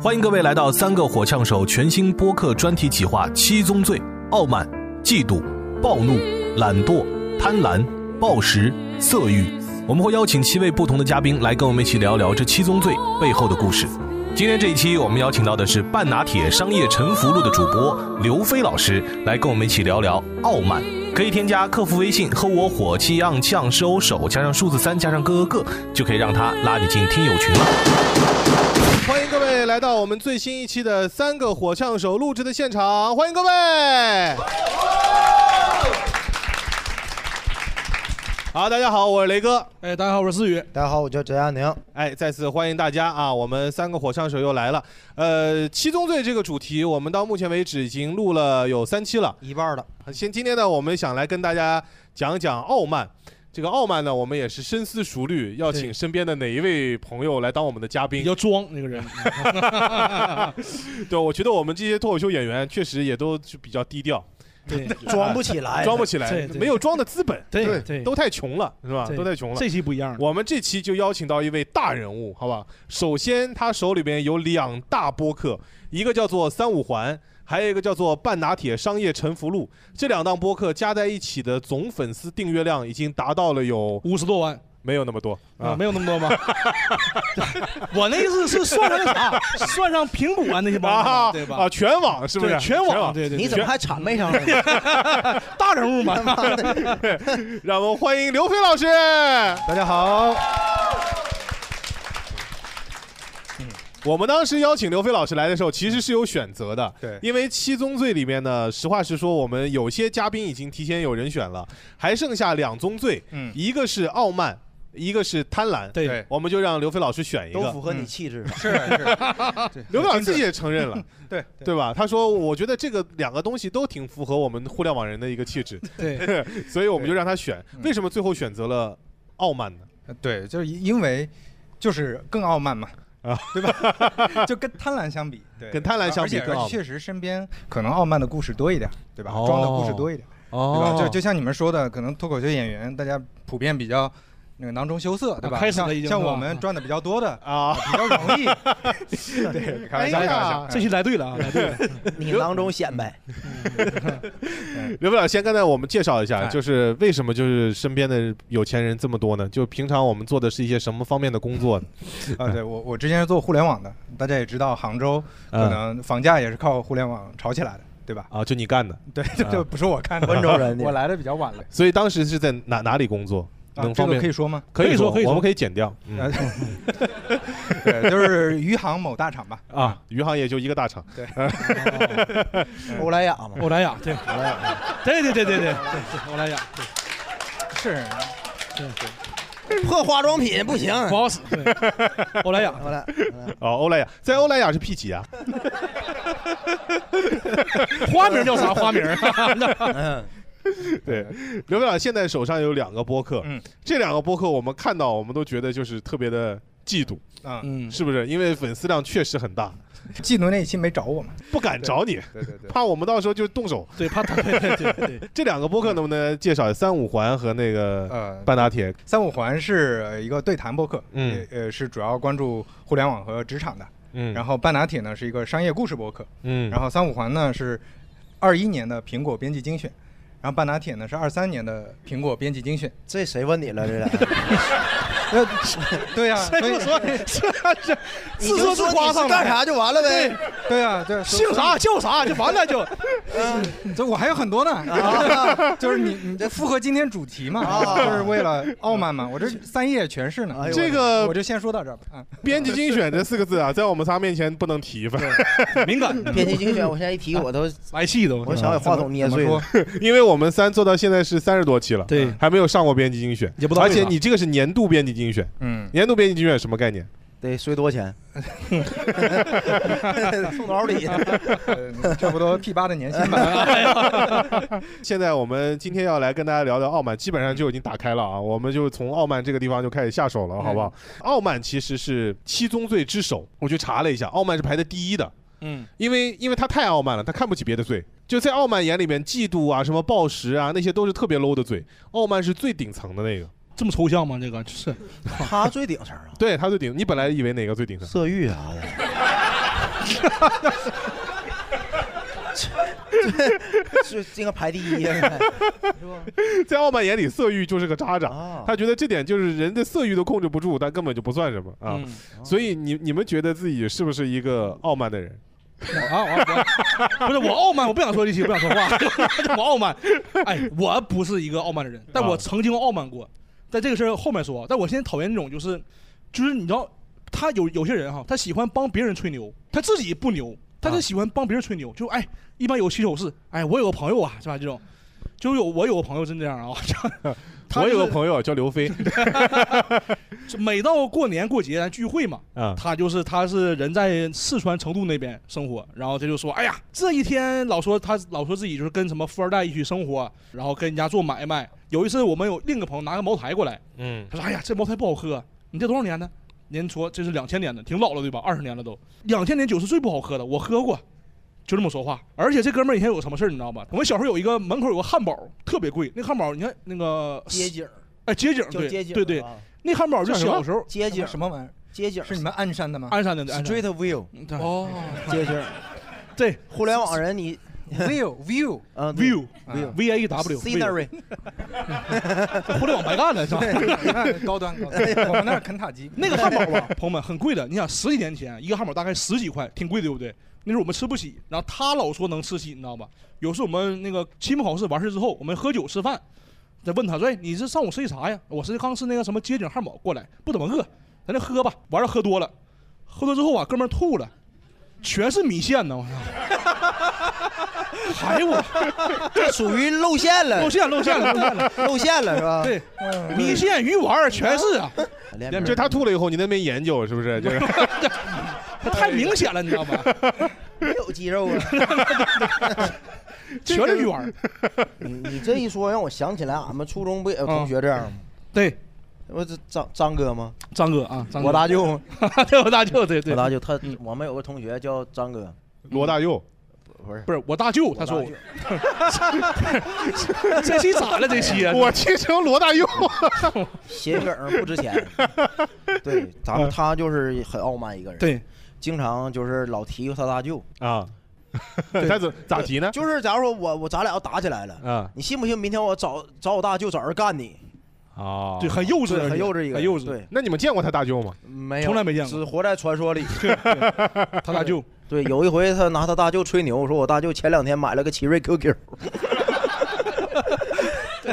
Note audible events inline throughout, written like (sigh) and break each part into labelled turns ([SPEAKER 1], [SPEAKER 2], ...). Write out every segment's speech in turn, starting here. [SPEAKER 1] 欢迎各位来到三个火枪手全新播客专题企划《七宗罪：傲慢、嫉妒、暴怒、懒惰、贪婪、暴食、色欲》。我们会邀请七位不同的嘉宾来跟我们一起聊聊这七宗罪背后的故事。今天这一期，我们邀请到的是《半拿铁商业沉浮录》的主播刘飞老师，来跟我们一起聊聊傲慢。可以添加客服微信“和我火气昂呛是欧手”，加上数字三，加上个个个，就可以让他拉你进听友群了。
[SPEAKER 2] 欢迎各位来到我们最新一期的三个火枪手录制的现场，欢迎各位。好，大家好，我是雷哥。哎，大家好，我是思雨。大家好，我叫翟亚宁。哎，再次欢迎大家啊！我们三个火枪手又来了。呃，七宗罪这个主题，我们到目前为止已经录了有三期了，一半了。先今天呢，我们想来跟大家讲讲傲慢。这个傲慢呢，我们也是深思熟虑，要请身边的哪一位朋友来当我们的嘉宾。要装那个人。 (laughs) 对，我觉得我们这些脱口秀演员确实也都是比较低调。 (laughs)
[SPEAKER 3] 对 (laughs) 装不起来
[SPEAKER 2] 装不起来
[SPEAKER 3] 对，对
[SPEAKER 2] 没有装的资本，
[SPEAKER 3] 对对
[SPEAKER 2] 都太穷了，是吧？
[SPEAKER 3] 对
[SPEAKER 2] 都太穷了。
[SPEAKER 3] 这期不一样了
[SPEAKER 2] 我们这期就邀请到一位大人物，好吧？首先，他手里边有两大播客，一个叫做《三五环》，还有一个叫做《半拿铁商业沉浮录》。这两档播客加在一起的总粉丝订阅量已经达到了有五十多万，没有那么多
[SPEAKER 3] 啊，没有那么多吗？ (laughs) 我那意
[SPEAKER 2] (laughs)
[SPEAKER 3] 思是算上那啥，算上苹果啊那些帮子嘛
[SPEAKER 2] 啊
[SPEAKER 3] 对吧？
[SPEAKER 2] 啊，全网是不是？
[SPEAKER 3] 对全网，对对。对
[SPEAKER 2] 全
[SPEAKER 3] 谄媚上了呢？ (laughs) 大人物嘛，
[SPEAKER 2] (laughs) 让我们欢迎刘飞老师。大家好。嗯我们当时邀请刘飞老师来的时候，其实是有选择的，
[SPEAKER 4] 对
[SPEAKER 2] 因为七宗罪里面呢，实话实说，我们有些嘉宾已经提前有人选了，还剩下两宗罪，
[SPEAKER 4] 嗯
[SPEAKER 2] 一个是傲慢，一个是贪婪，对，我们就让刘飞老师选一个，
[SPEAKER 5] 都符合
[SPEAKER 4] 嗯
[SPEAKER 5] 你气质。
[SPEAKER 2] 是
[SPEAKER 3] (laughs)
[SPEAKER 2] 刘飞老师自己也承
[SPEAKER 5] (laughs)
[SPEAKER 2] 认了，
[SPEAKER 4] (laughs) 对
[SPEAKER 2] 对吧？他说，我觉得这个两个东西都挺符合我们互联网人的一个气质，
[SPEAKER 4] 对，嗯
[SPEAKER 2] (laughs) 所以我们就让他选。为什么最后选择了傲慢呢？
[SPEAKER 4] 对，就是因为就是更傲慢
[SPEAKER 2] (laughs)
[SPEAKER 4] 嘛，
[SPEAKER 2] 啊，
[SPEAKER 4] 对吧？ (laughs) 就跟贪婪相比，对，
[SPEAKER 2] 跟贪婪相比
[SPEAKER 4] 而且
[SPEAKER 2] 更傲慢
[SPEAKER 4] 而且确实身边 (laughs) (laughs) 可能傲慢的故事多一点，对吧？装的故事多一点，
[SPEAKER 2] 哦
[SPEAKER 4] 对吧？就就像你们说的，可能脱口秀演员大家普遍比较。那个囊中羞涩，对吧？
[SPEAKER 3] 啊开始了已
[SPEAKER 4] 像
[SPEAKER 3] 经
[SPEAKER 4] 像
[SPEAKER 3] 是吧
[SPEAKER 4] 我
[SPEAKER 3] (laughs)
[SPEAKER 4] 们赚的比较多的
[SPEAKER 2] 啊，
[SPEAKER 4] 比较
[SPEAKER 2] (laughs)
[SPEAKER 4] 容易。
[SPEAKER 3] (laughs)
[SPEAKER 4] 对，开玩笑，
[SPEAKER 3] 哎
[SPEAKER 4] 开
[SPEAKER 3] 呀
[SPEAKER 4] 玩笑。
[SPEAKER 3] 这期来对了啊，来对了。
[SPEAKER 5] (laughs) 你囊中显摆，
[SPEAKER 2] 刘飞老师，先刚才我们介绍一
[SPEAKER 4] 哎
[SPEAKER 2] 下，就是为什么就是身边的有钱人这么多呢？就平常我们做的是一些什么方面的工作呢？
[SPEAKER 4] 啊，对我我之前是做互联网的，大家也知道，杭州
[SPEAKER 2] 嗯
[SPEAKER 4] 可能房价也是靠互联网炒起来的， (laughs) 对吧？
[SPEAKER 2] 啊，就你干的，
[SPEAKER 4] 对，这这不是我
[SPEAKER 2] (laughs)
[SPEAKER 4] 看的，
[SPEAKER 5] 温
[SPEAKER 4] (laughs)
[SPEAKER 5] 州人
[SPEAKER 4] 我来的比较晚了。
[SPEAKER 2] 所以当时是在哪哪里工作？
[SPEAKER 4] 啊
[SPEAKER 2] 能
[SPEAKER 4] 这
[SPEAKER 2] 方
[SPEAKER 4] 个
[SPEAKER 2] 便
[SPEAKER 4] 可以说吗
[SPEAKER 2] 可
[SPEAKER 4] 可
[SPEAKER 2] 以
[SPEAKER 4] 以说可以说
[SPEAKER 2] 我们可以剪掉。
[SPEAKER 4] (laughs)
[SPEAKER 2] 嗯
[SPEAKER 4] 呃对，就是 (laughs) 余杭某大厂吧。
[SPEAKER 2] 啊，余杭也就一个大厂。 (laughs)
[SPEAKER 4] 对，
[SPEAKER 5] 欧莱雅嘛，
[SPEAKER 3] 欧莱雅，对，欧
[SPEAKER 5] 莱雅，
[SPEAKER 3] 对对对对对对，欧莱雅，对
[SPEAKER 4] 是，
[SPEAKER 3] (laughs) 对对。
[SPEAKER 5] 破化妆品不行，
[SPEAKER 3] 不好使。
[SPEAKER 2] (laughs)
[SPEAKER 3] 对欧莱雅，
[SPEAKER 5] 欧莱
[SPEAKER 2] 哦，欧莱雅，在欧莱雅是 P 几啊？
[SPEAKER 3] 花名叫啥花名？
[SPEAKER 2] 对，刘院长现在手上有两个播客，
[SPEAKER 4] 嗯，
[SPEAKER 2] 这两个播客我们看到，我们都觉得就是特别的嫉妒，
[SPEAKER 4] 啊，
[SPEAKER 3] 嗯，
[SPEAKER 2] 是不是？因为粉丝量确实很大，
[SPEAKER 4] 季奴那一期没找我嘛？
[SPEAKER 2] 不敢找你，
[SPEAKER 4] 对对对，
[SPEAKER 2] 怕我们到时候就
[SPEAKER 4] (laughs)
[SPEAKER 2] 动手。
[SPEAKER 3] 对，怕他，对对对 (laughs) 对，
[SPEAKER 2] 这两个播客能不能介绍一下三五环和那个
[SPEAKER 4] 呃
[SPEAKER 2] 半打铁？
[SPEAKER 4] 三五 (laughs) 环是呃一个对谈播客，
[SPEAKER 2] 嗯
[SPEAKER 4] 也呃是主要关注互联网和职场的。
[SPEAKER 2] 嗯，
[SPEAKER 4] 然
[SPEAKER 2] 后
[SPEAKER 4] 后半拿铁呢是一个商业故事播客，
[SPEAKER 2] 嗯，
[SPEAKER 4] 然后三五环呢是二一年的苹果编辑精选，然后半拿铁呢是二三年的苹果编辑精选。
[SPEAKER 5] 这谁问你了？这俩
[SPEAKER 4] (laughs) 呃，对呀、所以 (laughs)
[SPEAKER 3] 说这这
[SPEAKER 5] 你
[SPEAKER 3] 自说
[SPEAKER 5] 就
[SPEAKER 3] 自
[SPEAKER 5] 说
[SPEAKER 3] 夸
[SPEAKER 5] 你
[SPEAKER 3] 上
[SPEAKER 5] 是
[SPEAKER 3] 了
[SPEAKER 5] 干啥就完了呗。
[SPEAKER 4] 对呀、对，所以嗯
[SPEAKER 3] 姓啥叫啥就完了
[SPEAKER 4] (laughs)
[SPEAKER 3] 就。
[SPEAKER 4] 这我还有很多呢， (laughs) 就是你你这符合今天主题嘛，
[SPEAKER 5] 啊
[SPEAKER 4] 就是为了傲慢嘛，我这三页全是呢
[SPEAKER 5] 哎。呦
[SPEAKER 2] 这个
[SPEAKER 4] 我就先说到这儿吧。啊，
[SPEAKER 2] (laughs) 编辑精选这四个字啊，在我们仨面前不能提，反正
[SPEAKER 3] 敏感，
[SPEAKER 5] 编辑精选，我现在一提我都，
[SPEAKER 3] 来气都。
[SPEAKER 5] 我想给话筒捏碎了。
[SPEAKER 2] 因为我们三做到现在是三十多期了，
[SPEAKER 3] 对
[SPEAKER 2] 还没有上过编辑精选，
[SPEAKER 3] 也不知道
[SPEAKER 2] 而
[SPEAKER 3] 为啥
[SPEAKER 2] 且你这个是年度编辑精选，
[SPEAKER 4] 嗯，
[SPEAKER 2] 年度编辑精选什么概念？
[SPEAKER 5] 得碎多少钱？ (laughs) 送多少礼？
[SPEAKER 4] 呃差不多 P 八的年薪吧。
[SPEAKER 2] (laughs) 现在我们今天要来跟大家聊聊傲慢，基本上就已经打开了啊，我们就从傲慢这个地方就开始下手了，好不好？傲慢其实是七宗罪之首，我去查了一下，傲慢是排在第一的，
[SPEAKER 3] 嗯，
[SPEAKER 2] 因为因为他太傲慢了，他看不起别的罪。就在傲慢眼里面，嫉妒啊、什么暴食啊，那些都是特别 low 的罪。傲慢是最顶层的那个，
[SPEAKER 3] 这么抽象吗？这个是 (laughs)
[SPEAKER 5] 他最顶层啊，
[SPEAKER 2] (laughs)
[SPEAKER 5] 啊
[SPEAKER 2] 对他最顶。你本来以为哪个最顶层？
[SPEAKER 5] 色欲啥的。 (laughs) 是这个排第
[SPEAKER 4] (laughs)
[SPEAKER 5] 一呀，
[SPEAKER 2] 在傲慢眼里，色欲就是个渣渣。
[SPEAKER 5] 啊
[SPEAKER 2] 他觉得这点就是人的色欲都控制不住，但根本就不算什么啊。
[SPEAKER 5] 嗯
[SPEAKER 2] 所以你你们觉得自己是不是一个傲慢的人？
[SPEAKER 3] 啊，我我不是我傲慢，我不想说这些，不想说话， (laughs) 我傲慢。哎，我不是一个傲慢的人，但
[SPEAKER 2] 啊
[SPEAKER 3] 我曾经傲慢过。在这个事儿后面说，啊但我现在讨厌那种就是，就是你知道，他有有些人哈，他喜欢帮别人吹牛，他自己不牛，但
[SPEAKER 2] 啊
[SPEAKER 3] 他喜欢帮别人吹牛，就哎，一般有起手式，哎，我有个朋友啊，是吧？这种，就有我有个朋友真这样啊， (laughs) 他
[SPEAKER 2] 我有个
[SPEAKER 3] 就是
[SPEAKER 2] 朋友叫刘飞，
[SPEAKER 3] 就每到过年过节咱聚会嘛，
[SPEAKER 2] 啊
[SPEAKER 3] 他就是他是人在四川成都那边生活，然后他就说，哎呀，这一天老说他老说自己就是跟什么富二代一起生活，然后跟人家做买卖。有一次我们有另一个朋友拿个茅台过来，
[SPEAKER 2] 嗯
[SPEAKER 3] 他说，哎呀，这茅台不好喝，你这多少年的？您说这是两千年的，挺老了对吧？二十年了都，两千年酒是最不好喝的，我喝过。就这么说话。而且这哥们儿以前有什么事儿，你知道吗？我们小时候有一个门口有个汉堡，特别贵。那汉堡，你看那个
[SPEAKER 5] 街景儿，
[SPEAKER 3] 哎，街景儿，
[SPEAKER 5] 叫
[SPEAKER 3] 对
[SPEAKER 5] 街景儿
[SPEAKER 3] 对对
[SPEAKER 5] 啊，
[SPEAKER 3] 那汉堡就
[SPEAKER 5] 叫什么
[SPEAKER 3] 小时候
[SPEAKER 5] 街景儿
[SPEAKER 3] 什么玩意儿？
[SPEAKER 5] (laughs) 街景
[SPEAKER 3] 是
[SPEAKER 4] 你们鞍山的吗
[SPEAKER 3] 鞍山的
[SPEAKER 5] Street View
[SPEAKER 3] 哦，
[SPEAKER 5] 街景儿，
[SPEAKER 3] 对，
[SPEAKER 5] 互联网人你
[SPEAKER 4] view view？
[SPEAKER 5] 啊
[SPEAKER 3] view
[SPEAKER 5] view
[SPEAKER 3] V A W
[SPEAKER 5] scenery
[SPEAKER 3] (laughs) 互联网白干了是
[SPEAKER 5] (laughs)
[SPEAKER 3] 吧
[SPEAKER 4] 高端高
[SPEAKER 5] 哎
[SPEAKER 4] 端，我们那儿肯塔基
[SPEAKER 3] 那个汉堡吧，朋友们很贵的。你想十几年前一个汉堡大概十几块，挺贵的，对不对？那时候我们吃不起，然后他老说能吃起，你知道吧？有时候我们那个期末考试完事之后，我们喝酒吃饭，再问他说：“哎，你这上午吃的啥呀？”我是刚吃那个什么街景汉堡过来，不怎么饿，咱就喝吧。完了喝多了，喝多之后啊，哥们儿吐了，全是米线呢，我操！哎呦 (laughs) 我，
[SPEAKER 5] 这属于露馅了，
[SPEAKER 3] 露馅露馅了，露馅了，
[SPEAKER 5] (laughs) 露馅了是吧？嗯
[SPEAKER 3] 对，米线、鱼丸儿全是啊，
[SPEAKER 2] 就他吐了以后，你那边研究是不是？
[SPEAKER 5] (laughs)
[SPEAKER 2] 就是
[SPEAKER 3] 他 (laughs) 太明显了，你知道吗？
[SPEAKER 5] 没 (laughs) 有肌肉
[SPEAKER 3] (laughs)
[SPEAKER 5] 啊，
[SPEAKER 3] 全是鱼丸。
[SPEAKER 5] (laughs) 你你这一说让我想起来，俺们初中不也有同学这样吗？
[SPEAKER 3] 嗯对，
[SPEAKER 5] 不是张张哥吗？
[SPEAKER 3] 张哥啊，张哥
[SPEAKER 5] 我大舅吗？
[SPEAKER 3] (laughs) 对，我大舅，对对，
[SPEAKER 5] 我大舅，他我们有个同学叫张哥，
[SPEAKER 2] 罗大佑，
[SPEAKER 5] 不是
[SPEAKER 3] 不是我大舅，他说我
[SPEAKER 5] 我，
[SPEAKER 3] 这期咋了？这期啊，
[SPEAKER 2] 我亲成罗大
[SPEAKER 5] (laughs)
[SPEAKER 2] 佑，
[SPEAKER 5] 谐梗儿不
[SPEAKER 3] (laughs)
[SPEAKER 5] 值钱。 (laughs) 对，咱
[SPEAKER 2] 嗯
[SPEAKER 5] 们他就是很傲慢一个人，
[SPEAKER 3] 对，
[SPEAKER 5] 经常就是老提他大舅
[SPEAKER 2] 啊。 (laughs) 他怎咋提呢？
[SPEAKER 5] 就是假如说我我咱俩要打起来了，
[SPEAKER 2] 啊
[SPEAKER 5] 你信不信明天我找找我大舅找人干你？
[SPEAKER 2] 啊，
[SPEAKER 3] 对，很幼稚，
[SPEAKER 5] 对，很幼稚一个人，
[SPEAKER 3] 很幼稚，
[SPEAKER 5] 对，
[SPEAKER 2] 那你们见过他大舅吗？
[SPEAKER 5] 没有，
[SPEAKER 3] 从来没见过
[SPEAKER 5] 只活在传说里。
[SPEAKER 3] (laughs) 他大舅，
[SPEAKER 5] 对，有一回他拿他大舅吹牛，说我大舅前两天买了个奇瑞 QQ。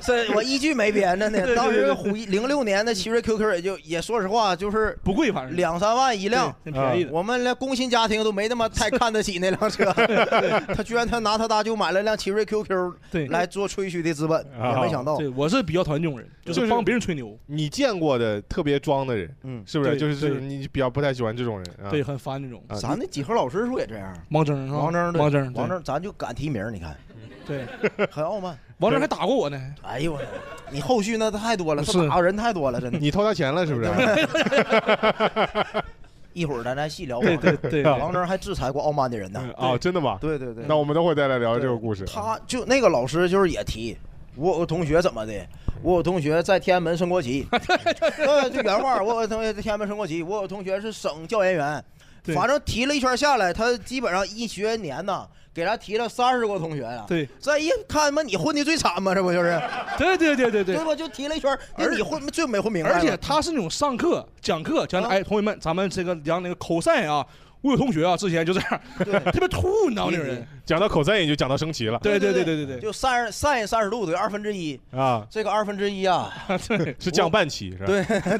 [SPEAKER 5] 这我一句没编着呢，当时虎零六年的奇瑞 QQ 也就也说实话就是
[SPEAKER 3] 不贵，反正
[SPEAKER 5] 两三万一辆，啊
[SPEAKER 3] 挺便宜的。
[SPEAKER 5] 我们连工薪家庭都没那么太看得起那
[SPEAKER 3] (laughs)
[SPEAKER 5] 辆车，他居然他拿他大舅买了辆奇瑞 QQ
[SPEAKER 3] 对
[SPEAKER 5] 来做吹嘘的资本，也没想到
[SPEAKER 3] 对，我是比较讨厌这种人，就
[SPEAKER 2] 就是是
[SPEAKER 3] 帮别人吹牛，
[SPEAKER 2] 你见过的特别装的人，
[SPEAKER 5] 嗯
[SPEAKER 2] 是不是？
[SPEAKER 3] 对
[SPEAKER 2] 就是就是
[SPEAKER 3] 对
[SPEAKER 2] 你比较不太喜欢这种人啊。
[SPEAKER 3] 对，很烦那种。
[SPEAKER 2] 啊
[SPEAKER 5] 咱那几何老师是不是也这样？
[SPEAKER 3] 王铮是吧？
[SPEAKER 5] 王铮对
[SPEAKER 3] 王铮，对
[SPEAKER 5] 王，铮，咱就敢提名，你看
[SPEAKER 3] (laughs) 对，
[SPEAKER 5] (laughs) 很傲慢。
[SPEAKER 3] 王铮还打过我呢。
[SPEAKER 5] 哎呦我，你后续那太多了，
[SPEAKER 3] 是
[SPEAKER 5] 他打人太多了，真的。
[SPEAKER 2] 你偷他钱了是不
[SPEAKER 5] (laughs)
[SPEAKER 2] 是？ (laughs)
[SPEAKER 5] 一会儿咱再细聊王
[SPEAKER 3] 对
[SPEAKER 5] 铮。
[SPEAKER 3] 对对，
[SPEAKER 5] 王铮还制裁过傲慢的人呢。
[SPEAKER 2] 啊，真的吗？
[SPEAKER 5] 对对对，
[SPEAKER 2] 那我们等会儿再来聊这个故事。
[SPEAKER 5] 他就那个老师就是也提，我有个同学怎么的，我有同学在天安门升国旗， (laughs) 呃，就原话，我有同学在天安门升国旗，我有同学是省教研员，
[SPEAKER 3] 对
[SPEAKER 5] 反正提了一圈下来，他基本上一学年呐，给咱提了三十个同学呀。
[SPEAKER 3] 对
[SPEAKER 5] 这一看他妈你混的最惨嘛，这不就是？
[SPEAKER 3] 对对对对对
[SPEAKER 5] 对。吧？就提了一圈，那你混最没混明白了。
[SPEAKER 3] 而且他是那种上课讲课讲的，
[SPEAKER 5] 哎啊
[SPEAKER 3] 哎，同学们，咱们这个讲那个口塞啊，我有同学啊，之前就这样， (laughs) 特别突，你知道那种人。
[SPEAKER 2] 讲到口塞也就讲到升旗了。
[SPEAKER 3] 对对对
[SPEAKER 5] 对
[SPEAKER 3] 对对对
[SPEAKER 5] 就三十 sin 三十度得二分之一，
[SPEAKER 2] 啊，
[SPEAKER 5] 这个二分之一啊，
[SPEAKER 3] (laughs) 对，
[SPEAKER 2] 是降半旗是吧？
[SPEAKER 5] 对 (laughs) 对对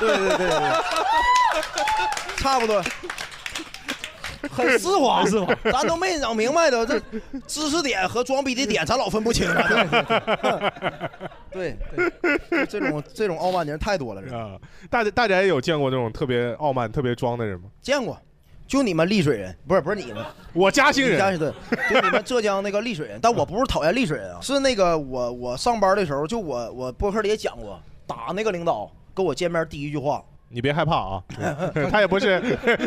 [SPEAKER 5] 对对对，差不多，很丝滑，
[SPEAKER 3] 很丝滑
[SPEAKER 5] 咱都没整明白的，这知识点和装逼的点咱老分不清了。 (laughs) 对对对，这种这种傲慢的人太多了，这
[SPEAKER 2] 啊，大家大家也有见过那种特别傲慢、特别装的人吗？
[SPEAKER 5] (laughs) 见过。就你们丽水人，不是不是你们，
[SPEAKER 2] (laughs) 我嘉兴
[SPEAKER 5] 你家
[SPEAKER 2] 人
[SPEAKER 5] 是对，就你们浙江那个丽水人，但我不是讨厌丽
[SPEAKER 2] (laughs)
[SPEAKER 5] 水人啊，是那个我我上班的时候，就我我博客里也讲过，打那个领导跟我见面第一句话，
[SPEAKER 2] 你别害怕
[SPEAKER 5] (laughs)
[SPEAKER 2] 啊， (laughs) 他也不是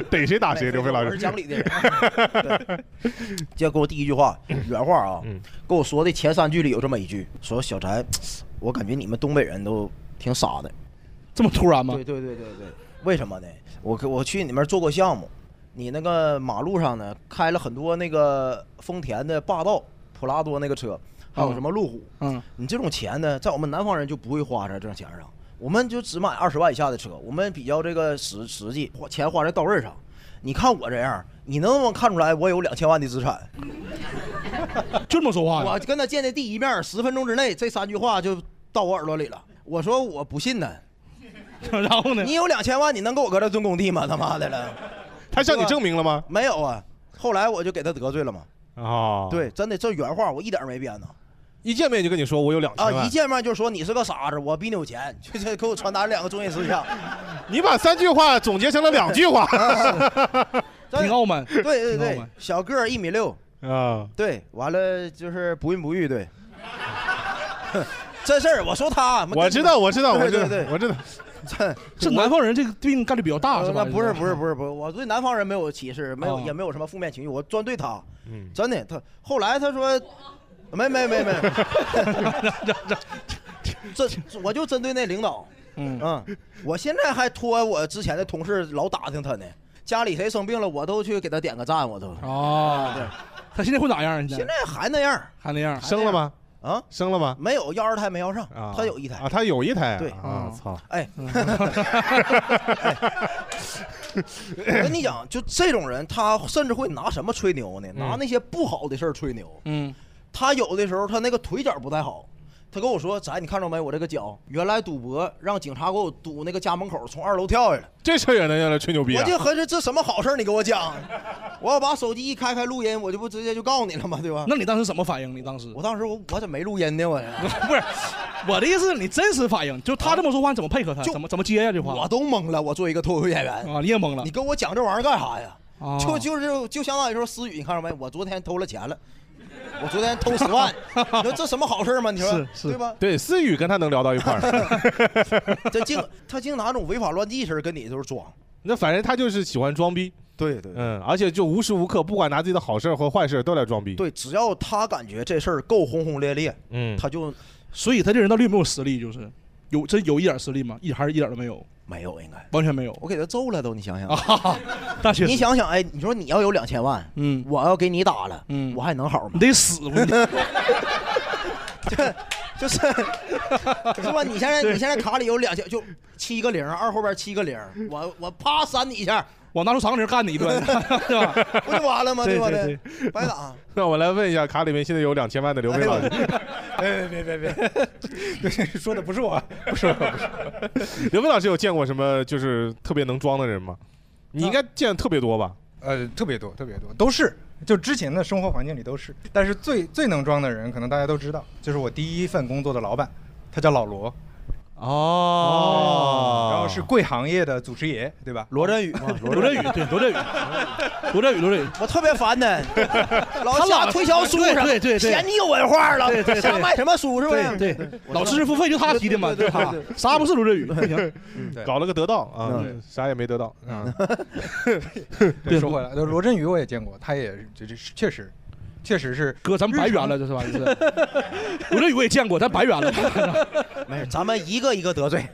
[SPEAKER 2] 逮谁打谁，刘飞老
[SPEAKER 5] 我是
[SPEAKER 2] (laughs) 师。
[SPEAKER 5] 讲理的人。 (laughs) 对就给我第一句话，原话啊，
[SPEAKER 2] 嗯
[SPEAKER 5] 跟我说的前三句里有这么一句，说小翟，我感觉你们东北人都挺傻的。
[SPEAKER 3] (laughs) 这么突然吗
[SPEAKER 5] 对？对对对对，为什么呢？我跟我去你们做过项目，你那个马路上呢开了很多那个丰田的霸道、普拉多那个车，还有什么路虎，
[SPEAKER 3] 嗯，
[SPEAKER 5] 你这种钱呢，在我们南方人就不会花在这种钱上，我们就只买二十万以下的车，我们比较这个实实际，花钱花在刀刃上。你看我这样，你能不能看出来我有两千万的资产？
[SPEAKER 3] (laughs) 就这么说话
[SPEAKER 5] 我跟他见的第一面，十分钟之内，这三句话就到我耳朵里了。我说我不信呢。 (laughs)
[SPEAKER 3] 然后呢？
[SPEAKER 5] 你有两千万，你能给我搁这蹲工地吗？他妈的了！
[SPEAKER 2] (laughs) 他向你证明了吗？
[SPEAKER 5] 没有啊。后来我就给他得罪了嘛。
[SPEAKER 2] 哦，
[SPEAKER 5] (laughs) 对，真的这原话我一点没编呢。
[SPEAKER 2] 一见面就跟你说我有两千万，
[SPEAKER 5] 啊，一见面就说你是个傻子，我比你有钱，就就给我传达两个中心思想。
[SPEAKER 2] (laughs) 你把三句话总结成了两句
[SPEAKER 5] (laughs)
[SPEAKER 2] 话，
[SPEAKER 3] 挺傲慢。
[SPEAKER 5] 对对
[SPEAKER 2] 挺傲
[SPEAKER 5] 对
[SPEAKER 2] 慢，
[SPEAKER 5] 小个儿一米六，
[SPEAKER 2] 啊，
[SPEAKER 5] 对，完了就是不孕不育，对。 (laughs) 真事儿，我说他，妈
[SPEAKER 2] 我知道我知道我
[SPEAKER 5] 对
[SPEAKER 2] 知
[SPEAKER 5] 对
[SPEAKER 2] 道
[SPEAKER 5] 对，
[SPEAKER 2] 我知道，
[SPEAKER 5] (laughs) 这
[SPEAKER 3] 这南方人这个病概率比较大是吧？
[SPEAKER 5] 呃
[SPEAKER 3] 嗯
[SPEAKER 5] 不是不是不是不是，我对南方人没有歧视，没
[SPEAKER 3] 哦
[SPEAKER 5] 有、也没有什么负面情绪，我专对他。
[SPEAKER 2] 嗯，
[SPEAKER 5] 真的，他后来他说，没没没没，
[SPEAKER 3] (laughs)
[SPEAKER 5] 这这我就针对那领导，
[SPEAKER 3] 嗯
[SPEAKER 5] 我现在还托我之前的同事老打听他呢，家里谁生病了，我都去给他点个赞，我都。
[SPEAKER 3] 哦，
[SPEAKER 5] 对，
[SPEAKER 3] 他现在会咋样啊？现在
[SPEAKER 5] 现在还那样，
[SPEAKER 3] 还那样？
[SPEAKER 2] 生了吗？
[SPEAKER 5] 啊，
[SPEAKER 2] 生了吗？
[SPEAKER 5] 没有要二胎没要上
[SPEAKER 2] 啊，，
[SPEAKER 5] 他有一胎
[SPEAKER 2] 啊，。他有一台啊，
[SPEAKER 5] 对
[SPEAKER 2] 啊，操，
[SPEAKER 5] 哎，
[SPEAKER 3] 嗯 (laughs) 哎
[SPEAKER 5] 我跟你讲，就这种人，他甚至会拿什么吹牛呢？拿那些不好的事儿吹牛。
[SPEAKER 3] 嗯，
[SPEAKER 5] 他有的时候他那个腿脚不太好，他跟我说：“咱你看着没，我这个脚原来赌博让警察给我堵那个家门口，从二楼跳下来。
[SPEAKER 2] 这事儿也能让人吹牛”逼
[SPEAKER 5] 我
[SPEAKER 2] 啊？
[SPEAKER 5] 就合计这什么好事儿你给我讲？我要把手机一开开录音，我就不直接就告诉你了吗？对吧？
[SPEAKER 3] 那你当时怎么反应？你当时
[SPEAKER 5] 我当时我我怎么没录音呢？
[SPEAKER 3] (laughs)
[SPEAKER 5] 我啊
[SPEAKER 3] 不是我的意思，是你真实反应，就他这么说话，你怎么配合他？
[SPEAKER 5] 就
[SPEAKER 3] 怎么怎么接呀？这话
[SPEAKER 5] 我都懵了。我作为一个脱口秀演员，
[SPEAKER 3] 啊，你也懵了
[SPEAKER 5] 你。跟我讲这玩意儿干啥呀？
[SPEAKER 3] 啊
[SPEAKER 5] 就就是就相当于说思雨，你看着没？我昨天偷了钱了，我昨天偷十
[SPEAKER 3] (laughs)
[SPEAKER 5] 万，你说这什么好事儿吗？你说
[SPEAKER 3] 是是
[SPEAKER 5] 对吧？
[SPEAKER 2] 对，思雨跟他能聊到一块
[SPEAKER 5] (laughs)
[SPEAKER 2] 儿，
[SPEAKER 5] 这净他净拿这种违法乱纪事儿跟你就是装。
[SPEAKER 2] 那反正他就是喜欢装逼，
[SPEAKER 5] 对对
[SPEAKER 2] 嗯，而且就无时无刻不管拿自己的好事儿和坏事儿都来装逼，，
[SPEAKER 5] 对，只要他感觉这事儿够轰轰烈烈，
[SPEAKER 2] 嗯，
[SPEAKER 5] 他就
[SPEAKER 3] 所以他这人到底有没有实力？就是有真有一点实力吗？一还是一点都没有，
[SPEAKER 5] 没有应该。
[SPEAKER 3] 哎完全没有
[SPEAKER 5] 我给他揍了都，你想想，
[SPEAKER 3] 啊！大学
[SPEAKER 5] 你想想，哎，你说你要有两千万，
[SPEAKER 3] 嗯
[SPEAKER 5] 我要给你打了，
[SPEAKER 3] 嗯
[SPEAKER 5] 我还能好吗
[SPEAKER 3] 你？得死！我
[SPEAKER 5] (laughs)
[SPEAKER 3] 跟你讲
[SPEAKER 5] 就是，是吧？你现在你现在卡里有两千，就七个零，二后边七个零，我我啪扇你一下，
[SPEAKER 3] 我拿出长铃干你一
[SPEAKER 5] (laughs)
[SPEAKER 2] (laughs)
[SPEAKER 3] 顿，对吧？
[SPEAKER 5] 不就完了吗？
[SPEAKER 3] 对
[SPEAKER 5] 吧？
[SPEAKER 3] 对
[SPEAKER 5] 这白打。哎
[SPEAKER 2] 那我来问一下，卡里面现在有两千万的刘飞老师，
[SPEAKER 4] (laughs) 别别别别别， (laughs) 说的不是我，不是我，不是我。
[SPEAKER 2] (laughs) 刘飞老师有见过什么就是特别能装的人吗？你应该见得特别多吧？
[SPEAKER 4] 呃，特别多，特别多，都是。就之前的生活环境里都是，但是最最能装的人，可能大家都知道，就是我第一份工作的老板，他叫老罗，
[SPEAKER 2] 哦
[SPEAKER 4] 然后是贵行业的祖师爷，对吧？
[SPEAKER 5] 罗振宇嘛，
[SPEAKER 3] 罗振宇对罗振宇，罗振宇罗振宇，
[SPEAKER 5] 我特别烦
[SPEAKER 3] (laughs)
[SPEAKER 5] 他， (laughs) 老
[SPEAKER 3] 他老
[SPEAKER 5] 下推销书
[SPEAKER 3] 对
[SPEAKER 5] 上，
[SPEAKER 3] 对对对
[SPEAKER 5] 嫌你有文化了，
[SPEAKER 3] 对对对
[SPEAKER 5] 瞎卖什么书是不是？
[SPEAKER 3] 对对，老知识付费就他提的嘛，对吧？啥不是罗振宇？不行， (laughs)
[SPEAKER 4] 对
[SPEAKER 2] 搞了个得到啊
[SPEAKER 4] 嗯，
[SPEAKER 2] 啥也没得到啊。
[SPEAKER 4] 对，说回来，罗振宇我也见过，他也这这确实，确实是
[SPEAKER 3] 哥，咱们白圆了，这是吧？这是。罗振宇我也见过，咱白圆了。
[SPEAKER 5] (laughs) 没事，咱们一个一个
[SPEAKER 3] (laughs)
[SPEAKER 5] 得罪。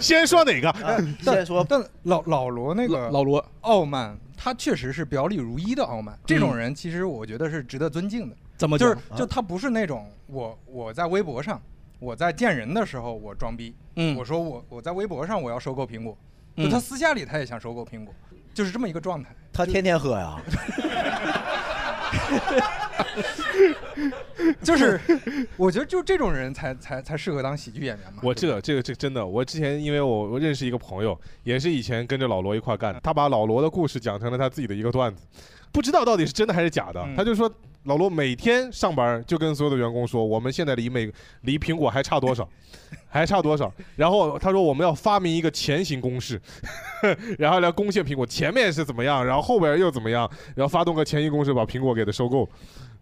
[SPEAKER 2] 先说哪个？
[SPEAKER 5] 啊先说
[SPEAKER 4] 但老老罗那个
[SPEAKER 3] 老罗，
[SPEAKER 4] 傲慢，他确实是表里如一的傲慢。这种人其实我觉得是值得尊敬的，
[SPEAKER 3] 怎么
[SPEAKER 4] 就是
[SPEAKER 3] 讲
[SPEAKER 4] 就他不是那种我我在微博上，我在见人的时候我装逼，
[SPEAKER 3] 嗯
[SPEAKER 4] 我说我我在微博上我要收购苹果，
[SPEAKER 3] 嗯
[SPEAKER 4] 就他私下里他也想收购苹果，就是这么一个状态。
[SPEAKER 5] 他天天喝呀，
[SPEAKER 4] (laughs) 就是我觉得就这种人才才才适合当喜剧演员嘛。
[SPEAKER 2] 我这个这个这个真的，我之前因为我我认识一个朋友，也是以前跟着老罗一块儿干的，他把老罗的故事讲成了他自己的一个段子，不知道到底是真的还是假的。
[SPEAKER 4] 嗯
[SPEAKER 2] 他就说老罗每天上班就跟所有的员工说，我们现在离美离苹果还差多少， (laughs) 还差多少。然后他说我们要发明一个前行公式， (laughs) 然后来攻陷苹果，前面是怎么样，然后后边又怎么样，然后发动个前行公式把苹果给它收购，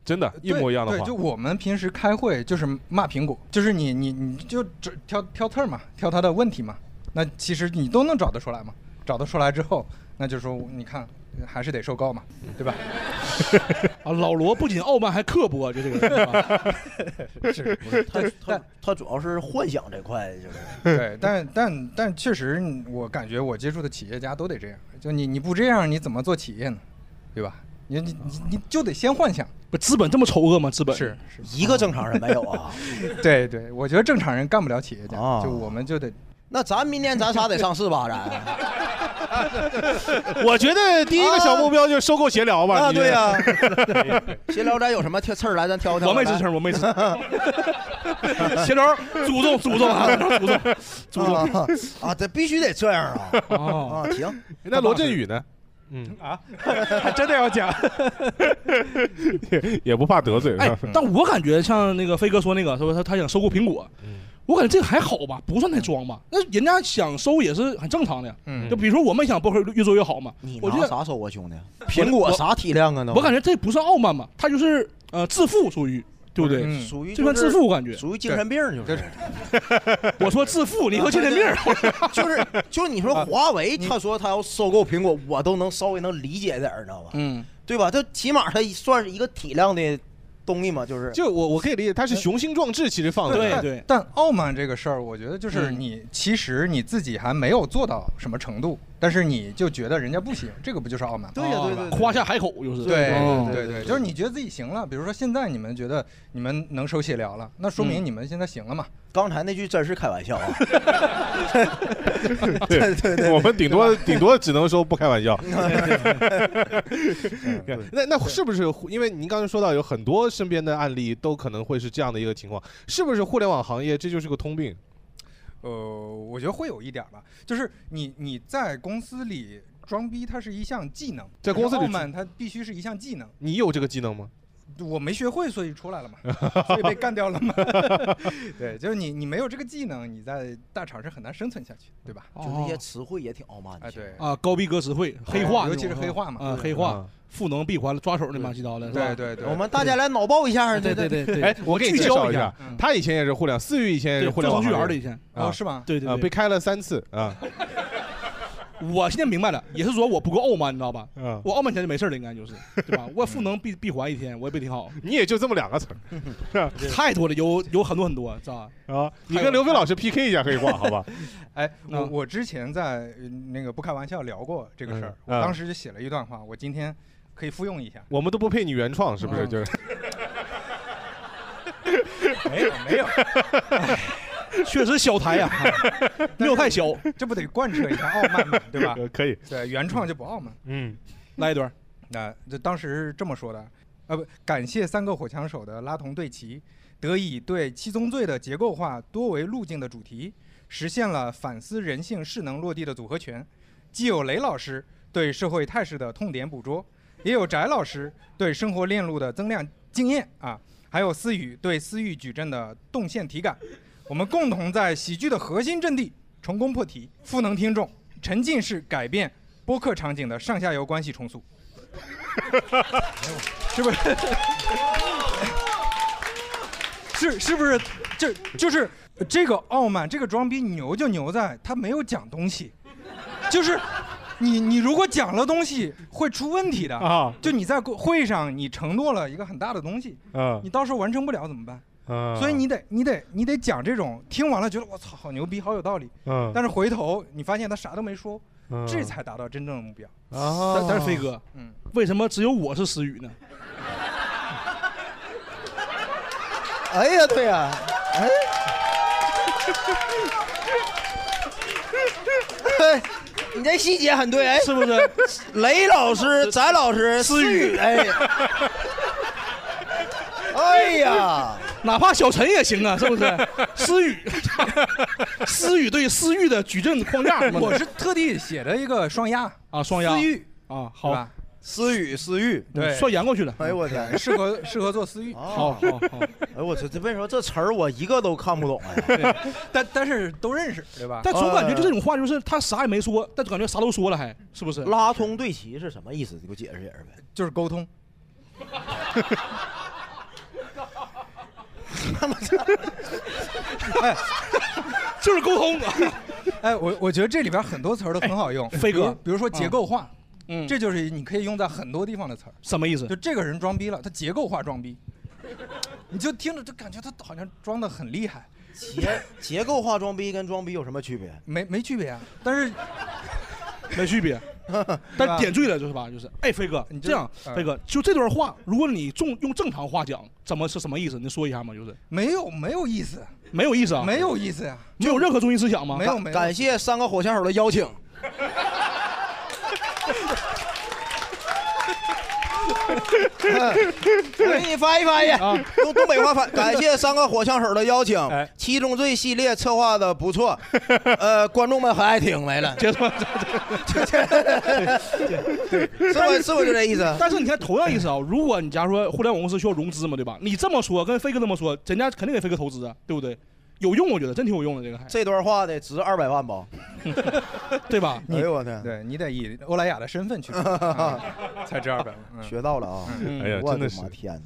[SPEAKER 2] 真的，一模一样的
[SPEAKER 4] 对
[SPEAKER 2] 话
[SPEAKER 4] 对，就。我们平时开会就是骂苹果，就是你你你就只挑挑刺儿嘛，挑他的问题嘛。那其实你都能找得出来嘛，找得出来之后，那就说你看还是得受告嘛，对吧？ (laughs)
[SPEAKER 3] 啊，老罗不仅傲慢，还刻薄，就这个人啊。
[SPEAKER 4] (laughs) 是，
[SPEAKER 5] 他他他主要是幻想这块，就是
[SPEAKER 4] (laughs) 对，但但但确实，我感觉我接触的企业家都得这样，就你你不这样，你怎么做企业呢？对吧？你你你你就得先幻想，
[SPEAKER 3] 不，资本这么丑恶吗？资本
[SPEAKER 4] 是是
[SPEAKER 5] 一个正常人没有
[SPEAKER 4] (laughs)
[SPEAKER 5] 啊。哦
[SPEAKER 4] 对对，我觉得正常人干不了企业家，就我们就得
[SPEAKER 5] 那咱明年咱仨得上
[SPEAKER 3] (laughs)
[SPEAKER 5] 市吧？咱
[SPEAKER 2] 我觉得第一个小目标就是收购闲聊吧。
[SPEAKER 5] 啊，
[SPEAKER 2] 你这
[SPEAKER 5] 对呀，
[SPEAKER 2] (laughs)
[SPEAKER 5] (laughs) 闲聊咱有什么挑刺儿来，咱挑挑。
[SPEAKER 2] 我没吱声我没吱
[SPEAKER 5] (laughs) 声
[SPEAKER 2] 闲聊祖宗祖宗啊祖宗祖宗
[SPEAKER 5] 啊啊，这必须得这样啊！
[SPEAKER 2] 哦
[SPEAKER 5] 啊，行，
[SPEAKER 2] (laughs) 那罗振宇呢？嗯
[SPEAKER 3] 啊，还 (laughs) 真的要讲。
[SPEAKER 2] (laughs) 也也不怕得罪。
[SPEAKER 3] 哎，但我感觉像那个飞哥说那个，他说他他想收购苹果，
[SPEAKER 4] 嗯
[SPEAKER 3] 我感觉这个还好吧，不算太装吧。那人家想收也是很正常的呀。
[SPEAKER 5] 嗯
[SPEAKER 3] 就比如说我们想博客越做越好嘛，
[SPEAKER 5] 你
[SPEAKER 3] 我觉
[SPEAKER 5] 拿
[SPEAKER 3] 得
[SPEAKER 5] 啥收啊，兄弟？苹果啥体量啊？那
[SPEAKER 3] 我感觉这不算傲慢吧，他就是呃自负，属于对不
[SPEAKER 4] 嗯
[SPEAKER 3] 对？
[SPEAKER 5] 属于
[SPEAKER 3] 这算自负，我感觉
[SPEAKER 5] 属于精神病，就是。
[SPEAKER 3] 我说自负，你说精神病，啊
[SPEAKER 5] 就是就是你说华为，他说他要收购苹果，我都能稍微能理解点儿，你知道吧？
[SPEAKER 3] (laughs) 嗯，
[SPEAKER 5] 对吧？这起码它算是一个体量的东西嘛，就是。
[SPEAKER 2] 就
[SPEAKER 4] (laughs)
[SPEAKER 2] 我我可以理解，他是雄心壮志，其实放的。
[SPEAKER 4] 但但傲慢这个事儿，我觉得
[SPEAKER 5] 嗯
[SPEAKER 4] 就是你、其实你自己还没有做到什么程度，但是你就觉得人家不行，这个不就是傲慢吗？
[SPEAKER 5] 对呀对对对
[SPEAKER 3] 夸下海口就是
[SPEAKER 4] 对
[SPEAKER 3] 哦
[SPEAKER 4] 对对，就是你觉得自己行了。比如说现在你们觉得你们能收闲聊了，那说
[SPEAKER 5] 嗯
[SPEAKER 4] 明你们现在行了嘛。
[SPEAKER 5] 刚才那句真是开
[SPEAKER 4] (laughs)
[SPEAKER 5] 玩笑啊！
[SPEAKER 2] (laughs) 对对对，我们顶多顶多只能说不开 (laughs) 玩笑。那那是不是因为您刚才说到有很多身边的案例都可能会是这样的一个情况，是不是互联网行业这就是个通病？
[SPEAKER 4] 呃，我觉得会有一点儿吧，就是你你在公司里装逼，它是一项技能，
[SPEAKER 2] 在公司里
[SPEAKER 4] 傲慢它必须是一项技能。
[SPEAKER 2] 你有这个技能吗？
[SPEAKER 4] 我没学会，所以出来了嘛，所以被干掉了嘛。 (laughs) 对，就是你你没有这个技能，你在大厂是很难生存下去，对吧？
[SPEAKER 5] 就那
[SPEAKER 2] 哦
[SPEAKER 5] 些词汇也挺傲慢的。
[SPEAKER 4] 哎，对
[SPEAKER 3] 啊，高逼格词汇，黑化
[SPEAKER 4] 哎
[SPEAKER 3] 那种，
[SPEAKER 4] 尤其是黑化嘛
[SPEAKER 3] 啊，
[SPEAKER 4] 对
[SPEAKER 3] 黑
[SPEAKER 4] 嗯
[SPEAKER 3] 化，赋能闭环，抓手那乱七八糟的，是吧
[SPEAKER 4] 对对对
[SPEAKER 5] 我们大家来脑爆一下，
[SPEAKER 3] 对
[SPEAKER 5] 对
[SPEAKER 3] 对对
[SPEAKER 2] 哎，我给你
[SPEAKER 3] 聚
[SPEAKER 2] 介
[SPEAKER 3] 焦
[SPEAKER 2] 绍
[SPEAKER 3] 一
[SPEAKER 2] 一
[SPEAKER 3] 下
[SPEAKER 2] 下，他以前也是互联网，思雨以前也是
[SPEAKER 3] 嗯对
[SPEAKER 2] 互联网
[SPEAKER 3] 做程序员
[SPEAKER 2] 行业
[SPEAKER 3] 的以前
[SPEAKER 2] 啊
[SPEAKER 3] 哦是吗对对
[SPEAKER 2] 啊
[SPEAKER 3] 对
[SPEAKER 2] 被开了三次啊。
[SPEAKER 3] 我现在明白了，也是说我不够傲慢，你知道吧？
[SPEAKER 2] 嗯
[SPEAKER 3] (laughs) 我傲慢起来就没事了，应该就是，对
[SPEAKER 2] (laughs)
[SPEAKER 3] 吧？我赋能闭闭环一天，我也不挺好。
[SPEAKER 2] 你也就这么两个词儿， (laughs)
[SPEAKER 3] (laughs) 太多了，有有很多很多，知道吧？
[SPEAKER 2] 啊，你跟刘飞老师 PK 一下黑化，好吧？ (laughs)
[SPEAKER 4] (laughs) 哎，我
[SPEAKER 3] 嗯
[SPEAKER 4] 我之前在呃那个不开玩笑聊过这个事儿，
[SPEAKER 2] 嗯
[SPEAKER 4] 我
[SPEAKER 2] 嗯
[SPEAKER 4] 当时就写了一段话，我今天可以复用一下。
[SPEAKER 2] 我们都不配你原创，是不是？
[SPEAKER 3] 嗯
[SPEAKER 2] 就是
[SPEAKER 4] 没有没有，
[SPEAKER 3] 确实小台呀、啊
[SPEAKER 2] (laughs)
[SPEAKER 3] 没有太小，
[SPEAKER 4] 这不得贯彻一下傲慢嘛，对吧？
[SPEAKER 2] (laughs) 可以，
[SPEAKER 4] 对，原创就不傲慢。
[SPEAKER 2] 嗯，
[SPEAKER 3] 来一段。
[SPEAKER 4] 那、就当时是这么说的，呃，不，感谢三个火枪手的拉同对齐，得以对七宗罪的结构化多维路径的主题，实现了反思人性势能落地的组合拳，既有雷老师对社会态势的痛点捕捉，也有翟老师对生活链路的增量经验啊，还有思雨对思域矩阵的动线体感，我们共同在喜剧的核心阵地成功破题，赋能听众，沉浸式改变播客场景的上下游关系重塑。 (laughs) 是不是？是是不是？就就是这个傲慢，这个装逼牛就牛在他没有讲东西， (laughs) 就是你你如果讲了东西会出问题的
[SPEAKER 2] 啊
[SPEAKER 4] 就你在会上你承诺了一个很大的东西，
[SPEAKER 2] 嗯
[SPEAKER 4] 你到时候完成不了怎么办？
[SPEAKER 2] 嗯
[SPEAKER 4] 所以你得你得你得讲这种，听完了觉得我操好牛逼，好有道理，
[SPEAKER 2] 嗯
[SPEAKER 4] 但是回头你发现他啥都没说，
[SPEAKER 2] 嗯
[SPEAKER 4] 这才达到真正的目标。
[SPEAKER 2] 啊
[SPEAKER 3] 但但是飞哥，
[SPEAKER 4] 嗯，
[SPEAKER 3] 为什么只有我是思雨呢？
[SPEAKER 5] 哎呀，对
[SPEAKER 4] 啊
[SPEAKER 5] 呀，哎， (laughs) 哎你这细节很对，哎，
[SPEAKER 3] 是不是？
[SPEAKER 5] 雷老师、翟老师、思雨，哎，哎呀，
[SPEAKER 3] 哪怕小陈也行啊，是不是？
[SPEAKER 4] (laughs)
[SPEAKER 3] 思雨，思雨对思域的矩阵框架，
[SPEAKER 4] (laughs) 我是特地写了一个双押
[SPEAKER 3] 啊，双压
[SPEAKER 4] 思域
[SPEAKER 3] 啊，
[SPEAKER 4] 对
[SPEAKER 3] 好
[SPEAKER 4] 吧，嗯
[SPEAKER 5] 思雨，思雨，
[SPEAKER 4] 对
[SPEAKER 3] 算圆过去了。
[SPEAKER 5] 哎呦我天，
[SPEAKER 4] 适合适合做私域，
[SPEAKER 3] 好
[SPEAKER 5] 好
[SPEAKER 3] 好，
[SPEAKER 5] 哎我这这为什么这词儿我一个都看不懂啊？ (laughs)
[SPEAKER 4] 但但是都认识，对吧？
[SPEAKER 3] 但总感觉就这种话，就是他啥也没说，但感觉啥都说了还，是不是？
[SPEAKER 5] 拉通对齐是什么意思？你给我解释解释呗。
[SPEAKER 4] 就是沟 (laughs) 通，
[SPEAKER 3] 就是沟通。
[SPEAKER 4] (laughs)
[SPEAKER 3] 哎
[SPEAKER 4] 哎，我我觉得这里边很多词儿都很好用，
[SPEAKER 3] 飞
[SPEAKER 4] 比
[SPEAKER 3] 哥
[SPEAKER 4] 如比如说结构化，
[SPEAKER 3] 嗯，
[SPEAKER 4] 这就是你可以用在很多地方的词儿。
[SPEAKER 3] 什么意思
[SPEAKER 4] 就？这个人装逼了，他结构化装逼，你就听着就感觉他好像装的很厉害，
[SPEAKER 5] (laughs)
[SPEAKER 4] 嗯 (laughs)
[SPEAKER 5] 结结构化装逼跟装逼有什么区别？
[SPEAKER 4] 没没区别啊。但是
[SPEAKER 3] 没区别。但点缀了就是吧，就是哎，飞哥，
[SPEAKER 4] 就
[SPEAKER 3] 这样，
[SPEAKER 4] 嗯
[SPEAKER 3] 飞哥，就这段话，如果你正用正常话讲，怎么是什么意思？你说一下嘛，就是
[SPEAKER 4] 没有没有意思，
[SPEAKER 3] 没有意思啊，
[SPEAKER 4] 没有意思呀，
[SPEAKER 3] 没有任何中心思想吗？
[SPEAKER 4] 没有没有
[SPEAKER 5] 感谢三个火枪手的邀请。 (laughs) 我给你翻译翻译，
[SPEAKER 3] 啊哎
[SPEAKER 5] 用东北话翻。感谢三个火枪手的邀请，七宗罪系列策划的不错，呃，观众们很爱听。没了，
[SPEAKER 3] 结束。
[SPEAKER 5] (laughs) 是不是不是就这意思？
[SPEAKER 3] 但是 (laughs) 你看，同样意思啊，如果你假如说互联网公司需要融资嘛，对吧？你这么说，跟飞哥这么说，人家肯定给飞哥投资啊，对不对？有用，我觉得真挺有用的，这个还
[SPEAKER 5] 这段话得值二百万吧？
[SPEAKER 3] 对吧？
[SPEAKER 5] 哎呦我天！
[SPEAKER 4] 对你得以欧莱雅的身份
[SPEAKER 5] (laughs)
[SPEAKER 4] 去嗯才值二百万。嗯
[SPEAKER 5] 学到了啊！
[SPEAKER 2] 哎呀
[SPEAKER 5] 我
[SPEAKER 2] 真的
[SPEAKER 5] 妈
[SPEAKER 2] 是
[SPEAKER 5] 天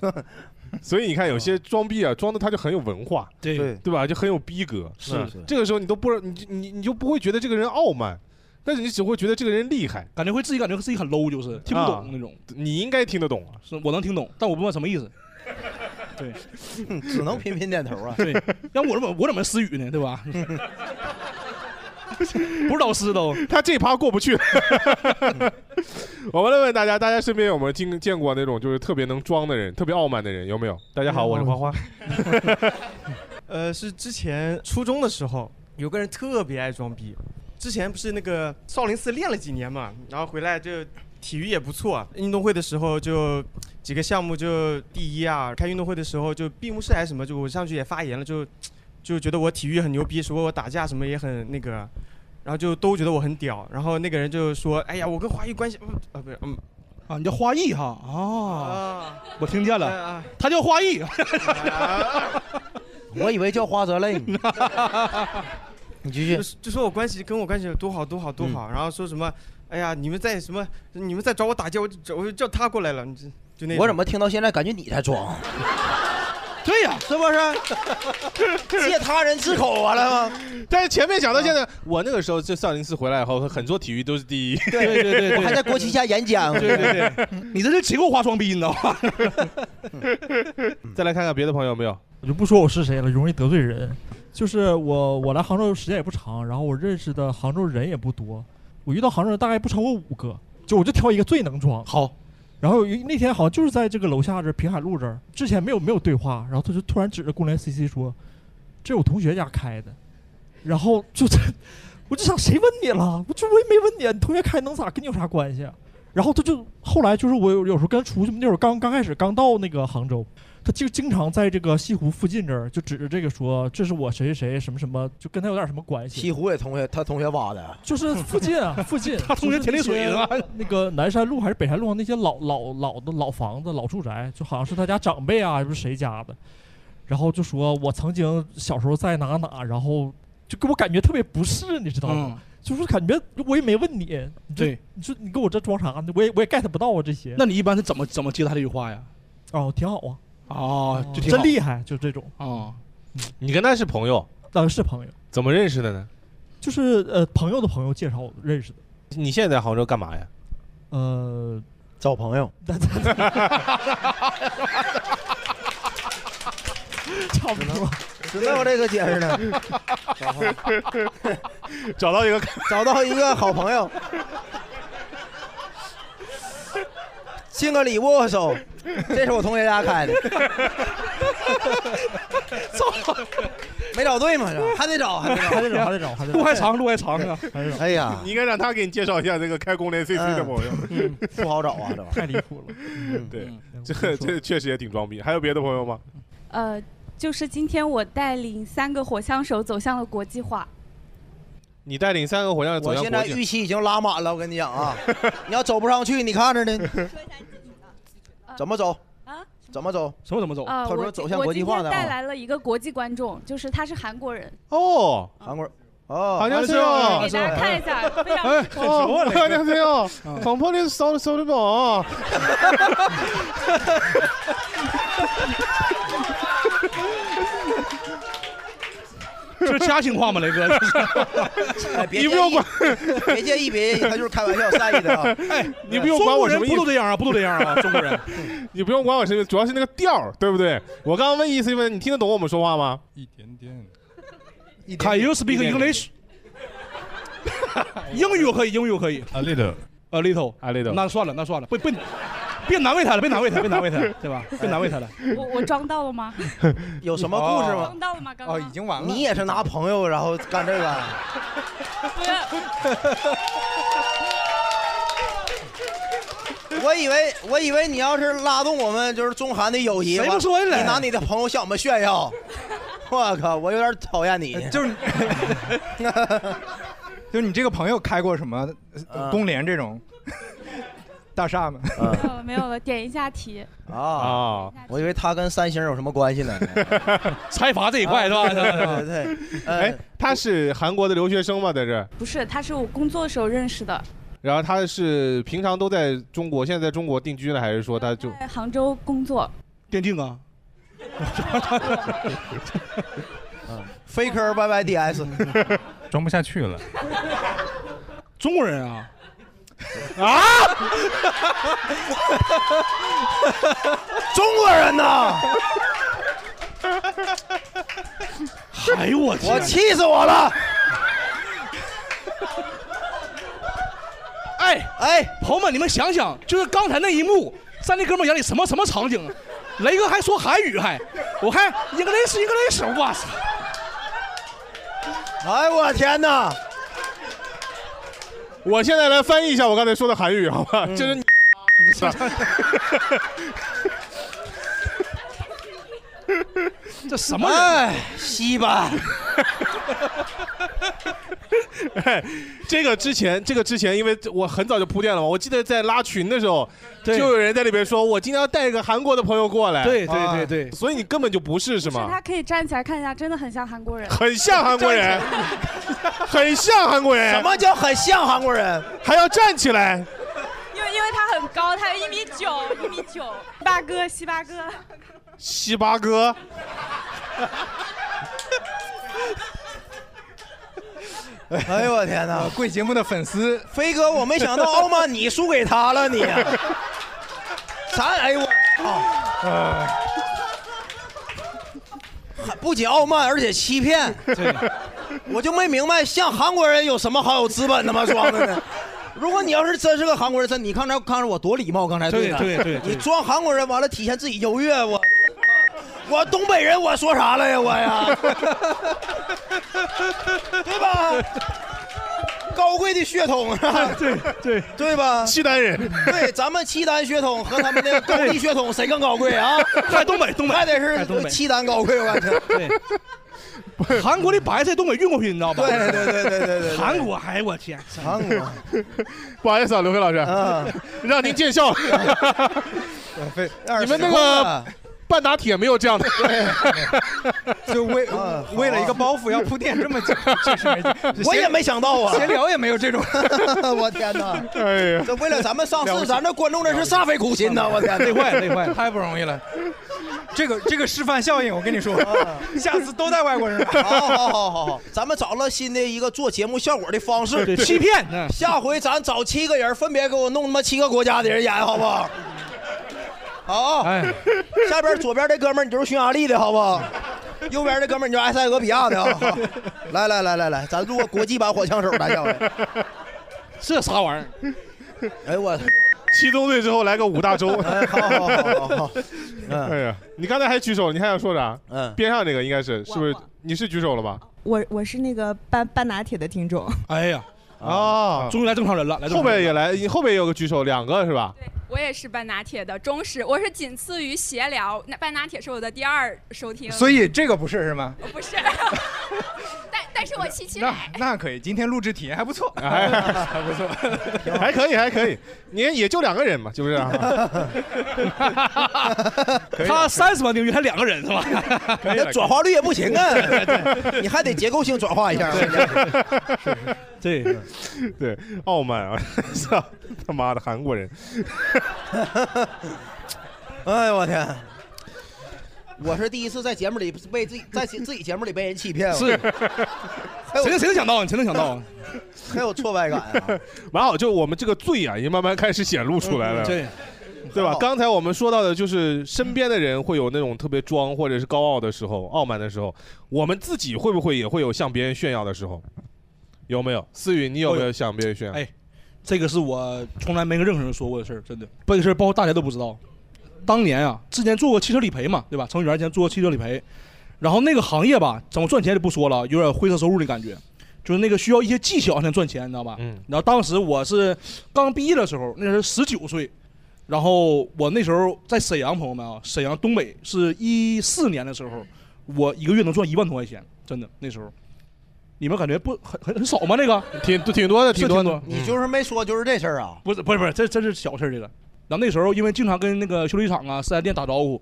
[SPEAKER 5] 哪！
[SPEAKER 3] (laughs)
[SPEAKER 2] (laughs) 所以你看，有些装逼啊，装的他就很有文化，
[SPEAKER 3] (laughs) 对
[SPEAKER 5] 对
[SPEAKER 2] 对吧？就很有逼格。
[SPEAKER 5] 是
[SPEAKER 2] 嗯
[SPEAKER 5] 是
[SPEAKER 2] 这个时候你都不知道，你就你你就不会觉得这个人傲慢，但是你只会觉得这个人厉害。
[SPEAKER 3] 感觉会自己感觉自己很 low，就是听不懂那种。
[SPEAKER 2] 啊你应该听得懂啊。
[SPEAKER 3] 是我能听懂，但我不知道什么意
[SPEAKER 2] (laughs)
[SPEAKER 3] 思。对
[SPEAKER 5] 只能频频点头啊！
[SPEAKER 3] 对，要不我怎么我怎么思语呢？对吧？ (laughs) 不是老师都
[SPEAKER 2] (laughs) 他这趴过不去。啊我们来问大家，大家身边有没有见见过那种就是特别能装的人，特别傲慢的人，有没有？大家
[SPEAKER 3] 嗯
[SPEAKER 2] 好，我是花花。
[SPEAKER 6] (laughs) 呃，是之前初中的时候，有个人特别爱装逼。之前不是那个少林寺练了几年嘛，然后回来就体育也不错，运动会的时候就几个项目就第一啊。开运动会的时候就闭幕式还是什么，就我上去也发言了，就就觉得我体育很牛逼，说我打架什么也很那个，然后就都觉得我很屌。然后那个人就说：“哎呀，我跟华谊关系……嗯啊，不是，嗯
[SPEAKER 3] 啊，你叫花艺哈啊，
[SPEAKER 6] 啊，
[SPEAKER 3] 我听见
[SPEAKER 6] 哎
[SPEAKER 3] 了，
[SPEAKER 6] 啊，
[SPEAKER 3] 他叫花 (laughs) 艺，
[SPEAKER 5] 我以为叫花泽
[SPEAKER 3] (laughs)
[SPEAKER 5] 类呢。你继续
[SPEAKER 6] 就。就说我关系跟我关系有多好多好
[SPEAKER 7] 嗯
[SPEAKER 6] 多好，然后说什么，哎呀，你们在什么，你们在找我打架，我就找我就叫他过来了，你这就那种
[SPEAKER 5] 我怎么听到现在感觉你在装？
[SPEAKER 3] 对呀，
[SPEAKER 5] 是不是？ (laughs) 借他人之口啊完了吗？
[SPEAKER 2] 但是前面讲到现在，我那个时候就少林寺回来以后，很多体育都是第一。
[SPEAKER 3] 对对对
[SPEAKER 5] 我还
[SPEAKER 3] 对
[SPEAKER 5] 在国旗下演讲。
[SPEAKER 3] 对对对，你这是岂够花双逼，你知道吗？
[SPEAKER 2] 再来看看别的朋友有没有？
[SPEAKER 7] 我就不说我是谁了，容易得罪人。就是我，我来杭州时间也不长，然后我认识的杭州人也不多，我遇到杭州人大概不超过五个，就我就挑一个最能装。
[SPEAKER 3] 好，
[SPEAKER 7] 然后有一那天好像就是在这个楼下这平海路这儿，之前没有没有对话，然后他就突然指着公园 CC 说：“这是我同学家开的。”然后就这， (laughs) 我就想谁问你了？我就我也没问你啊，你同学开能咋跟你有啥关系啊？然后他就后来就是我有有时候跟他出去，那会儿刚刚开始刚到那个杭州，他就经常在这个西湖附近这儿就指着这个说：“这是我谁谁谁什么什么”，就跟他有点什么关系。
[SPEAKER 5] (laughs) 西湖也同学，他同学挖的。
[SPEAKER 7] 就是附近啊，附近。
[SPEAKER 3] 他同学
[SPEAKER 7] 就是
[SPEAKER 3] 田里
[SPEAKER 7] 那
[SPEAKER 3] 水
[SPEAKER 7] 些
[SPEAKER 3] 是吧？
[SPEAKER 7] 那个南山路还是北山路上那些老老老的老房子、老住宅，就好像是他家长辈啊，也不是谁家的。然后就说我曾经小时候在哪哪，然后就给我感觉特别不适，你知道吗？
[SPEAKER 3] 嗯，
[SPEAKER 7] 就是感觉我也没问你，你这
[SPEAKER 3] 对。
[SPEAKER 7] 你说你跟我这装啥呢？我也我也 (laughs) get 不到啊这些。
[SPEAKER 3] 那你一般是怎么怎么接他这句话呀？
[SPEAKER 7] 哦，挺好啊，
[SPEAKER 3] 哦，就挺
[SPEAKER 7] 真
[SPEAKER 3] 好
[SPEAKER 7] 厉害，就这种。
[SPEAKER 3] 啊，
[SPEAKER 2] 你跟他是朋友，
[SPEAKER 7] 呃，是朋友，
[SPEAKER 2] 怎么认识的呢？
[SPEAKER 7] 就是呃朋友的朋友介绍我认识的。
[SPEAKER 2] 你现在在杭州干嘛呀？
[SPEAKER 7] 呃，
[SPEAKER 5] 找
[SPEAKER 7] (laughs)
[SPEAKER 5] 朋友，
[SPEAKER 7] 那咱差不
[SPEAKER 5] (laughs)
[SPEAKER 7] 多。
[SPEAKER 5] 知道这个解
[SPEAKER 8] (laughs)
[SPEAKER 5] 释呢。
[SPEAKER 3] (laughs)
[SPEAKER 2] 找到一个，
[SPEAKER 5] 找到一个好朋友，送个礼物手，这是我同学家开的。没找对嘛，是吧还得找，还得找。
[SPEAKER 7] 还得找，还得找，还得
[SPEAKER 3] 路
[SPEAKER 7] 找，
[SPEAKER 3] 还长，路还长啊！
[SPEAKER 7] 还得找，
[SPEAKER 5] 哎呀
[SPEAKER 2] 你应该让他给你介绍一下这个开工联 CC 的朋友。
[SPEAKER 5] 不好找啊，这玩意
[SPEAKER 7] 太离谱了。
[SPEAKER 2] 对，
[SPEAKER 7] 嗯
[SPEAKER 2] 这
[SPEAKER 7] 我跟你说
[SPEAKER 2] 这确实也挺装逼。还有别的朋友吗？
[SPEAKER 9] 呃，就是今天我带领三个火枪手走向了国际化。
[SPEAKER 2] 你带领三个火箭
[SPEAKER 5] 儿。
[SPEAKER 2] 走
[SPEAKER 5] 我
[SPEAKER 2] 向
[SPEAKER 5] 现
[SPEAKER 2] 国
[SPEAKER 5] 在
[SPEAKER 2] 际，
[SPEAKER 5] 预期已经拉满了，我跟你讲啊，你要走不上去，你看着呢。怎么走？
[SPEAKER 9] 啊？
[SPEAKER 5] 怎么走？
[SPEAKER 3] 什么怎么走？
[SPEAKER 9] 啊、
[SPEAKER 5] 他
[SPEAKER 9] 我
[SPEAKER 5] 说
[SPEAKER 9] 今
[SPEAKER 5] 走向国际化
[SPEAKER 9] 我
[SPEAKER 5] 的
[SPEAKER 9] 今
[SPEAKER 5] 啊
[SPEAKER 9] 天带来了一个国际观众，就是他是韩国人，
[SPEAKER 2] 哦，
[SPEAKER 5] 韩国人哦，
[SPEAKER 2] 好像是
[SPEAKER 5] 哦
[SPEAKER 2] 哦
[SPEAKER 9] 给大家看一下，非常
[SPEAKER 2] 哎，哦，안녕하세요
[SPEAKER 3] 嗯
[SPEAKER 2] 방송에서서울서
[SPEAKER 3] 这是嘉兴话吗，雷哥？
[SPEAKER 5] 哎别
[SPEAKER 2] 你不
[SPEAKER 5] 介
[SPEAKER 2] 用
[SPEAKER 5] 意， (laughs) 别介意，别介意，他就是开玩笑善意的
[SPEAKER 2] (laughs)
[SPEAKER 5] 啊。
[SPEAKER 3] 哎，
[SPEAKER 2] 你不用管我什么意
[SPEAKER 3] 中国人不
[SPEAKER 2] 思
[SPEAKER 3] 都，这样啊？不都这样啊？
[SPEAKER 2] (laughs)
[SPEAKER 3] 中国人，
[SPEAKER 2] 你不用管我什么意思，主要是那个调儿，对不对？我刚刚问意思一问，你听得懂我们说话吗？
[SPEAKER 4] 一点点，
[SPEAKER 5] (laughs)
[SPEAKER 3] Can you speak English？英语我可以，英语我可以。
[SPEAKER 10] A 啊 little，
[SPEAKER 3] a little，
[SPEAKER 10] a little
[SPEAKER 3] 那算了，那算了，不不，别难为他了，别难为他，别难为他，对吧？别难为他了。
[SPEAKER 9] 我我装到了吗？
[SPEAKER 5] 有什么故事吗？
[SPEAKER 9] 装到了吗？刚刚
[SPEAKER 5] 哦，已经完了。你也是拿朋友然后干这个？我以为我以为你要是拉动我们就是中韩的友谊，
[SPEAKER 4] 谁不说
[SPEAKER 5] 你
[SPEAKER 4] 嘞
[SPEAKER 5] 拿你的朋友向我们炫耀，我靠，我有点讨厌你。
[SPEAKER 4] 就是
[SPEAKER 5] (laughs)
[SPEAKER 4] 就是你这个朋友开过什么呃
[SPEAKER 5] 啊
[SPEAKER 4] 东联这种大厦吗？
[SPEAKER 9] 没有呃
[SPEAKER 4] (laughs)
[SPEAKER 9] 了没有了，点一下题。
[SPEAKER 5] 啊，我以为他跟三星有什么关系呢？
[SPEAKER 3] 财阀这一
[SPEAKER 5] 块是吧
[SPEAKER 2] 对
[SPEAKER 5] 哎啊对对。
[SPEAKER 3] (laughs) 呃
[SPEAKER 2] 哎，他是韩国的留学生吗？在这儿，
[SPEAKER 9] 不是，他是我工作的时候认识的，
[SPEAKER 2] 然后他是平常都在中国，现在在中国定居了，还是说他就
[SPEAKER 9] 在杭州工作。
[SPEAKER 3] 电竞
[SPEAKER 9] (laughs)
[SPEAKER 3] 啊？
[SPEAKER 5] Faker Y Y D S，
[SPEAKER 10] (laughs) 装不下去了。
[SPEAKER 3] 中国人啊？
[SPEAKER 2] 啊！
[SPEAKER 5] (laughs) 中国人呐！
[SPEAKER 3] 哎呦我天！
[SPEAKER 5] 我气死
[SPEAKER 4] (laughs)
[SPEAKER 5] 我了！
[SPEAKER 3] 哎
[SPEAKER 5] 哎，
[SPEAKER 3] 朋友们，你们想想，就是刚才那一幕，在那哥们眼里什么什么场景啊？雷哥还说韩语还，我看 English English，我操！
[SPEAKER 5] 哎我天哪！
[SPEAKER 2] 我现在来翻译一下我刚才说的韩语，好吧？
[SPEAKER 3] 嗯
[SPEAKER 2] 就
[SPEAKER 3] (laughs)
[SPEAKER 2] 是你，
[SPEAKER 3] 这什
[SPEAKER 5] 么人？哎，西吧。
[SPEAKER 2] 哎， (laughs) 这个之前，这个之前，因为我很早就铺垫了嘛，我记得在拉群的时候，就有人在里边说，我今天要带一个韩国的朋友过来。
[SPEAKER 3] 对对对对
[SPEAKER 2] 啊所以你根本就不是是
[SPEAKER 9] 是
[SPEAKER 2] 吗
[SPEAKER 9] 他？可以站起来看一下，真的很像韩国人。
[SPEAKER 2] 很像韩国人，很像韩国人。
[SPEAKER 5] 什么叫很像韩国人？
[SPEAKER 2] 还要站起来。
[SPEAKER 9] 因为因为他很高，他有一米九，一米九。 (laughs) 西巴哥，西巴哥，
[SPEAKER 2] 西巴哥，
[SPEAKER 5] 哎呦我天哪！
[SPEAKER 4] (laughs) 贵节目的粉丝，
[SPEAKER 5] 飞哥，我没想到傲慢你输给他
[SPEAKER 3] (laughs)
[SPEAKER 5] 了，你。咱哎呦我
[SPEAKER 4] 呃
[SPEAKER 5] 不仅傲慢，而且欺骗
[SPEAKER 4] 对。
[SPEAKER 5] (laughs) 我就没明白，像韩国人有什么好有资本他妈装的呢？ (laughs) 如果你要是真是个韩国人，真你刚才看着我多礼貌，刚才呢？
[SPEAKER 3] 对对对对
[SPEAKER 5] 你装韩国人完了体现自己优越，我我东北人我说啥了呀我呀， (laughs) 对吧？高贵的血统啊，
[SPEAKER 3] 对对
[SPEAKER 5] 对吧？
[SPEAKER 2] 契丹人，
[SPEAKER 5] 对，咱们契丹血统和他们的高丽血统谁更高贵啊？
[SPEAKER 3] (laughs) 还东北东北
[SPEAKER 5] (laughs) 还得
[SPEAKER 3] 还东
[SPEAKER 5] 是
[SPEAKER 3] 北
[SPEAKER 5] 契丹高贵，我感觉。
[SPEAKER 3] 韩国的白菜东北运过去，你知道吧？
[SPEAKER 5] 对对对对对对对
[SPEAKER 3] 韩国，哎我天！
[SPEAKER 5] 韩国，
[SPEAKER 2] 不好意思啊，刘飞老师，
[SPEAKER 5] 嗯
[SPEAKER 2] (laughs) 让您见
[SPEAKER 5] (laughs)
[SPEAKER 2] 笑。你们那个
[SPEAKER 5] 啊
[SPEAKER 2] 半打铁没有这样的，
[SPEAKER 4] (laughs) 就
[SPEAKER 5] 啊
[SPEAKER 4] 为为了一个包袱要铺垫这么久，确实没劲。
[SPEAKER 5] 我也没想到啊
[SPEAKER 4] 闲聊也没有这种。
[SPEAKER 5] (laughs) 我天哪！
[SPEAKER 2] 哎呀
[SPEAKER 5] 这为了咱们上
[SPEAKER 4] 了不
[SPEAKER 5] 市，
[SPEAKER 4] 起啊
[SPEAKER 5] 咱这观众这是煞费苦心呐！我天，
[SPEAKER 4] 累坏了，累坏了，太不容易了。这个这个示范效应，我跟你说，
[SPEAKER 3] (laughs)
[SPEAKER 4] 下次都带外国人来。
[SPEAKER 5] 啊 (laughs) 好好好好好，咱们找了新的一个做节目效果的方式，
[SPEAKER 3] 对欺骗嗯
[SPEAKER 5] 下回咱找七个人，分别给我弄他妈七个国家的人演，好不好？好，
[SPEAKER 4] 哎
[SPEAKER 5] (laughs) 下边左边这哥们儿你就是匈牙利的，好
[SPEAKER 3] (laughs)
[SPEAKER 5] 不好？右边这哥们儿你就是埃塞俄比亚的啊！好来来来来来，咱录个国际版火枪手，
[SPEAKER 3] (laughs)
[SPEAKER 5] 来下回。
[SPEAKER 3] 这啥玩意儿？
[SPEAKER 5] (laughs) 哎我，
[SPEAKER 2] 七宗罪之后来个五大洲。
[SPEAKER 5] 哎好好好
[SPEAKER 2] (laughs)
[SPEAKER 5] 好好，
[SPEAKER 2] 哎
[SPEAKER 5] 嗯
[SPEAKER 2] 呀，你刚才还举手，你还想说啥？
[SPEAKER 5] 嗯，
[SPEAKER 2] 边上这个应该是是不是？你是举手了吧？
[SPEAKER 11] 我我是那个半半拿铁的听众，
[SPEAKER 3] 哎呀，
[SPEAKER 2] 啊，
[SPEAKER 3] 终于来正常人了，来正
[SPEAKER 2] 后
[SPEAKER 3] 常人
[SPEAKER 2] 边
[SPEAKER 3] 了
[SPEAKER 2] 也来，后边也有个举手，两个是吧？
[SPEAKER 12] 我也是半拿铁的忠实，我是仅次于闲聊，那半拿铁是我的第二收听。
[SPEAKER 4] (laughs) 所以这个不是是吗？
[SPEAKER 12] 哦不是， (laughs) 但但是我七七
[SPEAKER 4] 那
[SPEAKER 12] 奶，
[SPEAKER 4] 那可以，今天录制体验还不错，
[SPEAKER 2] 哎
[SPEAKER 4] 还不 (laughs) 错。
[SPEAKER 2] 还可以，还可以，你也就两个人嘛，是不是啊？
[SPEAKER 5] (laughs)
[SPEAKER 3] 他三十万订阅，还两个人是吧？哎
[SPEAKER 5] 那转化率也不行啊， (laughs) 你还得结构性转化一下。
[SPEAKER 3] 对，
[SPEAKER 2] 对，傲慢啊！操他妈的韩国人，
[SPEAKER 5] 哎呦我天！我是第一次在节目里被自己在自己节目里被人欺骗，哎
[SPEAKER 3] 是，谁能谁能想到？你谁能想到？啊
[SPEAKER 5] 很有挫败感啊！
[SPEAKER 2] 蛮好，就我们这个罪啊，也慢慢开始显露出来了。
[SPEAKER 3] 对，
[SPEAKER 2] 对吧
[SPEAKER 5] 好？
[SPEAKER 2] 刚才我们说到的就是身边的人会有那种特别装或者是高傲的时候、傲慢的时候，我们自己会不会也会有向别人炫耀的时候？有没有？思雨，你有没有想别人炫？
[SPEAKER 3] 哎，这个是我从来没跟任何人说过的事儿，真的。不这个事儿包括大家都不知道。当年啊，之前做过汽车理赔嘛，对吧？程序员之前做过汽车理赔，然后那个行业吧，怎么赚钱就不说了，有点灰色收入的感觉，就是那个需要一些技巧才能赚钱，你知道吧？
[SPEAKER 2] 嗯。
[SPEAKER 3] 然后当时我是刚毕业的时候，那是十九岁，然后我那时候在沈阳，朋友们啊，沈阳东北是一四年的时候，我一个月能赚一万多块钱，真的那时候。你们感觉不很很很少吗？这个
[SPEAKER 2] 挺挺多的，
[SPEAKER 3] 挺
[SPEAKER 2] 多的嗯
[SPEAKER 3] 的。
[SPEAKER 5] 你就是没说，就是这事儿啊。
[SPEAKER 3] 不是不是不是，这这是小事儿这个。然后那时候因为经常跟那个修理厂啊、四 S 店打招呼，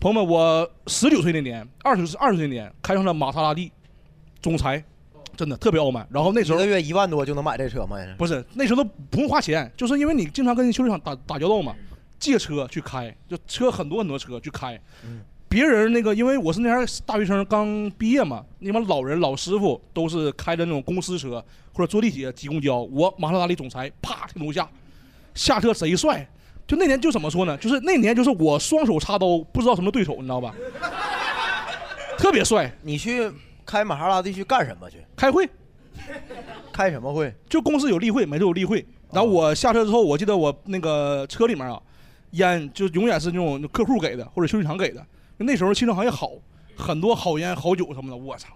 [SPEAKER 3] 朋友们，我十九岁那年，二十二十岁那年开上了玛莎拉蒂，总裁，真的特别傲慢。然后那时候
[SPEAKER 5] 一个月一万多就能买这车吗？
[SPEAKER 3] 不是那时候都不用花钱，就是因为你经常跟修理厂打打交道嘛，借车去开，就车很多很多车去开。
[SPEAKER 5] 嗯
[SPEAKER 3] 别人那个，因为我是那啥大学生刚毕业嘛，那帮老人老师傅都是开着那种公司车或者坐地铁挤公交，我玛莎拉蒂总裁啪停楼下，下车贼帅。就那年就怎么说呢？就是那年就是我双手插兜，不知道什么对手，你知道吧？特别帅。
[SPEAKER 5] 你去开玛莎拉蒂去干什么去？
[SPEAKER 3] 开会。
[SPEAKER 5] 开什么会？
[SPEAKER 3] 就公司有例会，每周有例会。然后我下车之后，我记得我那个车里面啊，烟就永远是那种客户给的或者修理厂给的。那时候汽车行业好，很多好烟好酒什么的，我操，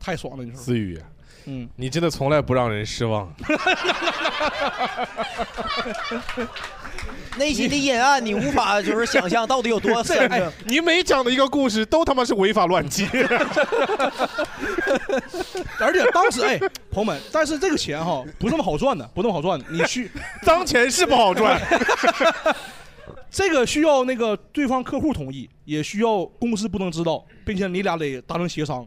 [SPEAKER 3] 太爽了！你说
[SPEAKER 2] 思雨，
[SPEAKER 3] 嗯，
[SPEAKER 2] 你真的从来不让人失望。
[SPEAKER 5] 内心的阴暗，你无法就是想象到底有
[SPEAKER 2] (laughs)
[SPEAKER 4] (laughs)
[SPEAKER 5] 多深。啊
[SPEAKER 2] 哎你每讲的一个故事都他妈是违法乱纪。
[SPEAKER 3] (laughs) 而且当时哎，朋友们，但是这个钱哈不是那么好赚的，不是那么好赚的。你去
[SPEAKER 2] (laughs) 当钱是不好赚，
[SPEAKER 3] (laughs) 这个需要那个对方客户同意，也需要公司不能知道，并且你俩得达成协商。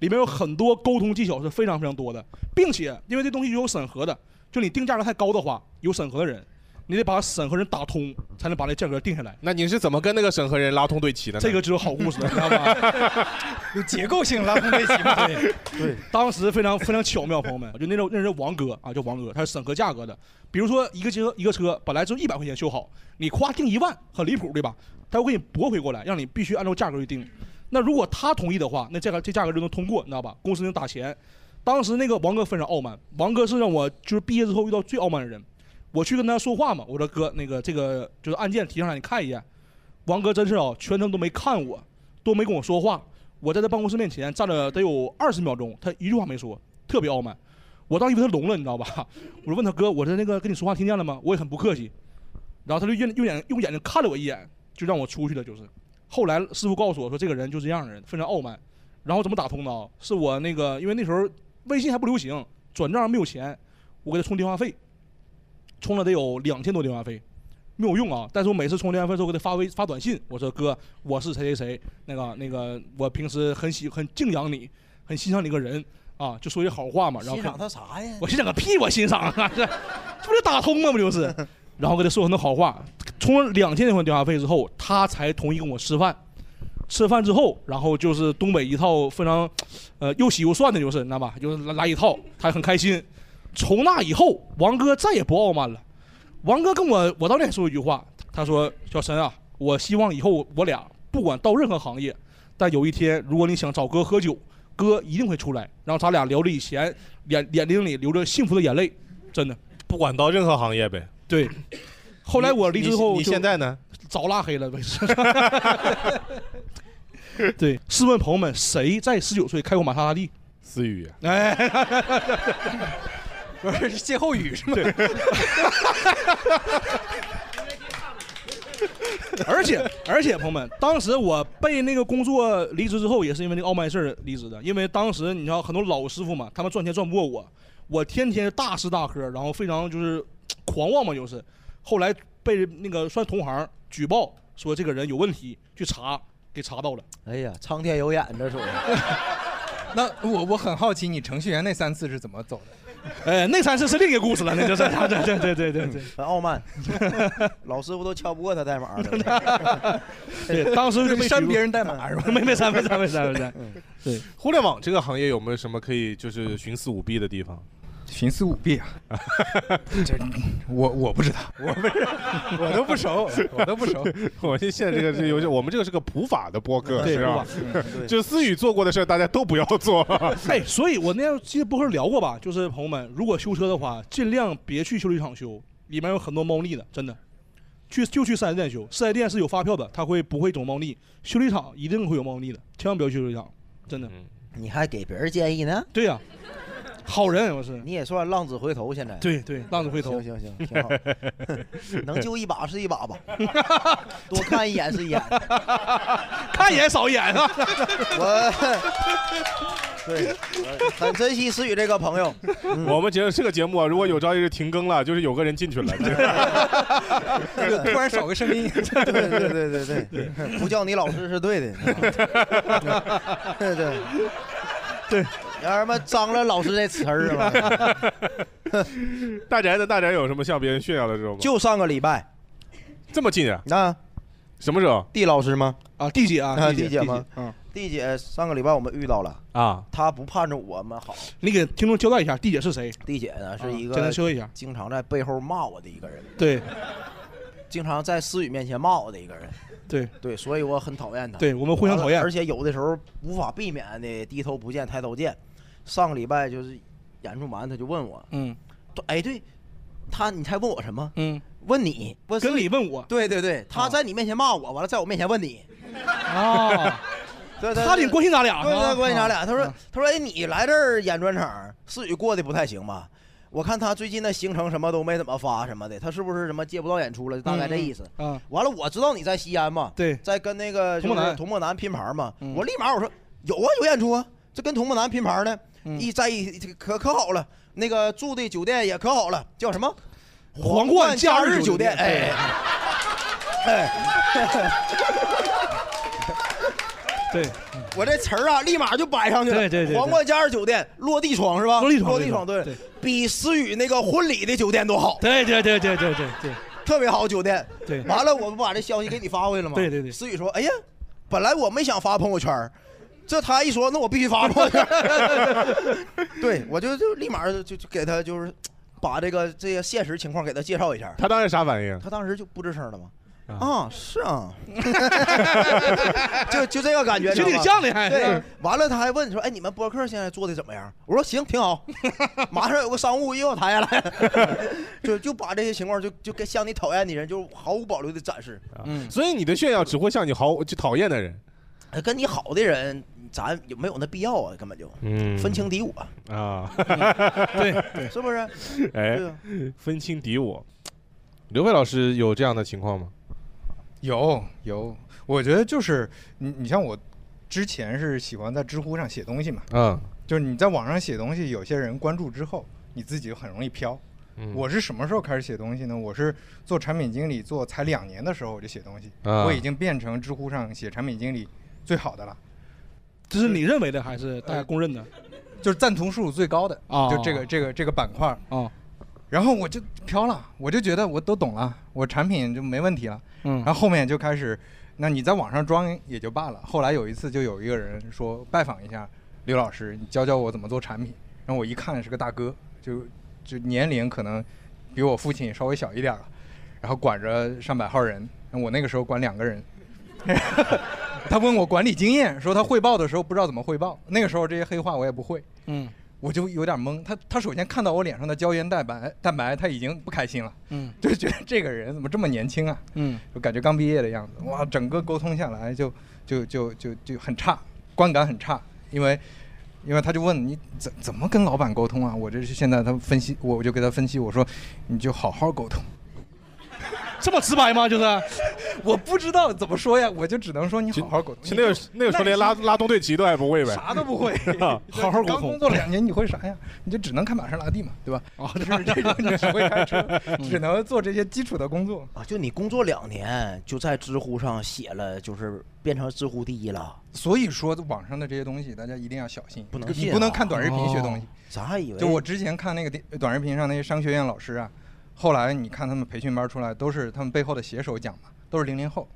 [SPEAKER 3] 里面有很多沟通技巧是非常非常多的，并且因为这东西有审核的，就你定价格太高的话，有审核的人，你得把审核人打通，才能把这价格定下来。
[SPEAKER 2] 那你是怎么跟那个审核人拉通对齐的呢？
[SPEAKER 3] 这个只有好故事，你知道吗？
[SPEAKER 2] (laughs)
[SPEAKER 3] 有结构性拉通对齐嘛？对对，当时非常非常巧妙，朋友们，就那种那人叫王哥啊，叫王哥，他是审核价格的。比如说一个车一个车本来就一百块钱修好，你夸定一万，很离谱对吧？他会给你驳回过来，让你必须按照价格去定。那如果他同意的话，那价格这价格就能通过，你知道吧？公司能打钱。当时那个王哥非常傲慢，王哥是让我就是毕业之后遇到最傲慢的人。我去跟他说话嘛，我说哥，那个这个就是案件提上来，你看一眼。王哥真是啊，全程都没看我，都没跟我说话。我在他办公室面前站了得有二十秒钟，他一句话没说，特别傲慢。我当时以为他聋了，你知道吧？ (laughs) 我就问他哥，我说那个跟你说话听见了吗？我也很不客气。然后他就用用眼用眼睛看了我一眼，就让我出去了。就是后来师傅告诉我说，这个人就这样的人，非常傲慢。然后怎么打通的啊？是我那个因为那时候微信还不流行，转账没有钱，我给他充电话费，充了得有两千多电话费，没有用啊。但是我每次充电话费之后给他发微发短信，我说哥，我是谁谁谁，那个那个，我平时很喜很敬仰你，很欣赏你个人啊，就说些好话嘛。然后
[SPEAKER 5] 欣
[SPEAKER 3] 看
[SPEAKER 5] 赏他啥呀？
[SPEAKER 3] 我欣赏个屁！我欣赏啊， (laughs) 这这不就打通吗？不就是？ (laughs) 然后跟他说很多好话，充了两千块钱电话费之后，他才同意跟我吃饭。吃饭之后，然后就是东北一套非常，呃，又洗又涮的，就是你知道吧？就是来来一套，他很开心。从那以后，王哥再也不傲慢了。王哥跟我，我当年也说一句话，他说：“小陈啊，我希望以后我俩不管到任何行业，但有一天如果你想找哥喝酒，哥一定会出来，然后咱俩聊着以前，眼眼睛里流着幸福的眼泪，真的。
[SPEAKER 2] 不管到任何行业呗。
[SPEAKER 3] 对。后来我离职后
[SPEAKER 2] 你
[SPEAKER 3] 就
[SPEAKER 2] 现在呢？
[SPEAKER 3] 早拉黑了 (laughs) 呗。对，试问朋友们，谁在十九岁开过玛莎拉蒂？
[SPEAKER 2] 思雨。
[SPEAKER 3] 哎，
[SPEAKER 4] 不是是歇后语是吗？
[SPEAKER 3] (laughs) 而且而且，朋友们，当时我被那个工作离职之后，也是因为那个傲慢事儿离职的。因为当时你知道很多老师傅嘛，他们赚钱赚不过我，我天天大吃大喝，然后非常就是狂妄嘛，就是。后来被那个算同行举报说这个人有问题，去查给查到了。
[SPEAKER 5] 哎呀，苍天有眼，
[SPEAKER 3] (laughs)
[SPEAKER 5] 这属于。
[SPEAKER 4] 那我我很好奇，你程序员那三次是怎么走的？
[SPEAKER 3] 呃，那三次是另一个故事了，那就是对对对对对对，
[SPEAKER 5] 很傲慢， (laughs) 老师傅都敲不过他代码了。
[SPEAKER 3] (laughs) 对，当时
[SPEAKER 5] (laughs)
[SPEAKER 3] 就被
[SPEAKER 4] 删别人代码是吧？
[SPEAKER 3] 没没删没删没删没删。
[SPEAKER 2] (laughs) 互联网这个行业有没有什么可以就是徇私舞弊的地方？
[SPEAKER 4] 徇私舞弊
[SPEAKER 3] (laughs)
[SPEAKER 4] 啊！这我我不知道，我不是，我都不熟，我都不熟。
[SPEAKER 2] (laughs) 我们现在这个是有，我们这个是个普法的播客，
[SPEAKER 3] 对
[SPEAKER 2] 是吧
[SPEAKER 3] 普法嗯？对
[SPEAKER 2] (laughs) 就思雨做过的事儿，大家都不要做。
[SPEAKER 3] (laughs) 哎，所以我那天记得播客聊过吧，就是朋友们，如果修车的话，尽量别去修理厂修，里面有很多猫腻的，真的。去就去四 S 店修，四 S 店是有发票的，他会不会走猫腻？修理厂一定会有猫腻的，千万不要去修理厂，真的。
[SPEAKER 5] 你还给别人建
[SPEAKER 3] (laughs)
[SPEAKER 5] 议呢？
[SPEAKER 3] 对呀、好人我是。
[SPEAKER 5] 你也算浪子回头，现在。
[SPEAKER 3] 对对，浪子回头。
[SPEAKER 5] 行行行，
[SPEAKER 3] (laughs)
[SPEAKER 5] 挺好。能救一把是一把吧，多看一眼是一眼，
[SPEAKER 3] (laughs) 看一眼少一眼啊。
[SPEAKER 5] (laughs) 我，对，我很珍惜思雨这个朋友。
[SPEAKER 2] (laughs) 我们觉得这个节目啊，如果有朝一日停更了，就是有个人进去了，
[SPEAKER 4] (laughs)
[SPEAKER 2] 突
[SPEAKER 4] 然少个声音。
[SPEAKER 5] (laughs) 对对对对对对，不叫你老师是对的。
[SPEAKER 4] (laughs)
[SPEAKER 5] 对对
[SPEAKER 3] 对，
[SPEAKER 5] 然后他妈脏了老师这词儿了。
[SPEAKER 2] (laughs)
[SPEAKER 4] (laughs)
[SPEAKER 2] 大宅的大宅有什么向别人炫耀的时候吗？
[SPEAKER 5] 就上个礼拜，
[SPEAKER 2] 这么近啊？
[SPEAKER 5] 那
[SPEAKER 2] 什么时候？
[SPEAKER 5] 地老师吗？
[SPEAKER 3] 啊，地姐啊，
[SPEAKER 5] 地
[SPEAKER 3] 姐
[SPEAKER 5] 姐吗？
[SPEAKER 3] 嗯，
[SPEAKER 5] 地姐上个礼拜我们遇到了，
[SPEAKER 2] 啊，
[SPEAKER 5] 她不盼着我们好，
[SPEAKER 3] 你给听众交代一下，地姐是谁？啊
[SPEAKER 5] 地姐呢是一个
[SPEAKER 3] 简单说一下。
[SPEAKER 5] 经常在背后骂我的一个人，
[SPEAKER 3] 对
[SPEAKER 5] 经常在思雨面前骂我的一个人。
[SPEAKER 3] 对
[SPEAKER 5] 对，所以我很讨厌他。
[SPEAKER 3] 对我们互相讨厌
[SPEAKER 5] 而且有的时候无法避免的低头不见抬头见。上个礼拜就是演出完，他就问我，
[SPEAKER 3] 嗯，
[SPEAKER 5] 哎，对，他你猜问我什么？
[SPEAKER 3] 嗯，
[SPEAKER 5] 问你，问
[SPEAKER 3] 跟你问我。
[SPEAKER 5] 对对对，他在你面前骂我，完了在我面前问你。
[SPEAKER 3] 哦，
[SPEAKER 5] (laughs) 对对，
[SPEAKER 3] 他挺关心咱俩
[SPEAKER 5] 对
[SPEAKER 3] 是吧
[SPEAKER 5] 对，关心咱俩。
[SPEAKER 3] 啊
[SPEAKER 5] 他说他说哎，你来这儿演专场，思雨过得不太行吧？我看他最近的行程什么都没怎么发什么的，他是不是什么接不到演出了？大概这意思。
[SPEAKER 3] 嗯，
[SPEAKER 5] 完了，我知道你在西安嘛，
[SPEAKER 3] 对，
[SPEAKER 5] 在跟那个
[SPEAKER 3] 童梦嗯
[SPEAKER 5] 就是
[SPEAKER 3] 楠
[SPEAKER 5] 童梦楠拼盘嘛，我立马我说有啊，有演出啊，这跟童梦楠拼盘呢，
[SPEAKER 3] 嗯
[SPEAKER 5] 一在一这个可可好了，那个住的酒店也可好了，叫什么？
[SPEAKER 3] 皇冠假日酒
[SPEAKER 5] 酒
[SPEAKER 3] 店
[SPEAKER 5] 哎哎哎，
[SPEAKER 3] 对，
[SPEAKER 5] (laughs) 我这词儿啊，立马就摆上去了。
[SPEAKER 3] 对对对对
[SPEAKER 5] 皇冠假日酒店落地窗是吧？
[SPEAKER 3] 落地窗
[SPEAKER 5] 落地窗，
[SPEAKER 3] 落地
[SPEAKER 5] 对
[SPEAKER 3] 窗，
[SPEAKER 5] 比思雨那个婚礼的酒店都好。
[SPEAKER 3] 对对对对对对对
[SPEAKER 5] 特别好酒店。
[SPEAKER 3] 对
[SPEAKER 5] 完了我不把这消息给你发过去了吗？
[SPEAKER 3] 对对对
[SPEAKER 5] 思雨说：“哎呀，本来我没想发朋友圈儿，这他一说，那我必须发朋友圈儿。对，我就就立马就就就给他就是把这个这些现实情况给他介绍一下。
[SPEAKER 2] (laughs) 他当时啥反应？
[SPEAKER 5] 他当时就不吱声了嘛。啊，是啊， (laughs) 就就这个感觉，
[SPEAKER 2] 就挺
[SPEAKER 5] 知道
[SPEAKER 2] 像
[SPEAKER 5] 吗
[SPEAKER 2] 的还
[SPEAKER 5] 对
[SPEAKER 2] 嗯。
[SPEAKER 5] 完了，他还问说：“哎，你们播客现在做的怎么样？”我说：“行，挺好。” (laughs) 马上有个商务又要谈下来了，就就把这些情况就就跟向你讨厌的人就毫无保留的展示。
[SPEAKER 2] 嗯，所以你的炫耀只会向你好就讨厌的人。
[SPEAKER 5] 呃跟你好的人，咱有没有那必要啊？根本就
[SPEAKER 2] 嗯
[SPEAKER 5] 分清敌我，
[SPEAKER 4] (laughs)
[SPEAKER 2] 啊， (laughs)
[SPEAKER 5] 对，是不是？
[SPEAKER 2] 哎
[SPEAKER 5] 对啊，
[SPEAKER 2] 分清敌我。刘飞老师有这样的情况吗？
[SPEAKER 4] 有有，我觉得就是你，你像我之前是喜欢在知乎上写东西嘛，
[SPEAKER 2] 嗯，
[SPEAKER 4] 就是你在网上写东西，有些人关注之后，你自己就很容易飘。
[SPEAKER 2] 嗯
[SPEAKER 4] 我是什么时候开始写东西呢？我是做产品经理做才两年的时候我就写东西，
[SPEAKER 2] 啊
[SPEAKER 4] 我已经变成知乎上写产品经理最好的了。
[SPEAKER 3] 这是你认为的还是大家公认的？
[SPEAKER 4] 就是赞同数最高的
[SPEAKER 3] 啊
[SPEAKER 4] 就这个这个这个板块啊。
[SPEAKER 3] 哦
[SPEAKER 4] 然后我就飘了，我就觉得我都懂了，我产品就没问题了。
[SPEAKER 3] 嗯
[SPEAKER 4] 然后后面就开始，那你在网上装也就罢了。后来有一次就有一个人说拜访一下刘老师，你教教我怎么做产品。然后我一看是个大哥，就就年龄可能比我父亲稍微小一点了，然后管着上百号人，我那个时候管两个人。他问我管理经验，说他汇报的时候不知道怎么汇报，那个时候这些黑话我也不会。
[SPEAKER 3] 嗯
[SPEAKER 4] 我就有点懵。他他首先看到我脸上的胶原蛋白蛋白，他已经不开心了，
[SPEAKER 3] 嗯
[SPEAKER 4] 就觉得这个人怎么这么年轻啊？
[SPEAKER 3] 嗯，
[SPEAKER 4] 就感觉刚毕业的样子。哇，整个沟通下来就就就就就很差，观感很差，因为。因为他就问你怎怎么跟老板沟通啊？我这是现在他分析，我我就给他分析，我说你就好好沟通，
[SPEAKER 3] 这么直白吗？就是
[SPEAKER 4] (laughs) 我不知道怎么说呀，我就只能说你好好沟通。
[SPEAKER 2] 其实那个那个时候连拉拉东队旗都还不会呗，，
[SPEAKER 4] 啥都不会
[SPEAKER 2] (laughs) 啊
[SPEAKER 4] (laughs)
[SPEAKER 2] 好好沟
[SPEAKER 4] 刚
[SPEAKER 2] 通
[SPEAKER 4] 工作两年，你会啥呀？你就只能开玛莎拉蒂嘛，对吧？
[SPEAKER 2] 哦
[SPEAKER 4] 啊， (laughs) (laughs) 就是这
[SPEAKER 2] (laughs)
[SPEAKER 4] 种，你只会开车，
[SPEAKER 2] 嗯
[SPEAKER 4] 只能做这些基础的工作。
[SPEAKER 5] 啊，就你工作两年，就在知乎上写了，就是变成知乎第一了。
[SPEAKER 4] 所以说，网上的这些东西大家一定要小心，
[SPEAKER 5] 不能
[SPEAKER 4] 你
[SPEAKER 5] 信啊
[SPEAKER 4] 不能看短视频学东西
[SPEAKER 5] 哦。咱还以为
[SPEAKER 4] 就我之前看那个电短视频上那些商学院老师啊，后来你看他们培训班出来，都是他们背后的写手讲嘛，都是零零后，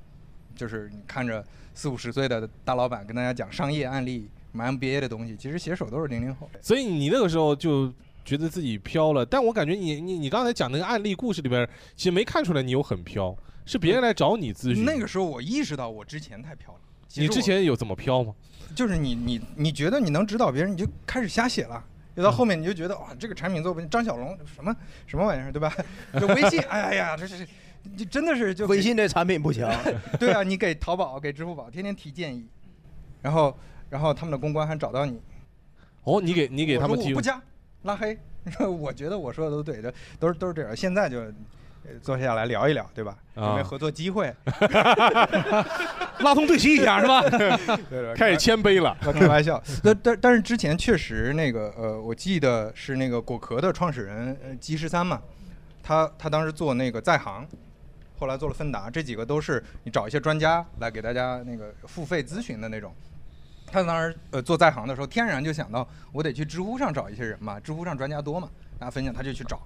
[SPEAKER 4] 就是你看着四五十岁的大老板跟大家讲商业案例、什么 MBA 的东西，其实写手都是零零后。
[SPEAKER 2] 所以你那个时候就觉得自己飘了，但我感觉你你你刚才讲那个案例故事里边，其实没看出来你有很飘，是别人来找你咨询。
[SPEAKER 4] 那个时候我意识到我之前太飘了，
[SPEAKER 2] 你之前有怎么飘吗？
[SPEAKER 4] 就是你你你觉得你能指导别人，你就开始瞎写了。有
[SPEAKER 2] 嗯
[SPEAKER 4] 到后面你就觉得哇，这个产品做不定，张小龙什么什么玩意儿，对吧？这微
[SPEAKER 2] (laughs)
[SPEAKER 4] 信，哎呀，这是这真的是就微信
[SPEAKER 5] 这产品不行。
[SPEAKER 4] (laughs) 对啊，你给淘宝给支付宝天天提建议，然后然后他们的公关还找到你，
[SPEAKER 2] 哦，你给你给他们
[SPEAKER 4] 我说
[SPEAKER 2] 提
[SPEAKER 4] 我不加拉黑， (laughs) 我觉得我说的都对，这都是都是这样。现在就呃坐下来聊一聊，对吧？
[SPEAKER 2] 啊
[SPEAKER 4] 有没有合作机
[SPEAKER 2] (laughs)
[SPEAKER 4] 会？ (laughs)
[SPEAKER 3] 拉通对齐一下是吧
[SPEAKER 4] 对
[SPEAKER 2] (laughs)
[SPEAKER 4] 对
[SPEAKER 2] 开始谦卑了
[SPEAKER 4] 开玩
[SPEAKER 2] (laughs)
[SPEAKER 4] 笑。但但但是之前确实那个呃，我记得是那个果壳的创始人呃姬十三嘛，他他当时做那个在行，后来做了芬达，这几个都是你找一些专家来给大家那个付费咨询的那种。他当时呃做在行的时候，天然就想到我得去知乎上找一些人嘛，知乎上专家多嘛，大家分享他就去找。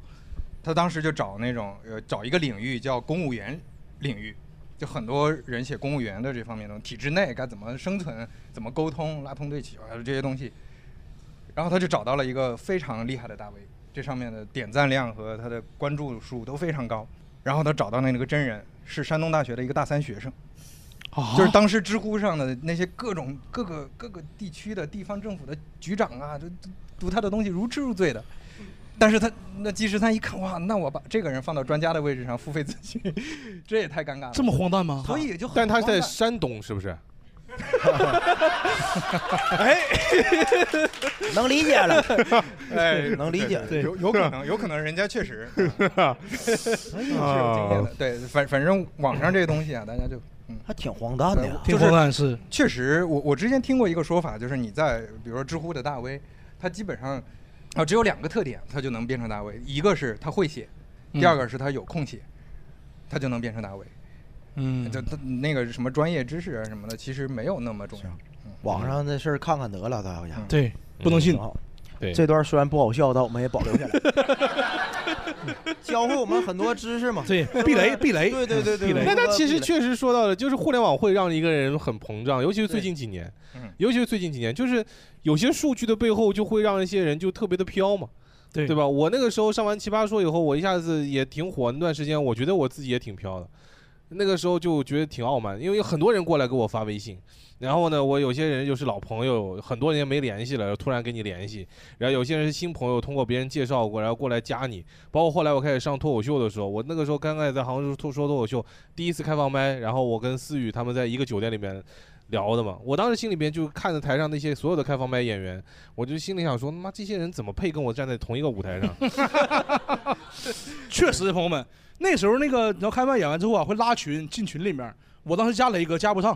[SPEAKER 4] 他当时就找那种呃找一个领域叫公务员领域，就很多人写公务员的这方面的东西体制内该怎么生存、怎么沟通、拉通对齐啊这些东西。然后他就找到了一个非常厉害的大 V，这上面的点赞量和他的关注数都非常高。然后他找到那个真人是山东大学的一个大三学生，就是当时知乎上的那些各种各个各个地区的地方政府的局长啊，就就读他的东西如痴如醉的。但是他那季十三一看，哇，那我把这个人放到专家的位置上付费咨询， (laughs) 这也太尴尬了。
[SPEAKER 3] 这么荒诞吗啊
[SPEAKER 5] 啊
[SPEAKER 4] 所以就很
[SPEAKER 2] 但他在
[SPEAKER 4] 荒诞
[SPEAKER 2] 山东是不是？
[SPEAKER 4] 哎，
[SPEAKER 5] 能理解了
[SPEAKER 4] (laughs) 哎，
[SPEAKER 5] (laughs) 能理解
[SPEAKER 4] 对有有可能，有可能人家确
[SPEAKER 2] (laughs)
[SPEAKER 4] 实，
[SPEAKER 5] (laughs)
[SPEAKER 4] 哎所以是有经验的。
[SPEAKER 2] 哦
[SPEAKER 4] 对，反反正网上这个东西啊，大家就嗯，
[SPEAKER 5] 还挺荒诞的呀
[SPEAKER 4] 就
[SPEAKER 5] 挺荒
[SPEAKER 3] 诞是。
[SPEAKER 4] 确实，我我之前听过一个说法，就是你在比如说知乎的大 V，他基本上啊只有两个特点，他就能变成大 V，一个是他会写，第二个是他有空写，他就能变成大 V。
[SPEAKER 3] 嗯，
[SPEAKER 4] 就他那个什么专业知识啊什么的，其实没有那么重要。
[SPEAKER 5] 网上的事儿看看得了，大家
[SPEAKER 4] 对不能信
[SPEAKER 5] 挺好
[SPEAKER 2] 对
[SPEAKER 5] 这段虽然不好笑，但我们也保留下来，教会我们很多知识嘛。
[SPEAKER 3] 对
[SPEAKER 5] 不对
[SPEAKER 3] 避雷避雷
[SPEAKER 5] 对对对对。
[SPEAKER 2] 但他其实
[SPEAKER 5] 确
[SPEAKER 2] 确实说到了，就是互联网会让一个人很膨胀，尤其是最近几年
[SPEAKER 4] 嗯，
[SPEAKER 2] 尤其是最近几年，就是有些数据的背后就会让一些人就特别的飘嘛。
[SPEAKER 3] 对
[SPEAKER 2] 对吧？我那个时候上完《奇葩说》以后，我一下子也挺火，那段时间我觉得我自己也挺飘的，那个时候就觉得挺傲慢，因为有很多人过来给我发微信，然后呢，我有些人就是老朋友，很多年没联系了，突然跟你联系，然后有些人是新朋友，通过别人介绍过，然后过来加你，包括后来我开始上脱口秀的时候，我那个时候刚开始在杭州脱说脱口秀，第一次开放麦，然后我跟思雨他们在一个酒店里面。聊的嘛，我当时心里边就看着台上那些所有的开放麦演员，我就心里想说，他妈这些人怎么配跟我站在同一个舞台上？ (laughs)
[SPEAKER 3] 确实，朋友们，那时候那个你要开麦演完之后啊，会拉群进群里面。我当时加雷哥加不上，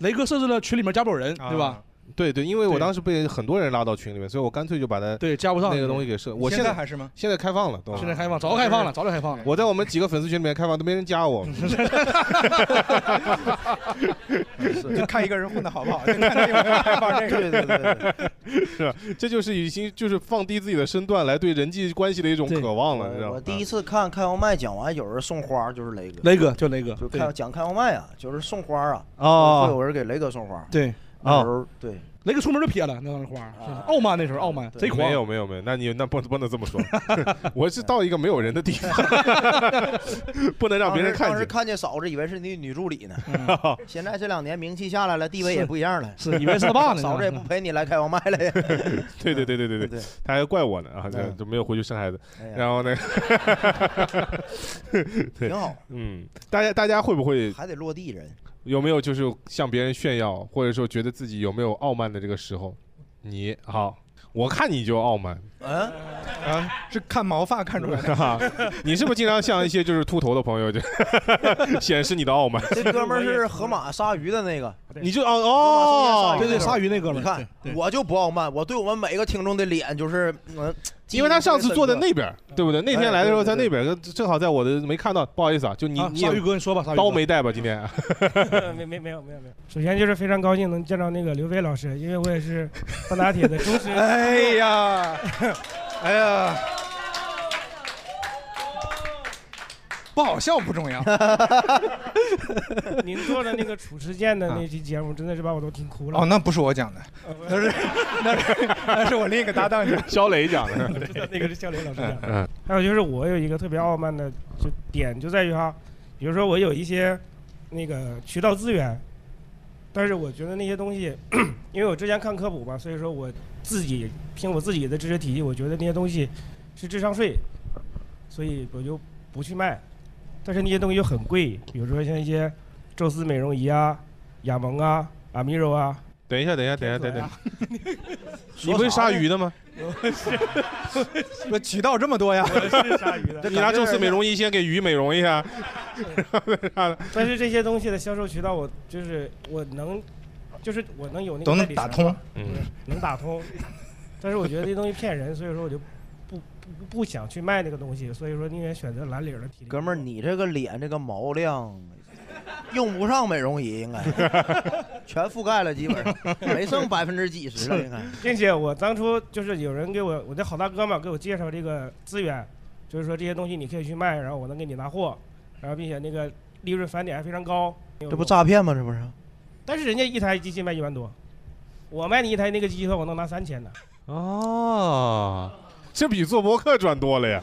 [SPEAKER 3] 雷哥设置了群里面加不了人，对吧？？
[SPEAKER 2] 对对，因为我
[SPEAKER 3] 对
[SPEAKER 2] 当时被很多人拉到群里面，所以我干脆就把它
[SPEAKER 3] 对加不上
[SPEAKER 2] 那个东西给设。我
[SPEAKER 3] 现
[SPEAKER 2] 在
[SPEAKER 3] 在还是吗
[SPEAKER 2] 现在开放了，都
[SPEAKER 3] 现在开放，早开放了，。早点开放了。
[SPEAKER 2] (laughs) 我在我们几个粉丝群里面开放，都没人加我。
[SPEAKER 3] (laughs)
[SPEAKER 4] (laughs) 就看一个人混的好不好， (laughs) 就看他有没有开
[SPEAKER 3] (laughs)
[SPEAKER 4] 放这个。
[SPEAKER 2] (laughs) 是吧，这就是已经就是放低自己的身段来对人际关系的一种渴望了，你知道
[SPEAKER 5] 我
[SPEAKER 2] 吗？
[SPEAKER 5] 第一次看开放麦讲完，有人送花儿，就是雷哥。
[SPEAKER 3] 雷哥就雷哥
[SPEAKER 5] 就
[SPEAKER 3] 对
[SPEAKER 5] 开讲开放麦啊，就是送花儿啊。
[SPEAKER 3] 哦
[SPEAKER 5] 会有人给雷哥送花儿。
[SPEAKER 3] 对啊
[SPEAKER 5] 那时候对，
[SPEAKER 3] 雷哥出门就撇了，那当时花是
[SPEAKER 4] 啊
[SPEAKER 3] 吧傲慢那时候傲慢贼狂
[SPEAKER 2] 没。有没有没有，那你那不不能这么说， (laughs) 我是到一个没有人的地方， (laughs) (laughs) 不能让别人看
[SPEAKER 5] 当时当时
[SPEAKER 2] 见。嗯
[SPEAKER 5] 看见嫂子，以为是你女助理呢。现在这两年名气下来了，地位也不一样了。
[SPEAKER 2] 是是以为是他爸呢
[SPEAKER 5] (laughs) 嫂子也不陪你来开放麦
[SPEAKER 2] (laughs)
[SPEAKER 5] 了呀。
[SPEAKER 2] 对对对对对对，他还怪我呢啊，这
[SPEAKER 5] 嗯
[SPEAKER 2] 就没有回去生孩子
[SPEAKER 5] 哎呀。
[SPEAKER 2] 然后
[SPEAKER 5] (laughs)
[SPEAKER 2] 呢， (laughs) 对
[SPEAKER 5] 挺好。
[SPEAKER 2] 嗯，大家大家会不会
[SPEAKER 5] 还得落地人？
[SPEAKER 2] 有没有就是向别人炫耀，或者说觉得自己有没有傲慢的这个时候？你好，我看你就傲慢，
[SPEAKER 5] 嗯
[SPEAKER 4] 啊，是看毛发看出来
[SPEAKER 2] (laughs) 哈
[SPEAKER 4] 的。
[SPEAKER 2] 啊
[SPEAKER 5] (laughs)
[SPEAKER 2] 你是不是经常向一些就是秃头的朋友就 (laughs) 显示你的傲慢？
[SPEAKER 5] (laughs) 这哥们儿是河马杀鱼的那个，
[SPEAKER 2] 你就哦哦
[SPEAKER 5] 对对，
[SPEAKER 2] 对对鲨鱼那哥们儿
[SPEAKER 5] 你看
[SPEAKER 2] 对对
[SPEAKER 5] 我就不傲慢，我对我们每个听众的脸就是，嗯，
[SPEAKER 2] 因为他上次坐在那边儿，对不对？那天来的时候
[SPEAKER 5] 哎对
[SPEAKER 2] 在
[SPEAKER 5] 对
[SPEAKER 2] 那边儿，正好在我的没看到，不好意思啊，就你
[SPEAKER 13] 啊
[SPEAKER 2] 你也
[SPEAKER 13] 鲨鱼哥你说吧鲨鱼哥
[SPEAKER 2] 刀没带吧？今天 (laughs)
[SPEAKER 13] 没没没有没有没有。 (laughs) 首先就是非常高兴能见到那个刘飞老师，因为我也
[SPEAKER 4] (laughs)
[SPEAKER 13] 是半打铁的忠实。
[SPEAKER 4] 哎 (laughs) 呀，哎呀，不好笑不重要。
[SPEAKER 13] (laughs)
[SPEAKER 4] (laughs)
[SPEAKER 13] 您做的那个褚时健的那期节目，真的是把我都听哭了。
[SPEAKER 4] 哦，那不是我讲的，
[SPEAKER 13] 那是
[SPEAKER 4] 那是那 (laughs) 是我另一个搭档讲的
[SPEAKER 14] 肖磊讲
[SPEAKER 13] (laughs)
[SPEAKER 14] 的
[SPEAKER 4] (laughs)
[SPEAKER 13] 对那个是肖磊老师讲
[SPEAKER 14] 嗯
[SPEAKER 13] 的。还有就是我有一个特别傲慢的就点就在于哈，比如说我有一些那个渠道资源，但是我觉得那些东西， (clears throat) 因为我之前看科普嘛，所以说我自己凭我自己的知识体系，我觉得那些东西是智商税，所以我就不去卖。但是那些东西又很贵，比如说像一些宙斯美容仪啊、雅萌啊、阿米柔啊。
[SPEAKER 14] 等一下，等一下，等一下，等一下，你
[SPEAKER 13] 说
[SPEAKER 14] 会
[SPEAKER 13] 啥
[SPEAKER 14] 杀
[SPEAKER 13] 呢
[SPEAKER 14] 鱼的吗？
[SPEAKER 4] 那渠道这么多呀？
[SPEAKER 13] 是鲨鱼的
[SPEAKER 14] 你拿宙斯美容仪先给鱼美容一下，
[SPEAKER 13] (laughs) 但是这些东西的销售渠道，我就是我能，就是我能有那个
[SPEAKER 4] 都能
[SPEAKER 13] 代理
[SPEAKER 4] 打
[SPEAKER 13] 商
[SPEAKER 4] 通
[SPEAKER 13] 嘛，
[SPEAKER 14] 嗯
[SPEAKER 13] 对能打通。但是我觉得这东西骗人，所以说我就不不不想去卖那个东西，所以说宁愿选择蓝领儿的体力。
[SPEAKER 5] 哥们儿，你这个脸这个毛量，用不上美容仪，
[SPEAKER 2] (laughs)
[SPEAKER 5] 应该全覆盖了，基本上 (laughs) 没剩百分之几
[SPEAKER 13] (laughs)
[SPEAKER 5] 十了，应该。
[SPEAKER 13] 并且我当初就是有人给我，我的好大哥嘛，给我介绍这个资源，就是说这些东西你可以去卖，然后我能给你拿货，然后并且那个利润返点还非常高。
[SPEAKER 5] 这不诈骗吗？这不是？
[SPEAKER 2] (laughs)
[SPEAKER 13] 但是人家一台机器卖一万多，我卖你一台那个机器的话，我能拿三千呢。
[SPEAKER 14] 哦，这比做博客赚多了
[SPEAKER 3] (laughs)
[SPEAKER 14] 呀。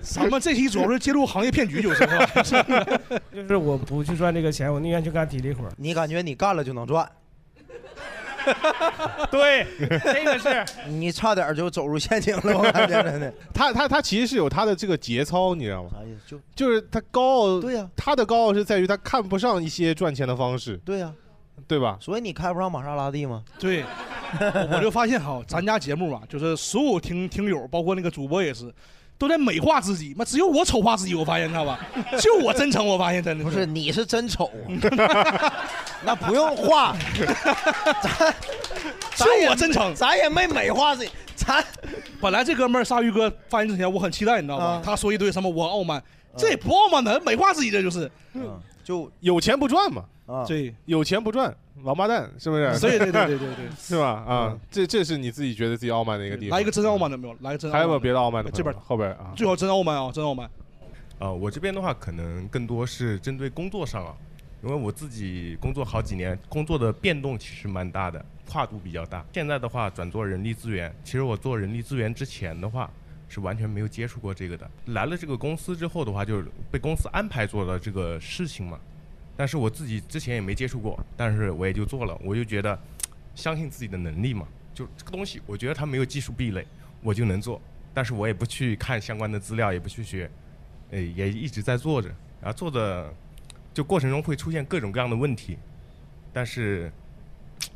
[SPEAKER 3] 咱们这期主要是揭露行业骗局，就是吧？
[SPEAKER 13] (laughs) 就是我不去赚这个钱，我宁愿去干体力活。
[SPEAKER 5] 你感觉你干了就能赚？
[SPEAKER 13] 对，这个是
[SPEAKER 5] (laughs) 你差点就走入陷阱了，我感觉真的。
[SPEAKER 14] (laughs) 他他他其实是有他的这个节操，你知道吗？
[SPEAKER 5] 就
[SPEAKER 14] 就是他高傲，
[SPEAKER 5] 对呀，
[SPEAKER 14] 他的高傲是在于他看不上一些赚钱的方式，
[SPEAKER 5] 对呀，
[SPEAKER 14] 对吧？
[SPEAKER 5] 所以你开不上玛莎拉蒂吗？
[SPEAKER 3] 对，我就发现哈，咱家节目啊，就是所有听听友，包括那个主播也是，都在美化自己。妈，只有我丑化自己，我发现知道
[SPEAKER 5] (laughs)
[SPEAKER 3] 吧？就我真诚，我发现真的
[SPEAKER 5] 不是，你是真丑，啊
[SPEAKER 3] (laughs)
[SPEAKER 5] 那不用画，咱
[SPEAKER 3] 就我真诚，
[SPEAKER 5] 咱也没美化自己，咱
[SPEAKER 3] (laughs) 本来这哥们儿鲨鱼哥发言之前，我很期待，你知道
[SPEAKER 5] 啊
[SPEAKER 3] 吧？他说一堆什么我傲慢，这也不傲慢的，美化自己这就是。
[SPEAKER 2] 嗯
[SPEAKER 5] 就
[SPEAKER 14] 有钱不赚嘛，
[SPEAKER 5] 啊
[SPEAKER 3] 对，
[SPEAKER 14] 有钱不赚，王八蛋是不是？
[SPEAKER 3] 对对对对对对
[SPEAKER 14] 是吧？啊，这这是你自己觉得自己傲慢的
[SPEAKER 3] (laughs)
[SPEAKER 14] 一个地方。
[SPEAKER 3] 嗯来一个真傲慢的没有？来个真傲
[SPEAKER 14] 还
[SPEAKER 3] 慢
[SPEAKER 14] 有
[SPEAKER 3] 的
[SPEAKER 14] 没有别的傲慢的？
[SPEAKER 3] 这边
[SPEAKER 14] 后边啊，
[SPEAKER 3] 最好真傲慢啊，真傲慢。
[SPEAKER 2] 啊，我这边的话可能更多是针对工作上啊，因为我自己工作好几年，工作的变动其实蛮大的，跨度比较大。现在的话转做人力资源，其实我做人力资源之前的话是完全没有接触过这个的。来了这个公司之后的话，就是被公司安排做的这个事情嘛，但是我自己之前也没接触过，但是我也就做了，我就觉得相信自己的能力嘛，就这个东西，我觉得它没有技术壁垒，我就能做，但是我也不去看相关的资料，也不去学，呃，也一直在做着，然后做的就过程中会出现各种各样的问题，但是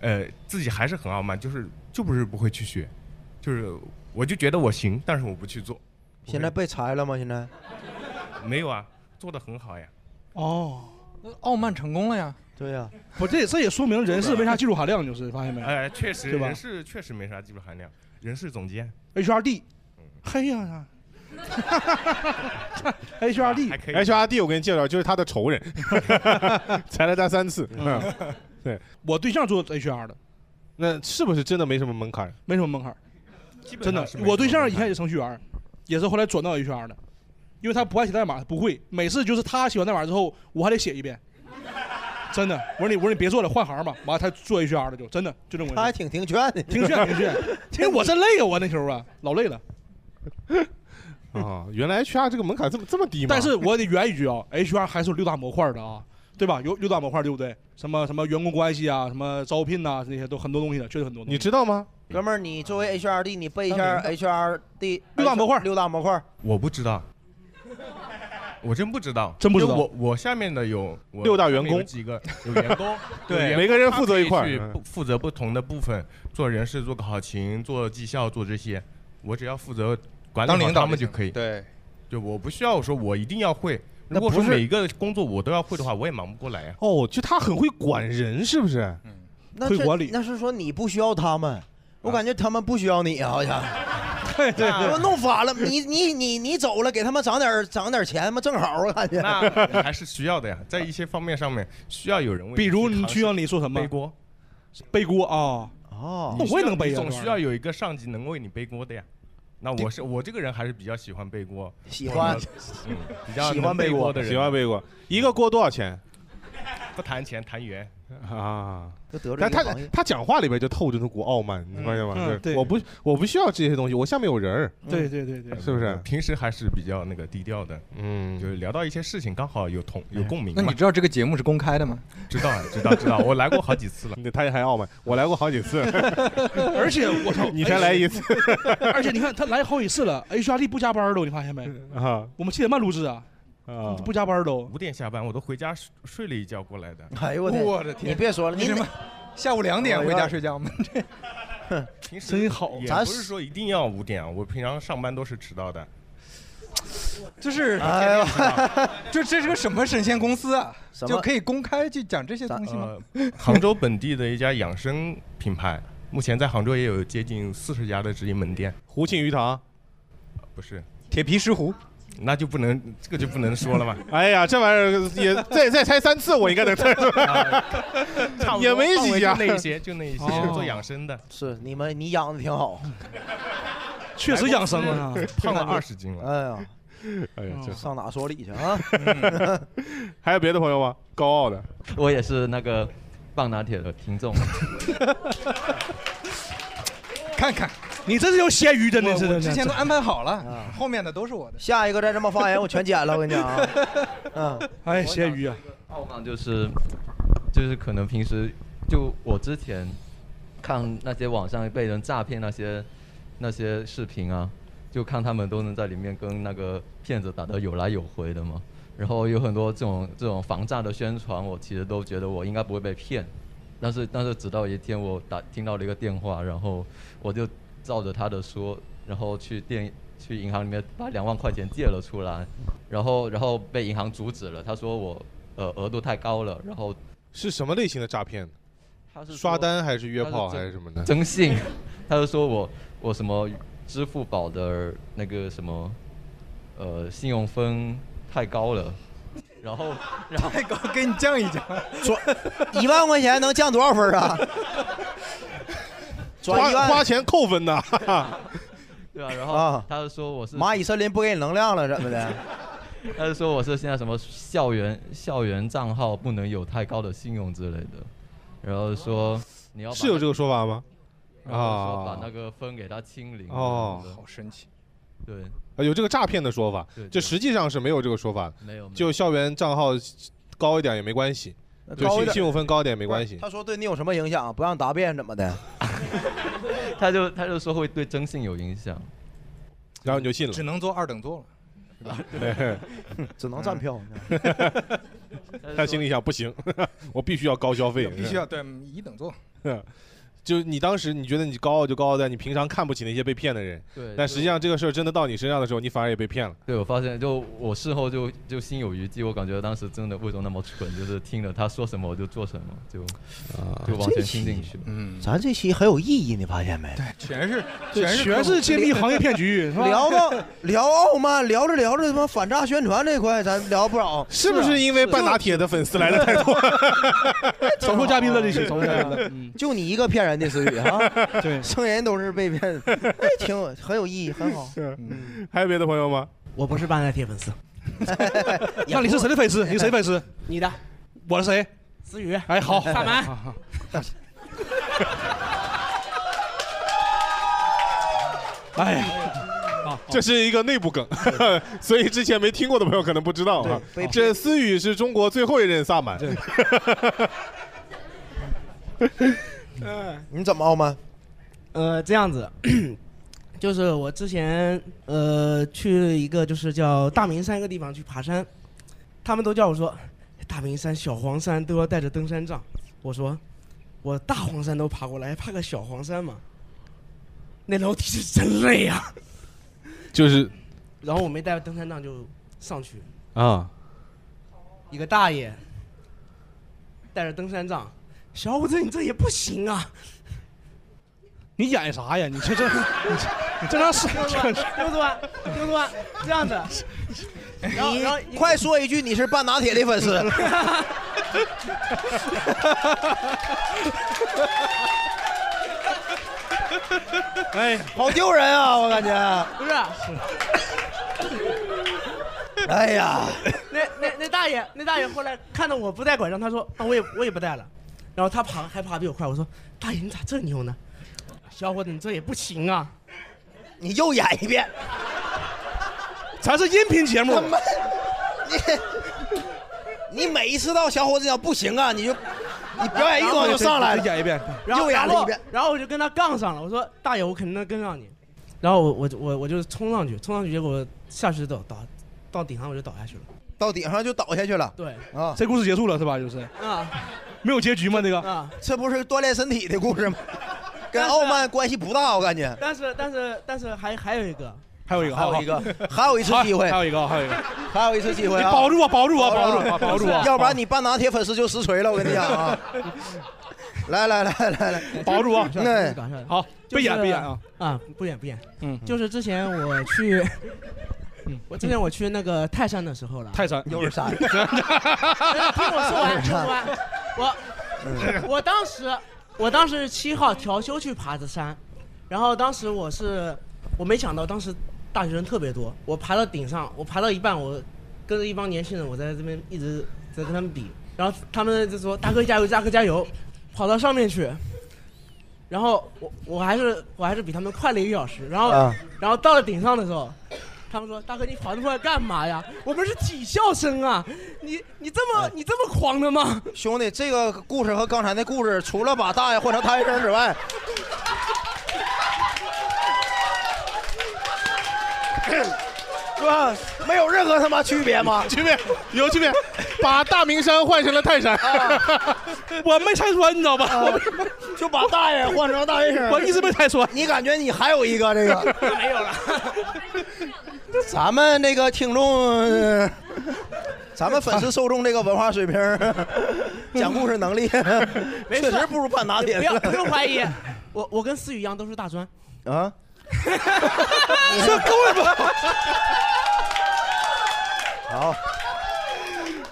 [SPEAKER 2] 呃，自己还是很傲慢，就是就不是不会去学，就是我就觉得我行，但是我不去做，
[SPEAKER 5] 现在被裁了吗？现在
[SPEAKER 2] 没有啊，做的很好呀。
[SPEAKER 3] 哦，
[SPEAKER 4] 那傲慢成功了呀。
[SPEAKER 5] 对呀、
[SPEAKER 3] 不，这这也说明人事没啥技术含量，就是发现没？
[SPEAKER 2] 哎，确实，
[SPEAKER 3] 对吧
[SPEAKER 2] 人事确实没啥技术含量，人事总监。
[SPEAKER 3] ？HRD，嘿
[SPEAKER 2] 嗯 (laughs)
[SPEAKER 3] 呀，HRD
[SPEAKER 2] 还可以
[SPEAKER 14] HRD 我给你介绍，就是他的仇人， (laughs) 裁了他三次。嗯， (laughs) 对
[SPEAKER 3] 我对象做 HR 的，
[SPEAKER 14] 那是不是真的没什么门槛？
[SPEAKER 3] 没什么门槛儿，
[SPEAKER 2] 本
[SPEAKER 3] 真的
[SPEAKER 2] 上是。没
[SPEAKER 3] 我
[SPEAKER 2] 什么
[SPEAKER 3] 对象
[SPEAKER 2] 门
[SPEAKER 3] 以前也是程序员，也是后来转到 HR 的，因为他不爱写代码，不会，每次就是他写完代码之后，我还得写一遍。真的，我说你，我说你别做了，换行吧。完了，他做 HR 的就真的就这么回事。
[SPEAKER 5] 他还挺听劝的，
[SPEAKER 3] 听劝听劝，因为我真累啊，我那时候啊，老累了。
[SPEAKER 14] 啊，原来 HR 这个门槛这么这么低吗？
[SPEAKER 3] 但是我得圆一句啊，HR 还是有六大模块的啊，对吧？有六大模块，对不对？什么什么员工关系啊，什么招聘呐、这些都很多东西的，确实很多东西。
[SPEAKER 14] 你知道吗？
[SPEAKER 5] 哥们儿，你作为 HRD，你背一下
[SPEAKER 3] 当领
[SPEAKER 5] HRD 六大模块，哎六大模块。
[SPEAKER 2] 我不知
[SPEAKER 3] (laughs)
[SPEAKER 2] 道，我真不知道，
[SPEAKER 3] 真不知道
[SPEAKER 2] 因为我我下面的有我
[SPEAKER 14] 六大员
[SPEAKER 2] 下面有
[SPEAKER 14] 工，
[SPEAKER 2] 几个有员工
[SPEAKER 14] (laughs)
[SPEAKER 2] 对，
[SPEAKER 14] 每个人负责一块儿
[SPEAKER 2] 他可以去不负责不同的部分，做人事、做考勤、做绩效、做这些，我只要负责管理
[SPEAKER 14] 当
[SPEAKER 2] 好
[SPEAKER 14] 领导
[SPEAKER 2] 他们
[SPEAKER 14] 就
[SPEAKER 2] 就
[SPEAKER 14] 行
[SPEAKER 2] 可以。
[SPEAKER 14] 对，
[SPEAKER 2] 就我不需要说我一定要会。
[SPEAKER 14] 那
[SPEAKER 2] 如果说
[SPEAKER 14] 不是
[SPEAKER 2] 每一个工作我都要会的话，我也忙不过来啊
[SPEAKER 14] (laughs)
[SPEAKER 2] 呀、
[SPEAKER 14] 哦，就他很会管人，是不是？
[SPEAKER 5] 嗯那
[SPEAKER 2] 会
[SPEAKER 5] 是
[SPEAKER 2] 管理
[SPEAKER 5] 那是说你不需要他们，我感觉他们不需要你啊，好像。对 (laughs)
[SPEAKER 2] 对对
[SPEAKER 5] 弄反了，你你你你走了，给他们涨点涨点钱嘛，正好啊我感觉。 (laughs)
[SPEAKER 2] 那还是需要的呀，在一些方面上面需要有人为。
[SPEAKER 3] 比如你需要你说什么
[SPEAKER 2] 背锅，
[SPEAKER 3] 背锅啊？
[SPEAKER 5] 哦
[SPEAKER 3] 哦那我也能背呀啊
[SPEAKER 2] 总
[SPEAKER 3] 这玩意儿
[SPEAKER 2] 需要有一个上级能为你背锅的呀。
[SPEAKER 10] 那我是我这个人还是比较喜欢背锅，
[SPEAKER 5] 喜欢
[SPEAKER 10] 嗯，比较
[SPEAKER 5] 喜欢
[SPEAKER 10] 能
[SPEAKER 5] 背
[SPEAKER 10] 背
[SPEAKER 5] 锅
[SPEAKER 10] 的人，
[SPEAKER 2] 喜欢背锅。一个锅多少钱
[SPEAKER 10] 不谈钱谈缘。
[SPEAKER 2] 啊？
[SPEAKER 5] 就得
[SPEAKER 2] 但他他讲话里边就透着那股傲慢，你发现吗？
[SPEAKER 10] 嗯
[SPEAKER 2] 对，
[SPEAKER 10] 对
[SPEAKER 2] 我不我不需要这些东西，我下面有人儿。
[SPEAKER 3] 对对对对
[SPEAKER 2] 是不是？
[SPEAKER 10] 平时还是比较那个低调的，
[SPEAKER 2] 嗯，哎
[SPEAKER 10] 就是聊到一些事情，刚好有同有共鸣
[SPEAKER 4] 那
[SPEAKER 10] 嘛。
[SPEAKER 4] 你知道这个节目是公开的吗？
[SPEAKER 10] 知道啊知道知道，我来过好几
[SPEAKER 2] (laughs)
[SPEAKER 10] 次了。
[SPEAKER 2] 他也还傲慢，我来过好几
[SPEAKER 10] (laughs)
[SPEAKER 2] 次， (laughs)
[SPEAKER 3] (laughs) 而且我操，
[SPEAKER 2] 你才来一次
[SPEAKER 3] 而且你看他来好几次了，HRD 不加班都，你发现没？
[SPEAKER 2] 啊，
[SPEAKER 3] 我们七点半录制啊，
[SPEAKER 2] 啊
[SPEAKER 3] 不加班
[SPEAKER 2] (laughs)
[SPEAKER 3] 都，
[SPEAKER 10] 五点下班，我都回家睡睡了一觉过来的。
[SPEAKER 5] 哎呦我天我的天你别说了你你哎怎么
[SPEAKER 4] 下午两点回家睡觉，我们这 (laughs)
[SPEAKER 10] 平时
[SPEAKER 4] 真好
[SPEAKER 10] 也
[SPEAKER 4] 咱
[SPEAKER 10] 不是说一定要五点啊，我平常上班都是迟到的。
[SPEAKER 4] 就是，
[SPEAKER 10] 哎呦
[SPEAKER 4] (laughs) 就这是个什么神仙公司啊？
[SPEAKER 10] 什么
[SPEAKER 4] 就可以公开去讲这些东西吗？
[SPEAKER 10] 杭州本地的一家养生品牌，目前在杭州也有接近四十家的直营门店。
[SPEAKER 2] 胡庆余堂，
[SPEAKER 10] 不是
[SPEAKER 4] 铁皮石斛，
[SPEAKER 10] 那就不能这个就不能说了
[SPEAKER 5] (laughs)
[SPEAKER 10] 嘛。
[SPEAKER 2] 哎呀，这玩意儿
[SPEAKER 10] (laughs)
[SPEAKER 2] 也再再猜三次，我应该能猜出来。
[SPEAKER 10] 啊差不多
[SPEAKER 2] 也没
[SPEAKER 10] 范
[SPEAKER 2] 几
[SPEAKER 10] 围
[SPEAKER 2] 家，哦
[SPEAKER 10] 就那一些就那一些是做养生的。
[SPEAKER 5] 是你们你养的挺好，
[SPEAKER 3] 确实养生啊
[SPEAKER 10] (laughs) 胖了20斤了
[SPEAKER 5] (laughs) 哎呀，
[SPEAKER 2] 哎呀，这
[SPEAKER 5] 上哪说理去啊？
[SPEAKER 10] 嗯
[SPEAKER 5] (laughs)
[SPEAKER 2] 还有别的朋友吗？高傲的，
[SPEAKER 14] 我也是那个棒拿铁的
[SPEAKER 2] (laughs)
[SPEAKER 14] 听众。
[SPEAKER 4] 看看，
[SPEAKER 3] 你真是有咸鱼，真
[SPEAKER 4] 我
[SPEAKER 3] 的是。
[SPEAKER 4] 我之前都安排好了
[SPEAKER 5] 啊，
[SPEAKER 4] 后面的都是我的。
[SPEAKER 5] 下一个再这么发言，我全剪了，我跟你讲啊。嗯，
[SPEAKER 3] 哎，咸鱼啊，
[SPEAKER 14] 傲慢就是就是可能平时就我之前看那些网上被人诈骗那些那些视频啊，就看他们都能在里面跟那个骗子打得有来有回的嘛。然后有很多这种这种防诈的宣传，我其实都觉得我应该不会被骗，但是但是直到有一天我打听到了一个电话，然后我就照着他的说，然后去店去银行里面把两万块钱借了出来，然后然后被银行阻止了，他说我呃额度太高了，然后
[SPEAKER 2] 是什么类型的诈骗？
[SPEAKER 14] 他是
[SPEAKER 2] 刷单还是约炮
[SPEAKER 14] 他是
[SPEAKER 2] 还是什么的？
[SPEAKER 14] 征信，他就说我我什么支付宝的那个什么呃信用分太
[SPEAKER 2] (laughs)
[SPEAKER 14] 高了，然后然后
[SPEAKER 4] (laughs) 太高，给你降一降。
[SPEAKER 5] 呃 (laughs) 说一万块钱能降多少分
[SPEAKER 4] (laughs)
[SPEAKER 5] 啊？转一
[SPEAKER 2] 花
[SPEAKER 5] 万
[SPEAKER 2] 花钱扣分
[SPEAKER 5] (laughs)
[SPEAKER 2] 呐。
[SPEAKER 14] 对啊，然后
[SPEAKER 5] 啊
[SPEAKER 14] 他就说我是
[SPEAKER 5] 蚂蚁森林不给你能量了，怎么的？
[SPEAKER 14] (laughs) 他就说我是现在什么校园校园账号不能有太高的信用之类的，然后说你要把
[SPEAKER 2] 是有这个说法吗？
[SPEAKER 14] 然后说把那
[SPEAKER 2] 啊，
[SPEAKER 14] 个分给他清零啊
[SPEAKER 2] 哦
[SPEAKER 14] 好
[SPEAKER 4] 神奇，
[SPEAKER 14] 对，
[SPEAKER 2] 啊有这个诈骗的说法
[SPEAKER 14] 对，对
[SPEAKER 2] 就实际上是没有这个说法的。
[SPEAKER 14] 没有没有
[SPEAKER 2] 就校园账号高一点也没关系，就
[SPEAKER 5] 高一
[SPEAKER 2] 信
[SPEAKER 5] 点
[SPEAKER 2] 信用分高一点也 (laughs) 没关系。啊
[SPEAKER 5] 他说对你有什么影响？啊不让答辩怎么的？
[SPEAKER 14] 他就他就说会对征信有影响，
[SPEAKER 2] 然后你就信了
[SPEAKER 4] 只能做二等座了。嗯
[SPEAKER 2] 对
[SPEAKER 5] (laughs)
[SPEAKER 2] (laughs)
[SPEAKER 5] 只能站票。
[SPEAKER 2] 嗯
[SPEAKER 4] (laughs)
[SPEAKER 2] 他心里想，不行， (laughs) 我必须要高消费，
[SPEAKER 4] 必须要对一等座。
[SPEAKER 2] (laughs) 就你当时你觉得你高傲就高傲在你平常看不起那些被骗的人，
[SPEAKER 14] 对
[SPEAKER 2] 但实际上这个事儿真的到你身上的时候，你反而也被骗了。
[SPEAKER 14] 对我发现就我事后就就心有余悸，我感觉当时真的为什么那么蠢，就是听了他说什么我就做什么，就
[SPEAKER 2] 啊
[SPEAKER 14] 就完全听进去。
[SPEAKER 5] 嗯，咱这期很有意义，你发现没？对，
[SPEAKER 4] 全是
[SPEAKER 14] 对全是全是揭秘行业骗
[SPEAKER 5] (laughs)
[SPEAKER 14] 局是吧
[SPEAKER 5] 聊到聊傲慢，聊着聊着他妈反诈宣传这块，咱聊不少。啊
[SPEAKER 2] 是不是因为半打铁的粉丝来的太多？ (laughs)
[SPEAKER 5] 总
[SPEAKER 3] 重嘉宾了这期
[SPEAKER 5] 是
[SPEAKER 3] 重嘉宾了
[SPEAKER 5] 就你一个骗人的思雨哈，
[SPEAKER 3] (laughs) 对，
[SPEAKER 5] 剩人都是被骗，哎，挺有很有意义，很好。嗯
[SPEAKER 2] 还有别的朋友吗？
[SPEAKER 8] 我不是半拉铁粉
[SPEAKER 5] (laughs)
[SPEAKER 8] 丝。
[SPEAKER 3] 那你是谁的粉丝？你是谁粉丝？
[SPEAKER 8] 你的，
[SPEAKER 3] 我是谁？
[SPEAKER 8] 思雨
[SPEAKER 3] 哎，好，
[SPEAKER 8] 萨满
[SPEAKER 3] 好 (laughs) 好哎呀，
[SPEAKER 2] (laughs) 这是一个内部梗， (laughs) 所以之前没听过的朋友可能不知道啊
[SPEAKER 5] 对被。
[SPEAKER 2] 这思雨是中国最后一任萨满，
[SPEAKER 5] 你怎么傲慢？
[SPEAKER 8] 嗯呃，这样子， (clears throat) 就是我之前呃去一个就是叫大明山一个地方去爬山，他们都叫我说哎大明山、小黄山都要带着登山杖，我说我大黄山都爬过来，还怕个小黄山吗？那楼梯是真累呀、
[SPEAKER 2] (laughs) 就是
[SPEAKER 8] (laughs) 然后我没带登山杖就上去，
[SPEAKER 2] 啊，
[SPEAKER 8] 一个大爷带着登山杖，小伙子你这也不行啊！
[SPEAKER 3] (laughs) 你演啥呀？你这这，你这你这让是
[SPEAKER 8] (laughs) 听说听说听说这样子，
[SPEAKER 3] (laughs)
[SPEAKER 8] 然后然后
[SPEAKER 5] 你快说一句你是半拿铁的
[SPEAKER 8] (laughs)
[SPEAKER 5] 粉丝。
[SPEAKER 2] 哎，
[SPEAKER 5] 好丢人啊！我感觉，
[SPEAKER 8] 不是，
[SPEAKER 5] 哎呀，
[SPEAKER 8] 那那那大爷，那大爷后来看到我不带拐杖，他说啊，我也我也不带了。然后他爬还爬比我快，我说大爷你咋这牛呢？小伙子你这也不行啊！
[SPEAKER 5] 你又演一遍，
[SPEAKER 3] (laughs) 咱是音频节目，
[SPEAKER 5] 他妈，你你每一次到小伙子讲不行啊，你就你表演欲望就上来了，
[SPEAKER 3] 演一
[SPEAKER 5] (laughs)
[SPEAKER 3] 遍，
[SPEAKER 8] 然后
[SPEAKER 5] 又演了一遍。
[SPEAKER 8] 然后，然后我就跟他杠上了。我说大爷，我肯定能跟上你。然后我我我我就冲上去，冲上去，结果下去就倒倒到顶上我就倒下去了。
[SPEAKER 5] 到顶上就倒下去了。
[SPEAKER 8] 对
[SPEAKER 5] 啊，
[SPEAKER 3] 这故事结束了是吧？就是
[SPEAKER 8] 啊，
[SPEAKER 3] 没有结局吗？这个
[SPEAKER 8] 啊，
[SPEAKER 5] 这不是锻炼身体的故事吗？
[SPEAKER 8] (laughs)
[SPEAKER 5] 跟傲慢关系不大，我感觉。
[SPEAKER 8] 但是但是但是还还有一个，
[SPEAKER 3] 还有一个，
[SPEAKER 5] 还有一个，还有一次机会，
[SPEAKER 3] 还有一个，还有一个，
[SPEAKER 5] 还有一次机会啊！
[SPEAKER 3] 你保住啊保住啊保住啊保住啊
[SPEAKER 5] 要不然你半拿铁粉丝就实锤了，我跟你
[SPEAKER 3] (laughs)
[SPEAKER 5] 讲啊！来来来来来，
[SPEAKER 3] (laughs) 保住啊！
[SPEAKER 5] 那
[SPEAKER 3] 好，
[SPEAKER 8] 就是
[SPEAKER 3] 不演不演啊！
[SPEAKER 8] 啊，不演不演。
[SPEAKER 3] 嗯
[SPEAKER 8] 就是之前我去， (laughs) 我之前我去那个泰山的时候了。
[SPEAKER 3] 泰山
[SPEAKER 5] 又是
[SPEAKER 3] (laughs)
[SPEAKER 5] 山
[SPEAKER 8] (laughs) 听我说完，听我说完。
[SPEAKER 5] 嗯
[SPEAKER 8] 我我当时我当时七号调休去爬的山，然后当时我是我没想到当时大学生特别多，我爬到顶上，我爬到一半，我跟着一帮年轻人，我在这边一直在跟他们比，然后他们就说大哥加油，大哥加油，跑到上面去。然后我我还是我还是比他们快了一个小时，然后、
[SPEAKER 5] 啊
[SPEAKER 8] 然后到了顶上的时候，他们说：“大哥，你跑那么快干嘛呀？我们是体校生啊，你你这么你这么狂的吗？”
[SPEAKER 5] 哎兄弟，这个故事和刚才那故事，除了把大爷换成大学生之外，是吧？没有任何他妈区
[SPEAKER 3] (laughs)
[SPEAKER 5] 别吗？
[SPEAKER 2] 区别有区别，把大明山换成了泰山，
[SPEAKER 3] (laughs) 我没拆穿，你知道吧？
[SPEAKER 5] 就把大爷换成大学生，
[SPEAKER 3] 我一直没拆穿。
[SPEAKER 5] 你感觉你还有一个这个？
[SPEAKER 8] (laughs) 没有了。
[SPEAKER 5] (laughs) 咱们那个听众，呃咱们粉丝受众这个文化水平、讲故事能力，
[SPEAKER 8] (laughs) 没
[SPEAKER 5] 确
[SPEAKER 8] 事
[SPEAKER 5] 实不如半啊拿铁。
[SPEAKER 8] 不要不用怀
[SPEAKER 5] (laughs)
[SPEAKER 8] 疑， (laughs) 我我跟思雨一样都是大专。
[SPEAKER 5] 啊！
[SPEAKER 8] 这够了吧？
[SPEAKER 5] 好，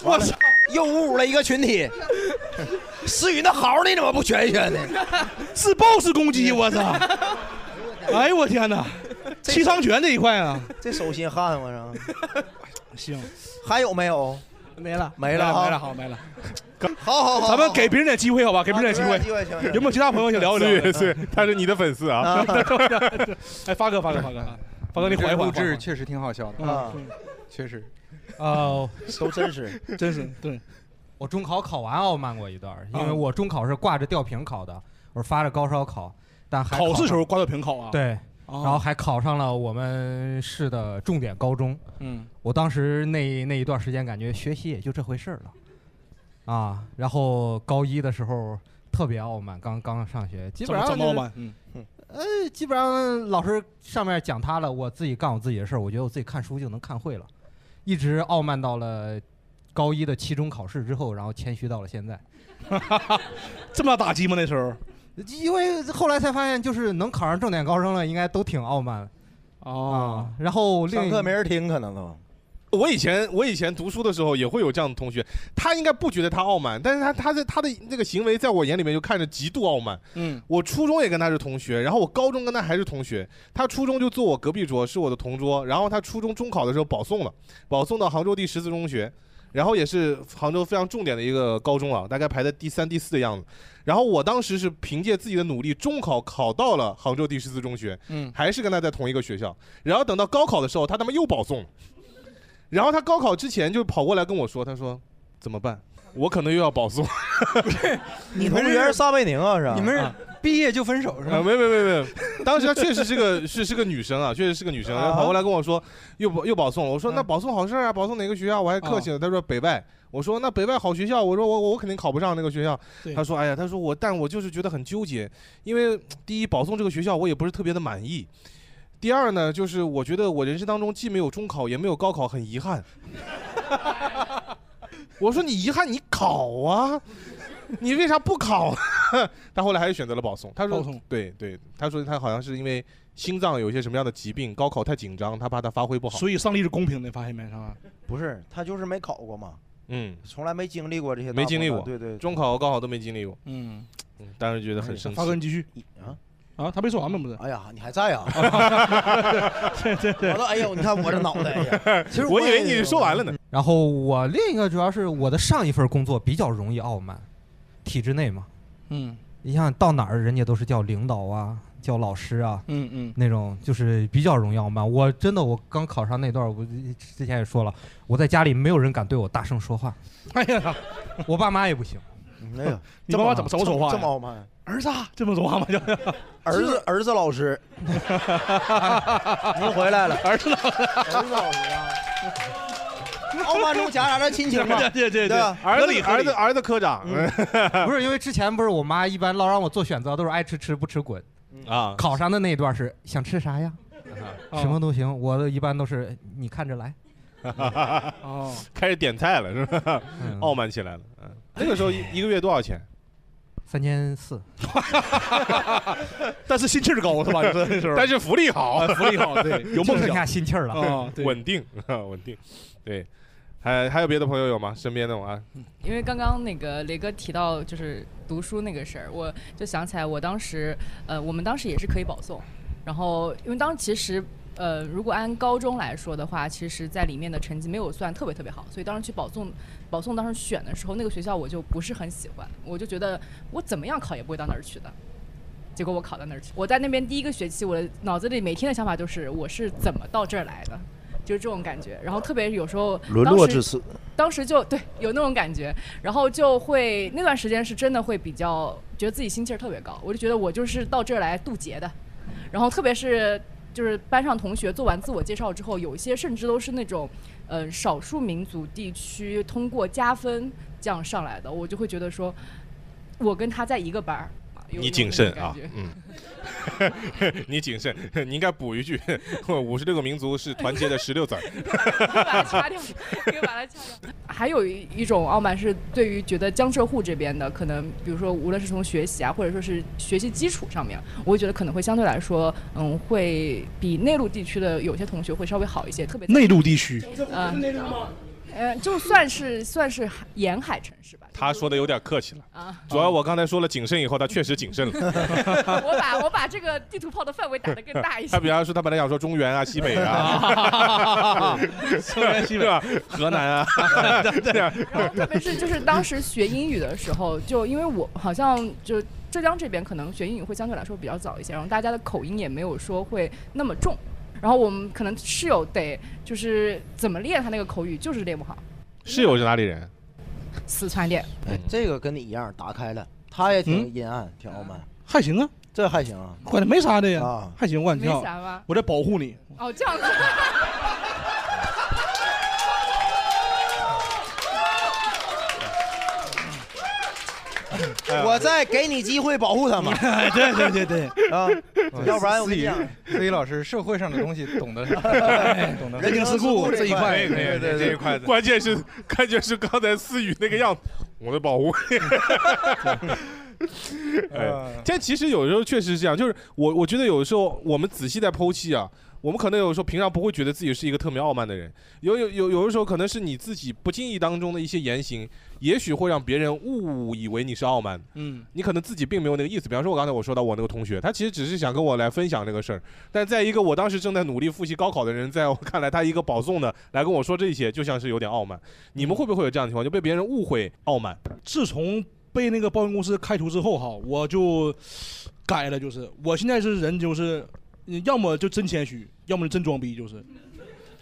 [SPEAKER 5] 我操，又侮辱了一个群体。思雨那嚎你怎么不学一学呢？
[SPEAKER 8] (laughs)
[SPEAKER 3] 自爆式攻击，我操！
[SPEAKER 5] (laughs)
[SPEAKER 3] 哎呦我天哪，七伤拳这一块
[SPEAKER 5] (laughs)
[SPEAKER 3] 啊，
[SPEAKER 5] 这手心汗，我操！
[SPEAKER 3] 行，
[SPEAKER 5] 还有没有？
[SPEAKER 8] 没了，
[SPEAKER 5] 没了，
[SPEAKER 3] 没了，好，。没了。
[SPEAKER 5] 好好好，
[SPEAKER 3] 咱们给别人点机会好吧？给别人点
[SPEAKER 5] 啊
[SPEAKER 3] 机
[SPEAKER 5] 给别人点机会行
[SPEAKER 3] 有没有其他朋友想聊一聊的？
[SPEAKER 2] (laughs)
[SPEAKER 10] 思雨思雨他是你的粉丝啊
[SPEAKER 3] 哎，发哥，发哥，发哥，发哥，你缓一缓。
[SPEAKER 4] 录制确实挺好笑的
[SPEAKER 3] 啊
[SPEAKER 4] 啊，确实。
[SPEAKER 15] 哦，
[SPEAKER 5] 都真
[SPEAKER 4] (laughs)
[SPEAKER 5] 实
[SPEAKER 15] 真是对。我中考考完傲慢过一段儿，因
[SPEAKER 5] 嗯
[SPEAKER 15] 为我中考是挂着吊瓶考的，我是发着高烧考，但还
[SPEAKER 3] 考试时候
[SPEAKER 15] 上
[SPEAKER 3] 挂吊瓶考啊？
[SPEAKER 15] 对，
[SPEAKER 3] 哦
[SPEAKER 15] 然后还考上了我们市的重点高中。
[SPEAKER 3] 嗯，
[SPEAKER 15] 我当时那那一段时间感觉学习也就这回事儿了，啊，然后高一的时候特别傲慢，刚刚上学，基本上
[SPEAKER 3] 怎么
[SPEAKER 15] 就
[SPEAKER 3] 怎么傲
[SPEAKER 15] 是
[SPEAKER 3] 慢嗯
[SPEAKER 15] 呃，基本上老师上面讲他了，我自己干我自己的事儿，我觉得我自己看书就能看会了，一直傲慢到了高一的期中考试之后，然后谦虚到了现在。 (laughs)
[SPEAKER 3] 这么打击吗？那时候？
[SPEAKER 15] 因为后来才发现，就是能考上重点高中了，应该都挺傲慢。啊
[SPEAKER 3] 哦、
[SPEAKER 15] 然后另
[SPEAKER 5] 上
[SPEAKER 15] 一
[SPEAKER 5] 课没人听，可
[SPEAKER 3] (laughs)
[SPEAKER 5] 能都。
[SPEAKER 2] 我以前我以前读书的时候也会有这样的同学，他应该不觉得他傲慢，但是他他的他的那个行为在我眼里面就看着极度傲慢。
[SPEAKER 3] 嗯，
[SPEAKER 2] 我初中也跟他是同学，然后我高中跟他还是同学，他初中就坐我隔壁桌，是我的同桌，然后他初中中考的时候保送了，保送到杭州第十四中学。然后也是杭州非常重点的一个高中啊，大概排在第三、第四的样子。然后我当时是凭借自己的努力，中考考到了杭州第十四中学，
[SPEAKER 3] 嗯
[SPEAKER 2] 还是跟他在同一个学校。然后等到高考的时候，他他妈又保送了。然后他高考之前就跑过来跟我说，他说怎么办？我可能又要保 (laughs) 送。
[SPEAKER 5] 你同学是撒贝宁啊？是吧？
[SPEAKER 2] 你们是
[SPEAKER 5] 毕业就分手
[SPEAKER 2] 啊，没没没没，当时她确实是个 (laughs) 是是个女生啊，确实是个女生，然后跑过来跟我说又保又保送了，我说那保送好事儿啊，保送哪个学校？我还客气了，她说北外，我说那北外好学校，我说我我我肯定考不上那个学校
[SPEAKER 3] 对，
[SPEAKER 2] 她说哎呀，她说我但我就是觉得很纠结，因为第一保送这个学校我也不是特别的满意。第二呢，就是我觉得我人生当中既没有中考，也没有高考，很遗憾。我说你遗憾，你考啊，你为啥不考？ (laughs) 他后来还是选择了保送。他说
[SPEAKER 3] 保送，
[SPEAKER 2] 对对，他说他好像是因为心脏有一些什么样的疾病，高考太紧张，他怕他发挥不好。
[SPEAKER 3] 所以上帝是公平的，发现没？上啊，
[SPEAKER 5] 不是，他就是没考过嘛，
[SPEAKER 2] 嗯，
[SPEAKER 5] 从来没经历过这些大风
[SPEAKER 2] 没
[SPEAKER 5] 浪，
[SPEAKER 2] 经历过，
[SPEAKER 5] 对对，
[SPEAKER 2] 中考、高考都没经历过。
[SPEAKER 3] 嗯，
[SPEAKER 2] 当时觉得很生气。
[SPEAKER 3] 发哥你继续
[SPEAKER 5] 啊，
[SPEAKER 3] 啊，他没说完吗？不是？
[SPEAKER 5] 哎呀，你还在呀？
[SPEAKER 3] (laughs) 对对对。
[SPEAKER 5] 我说哎呦，你看我这脑袋
[SPEAKER 2] (laughs)
[SPEAKER 5] 呀！
[SPEAKER 3] (laughs)
[SPEAKER 5] 其实也有
[SPEAKER 2] 完了呢。
[SPEAKER 15] 然后我另一个主要是我的上一份工作比较容易傲慢，体制内嘛。
[SPEAKER 3] 嗯
[SPEAKER 15] 你想到哪儿，人家都是叫领导啊，叫老师啊，
[SPEAKER 3] 嗯嗯
[SPEAKER 15] 那种就是比较容易傲慢。我真的，我刚考上那段儿，我之前也说了，我在家里没有人敢对我大声说话，
[SPEAKER 3] 哎呀，
[SPEAKER 15] 我爸妈也不行。
[SPEAKER 5] 哎呀
[SPEAKER 15] 你爸妈怎么怎么说话呀，
[SPEAKER 5] 这么傲慢？
[SPEAKER 3] 儿子
[SPEAKER 5] 啊
[SPEAKER 3] (laughs) 这么说话
[SPEAKER 5] (laughs)
[SPEAKER 3] 吗？
[SPEAKER 5] 儿子，儿子老师，您回来了，
[SPEAKER 3] 儿子老师，
[SPEAKER 5] (laughs) 儿子老师啊，傲慢中夹杂着亲情嘛
[SPEAKER 15] (laughs)
[SPEAKER 3] (laughs)
[SPEAKER 5] 吧
[SPEAKER 15] 合理合理
[SPEAKER 2] 儿子科长
[SPEAKER 3] 嗯
[SPEAKER 15] 不是因为之前不是我妈一般老让我做选择，都是爱吃吃不吃滚
[SPEAKER 2] 啊
[SPEAKER 15] 考上的那一段是想吃啥呀，
[SPEAKER 2] 啊
[SPEAKER 15] 什么都行，我的一般都是你看着来。
[SPEAKER 3] 哦，
[SPEAKER 2] (laughs) 开始点菜了是吧？傲慢起来了。嗯，那个时候一一个月多少钱？
[SPEAKER 15] 三千四，
[SPEAKER 3] 但是心气儿高
[SPEAKER 2] (laughs)
[SPEAKER 3] 是吧？就是那时候
[SPEAKER 2] 但是福利好
[SPEAKER 3] 啊，福利好，
[SPEAKER 2] (laughs)
[SPEAKER 3] 对，有梦
[SPEAKER 15] 就剩下
[SPEAKER 3] 想。
[SPEAKER 15] 心气儿了
[SPEAKER 3] 啊对
[SPEAKER 2] 稳定， (laughs) 稳定，对。还还有别的朋友有吗？身边的我啊，
[SPEAKER 16] 因为刚刚那个雷哥提到就是读书那个事儿，我就想起来我当时，呃，我们当时也是可以保送，然后因为当时其实。呃，如果按高中来说的话，其实在里面的成绩没有算特别特别好，所以当时去保送，保送当时选的时候，那个学校我就不是很喜欢，我就觉得我怎么样考也不会到那儿去的。结果我考到那儿去。我在那边第一个学期，我的脑子里每天的想法就是我是怎么到这儿来的，就是这种感觉。然后特别有时候
[SPEAKER 5] 沦
[SPEAKER 16] 当
[SPEAKER 5] 落
[SPEAKER 16] 时
[SPEAKER 5] 至此
[SPEAKER 16] 当时就对有那种感觉，然后就会那段时间是真的会比较觉得自己心气儿特别高，我就觉得我就是到这儿来渡劫的。然后特别是就是班上同学做完自我介绍之后，有一些甚至都是那种呃少数民族地区通过加分这样上来的，我就会觉得说，我跟他在一个班儿。有
[SPEAKER 2] 你
[SPEAKER 16] 一种
[SPEAKER 2] 谨
[SPEAKER 16] 那
[SPEAKER 2] 慎
[SPEAKER 16] 种
[SPEAKER 2] 啊
[SPEAKER 16] 感觉，
[SPEAKER 2] 嗯， (laughs) 你谨慎，你应该补一句， (laughs) 五十六个民族是团结的十六字儿。
[SPEAKER 16] 把它 (laughs) 掐掉，可以把它掐掉。还有一一种傲慢是对于觉得江浙沪这边的，可能比如说无论是从学习啊，或者说是学习基础上面，我会觉得可能会相对来说，嗯，会比内陆地区的有些同学会稍微好一些，特别
[SPEAKER 3] 内
[SPEAKER 16] (laughs)
[SPEAKER 3] 陆地区，
[SPEAKER 16] 啊，呃，就算是算是沿海城市 (laughs) 吧。
[SPEAKER 2] 他说的有点客气了
[SPEAKER 16] 啊
[SPEAKER 2] 主要我刚才说了谨慎以后，他确实谨慎了。
[SPEAKER 16] 我把我把这个地图炮的范围打得 (laughs) 更大一
[SPEAKER 2] (laughs)
[SPEAKER 16] 些
[SPEAKER 2] 他。比方说，他本来想说中原啊、西北啊
[SPEAKER 16] (laughs) 啊，
[SPEAKER 3] 中原西北
[SPEAKER 2] (laughs) 是吧？河南啊，对啊，
[SPEAKER 16] (laughs) 特别是就是当时学英语的时候，就因为我好像就浙江这边可能学英语会相对来说比较早一些，然后大家的口音也没有说会那么重，然后我们可能室友得就是怎么练他那个口语就是练不好，
[SPEAKER 2] 室 (laughs) 友是哪里人？
[SPEAKER 16] 四川练。
[SPEAKER 5] 哎，这个跟你一样，打开了，他也挺阴暗，挺傲慢，
[SPEAKER 3] 还行啊，
[SPEAKER 5] 这还行啊，
[SPEAKER 3] 管的没啥的呀
[SPEAKER 5] 啊，
[SPEAKER 3] 还行，我管你挺好
[SPEAKER 16] 没啥吧
[SPEAKER 3] 我在保护你，。
[SPEAKER 16] 哦，这样子。
[SPEAKER 2] 哎呀
[SPEAKER 5] 我再给你机会保护
[SPEAKER 4] 嗯 (laughs)
[SPEAKER 5] 他们
[SPEAKER 3] 对对对对
[SPEAKER 5] 啊，要不然我跟你讲，
[SPEAKER 4] 思雨老师社会上的东西
[SPEAKER 5] (laughs)
[SPEAKER 4] 懂得懂得
[SPEAKER 5] 人情世故这一块
[SPEAKER 4] 对对对
[SPEAKER 2] 这一块，关键是关键是刚才思雨那个样子，我的保护。哎，但其实有时候确实是这样，就是我我觉得有时候我们仔细在剖析啊，我们可能有时候平常不会觉得自己是一个特别傲慢的人，有有有有的时候可能是你自己不经意当中的一些言行，也许会让别人误以为你是傲慢的。
[SPEAKER 3] 嗯，
[SPEAKER 2] 你可能自己并没有那个意思。比方说，我刚才我说到我那个同学，他其实只是想跟我来分享这个事儿，但在一个我当时正在努力复习高考的人，在我看来，他一个保送的来跟我说这些，就像是有点傲慢。你
[SPEAKER 3] 嗯
[SPEAKER 2] 们会不会有这样的情况，就被别人误会傲慢？
[SPEAKER 3] 自从被那个保险公司开除之后哈，我就改了，就是我现在是人就是，嗯要么就真谦虚，要么就真装逼，就是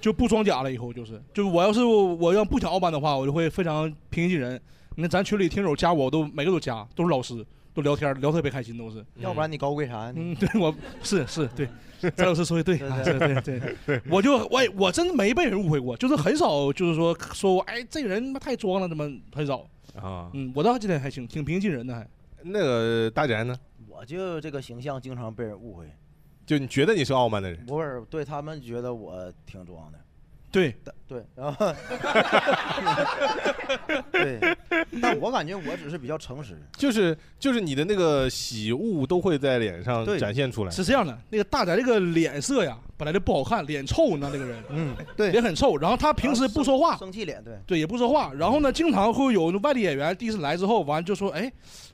[SPEAKER 3] 就不装假了。以后就是就是我要是我要不想傲慢的话，我就会非常平易近人。那咱群里听友加我，我都每个都加，都是老师，都聊天聊特别开心，都是。
[SPEAKER 5] 要不然你高贵啥呀？
[SPEAKER 3] 嗯，对，我是是对，翟老师说的对，
[SPEAKER 5] 对
[SPEAKER 3] 啊
[SPEAKER 5] 对
[SPEAKER 3] 是对对对，我就我也我真没被人误会过，就是很少，就是说说我哎这个人他妈太装了，怎么很少
[SPEAKER 2] 啊？
[SPEAKER 3] 嗯，我到现在还行，挺平易近人的还。
[SPEAKER 2] 那个大宅呢？
[SPEAKER 5] 我就这个形象经常被人误会，
[SPEAKER 2] 就你觉得你是傲慢的人，
[SPEAKER 5] 不是对他们觉得我挺装的。
[SPEAKER 3] 对
[SPEAKER 5] 但对，然后对，但我感觉我只是比较诚实。
[SPEAKER 2] 就是就是你的那个喜恶都会在脸上
[SPEAKER 5] 对
[SPEAKER 2] 展现出来。
[SPEAKER 3] 是这样的，那个大宅这个脸色呀，本来就不好看，脸臭，你知道那个人，
[SPEAKER 5] 嗯，对，
[SPEAKER 3] 脸很臭。然后他平时不说话，
[SPEAKER 5] 生气脸，对，
[SPEAKER 3] 对，也不说
[SPEAKER 5] 嗯
[SPEAKER 3] 话。然后呢，经常会有外地演员
[SPEAKER 5] (laughs)
[SPEAKER 3] 第一次来之后，完就说：“哎，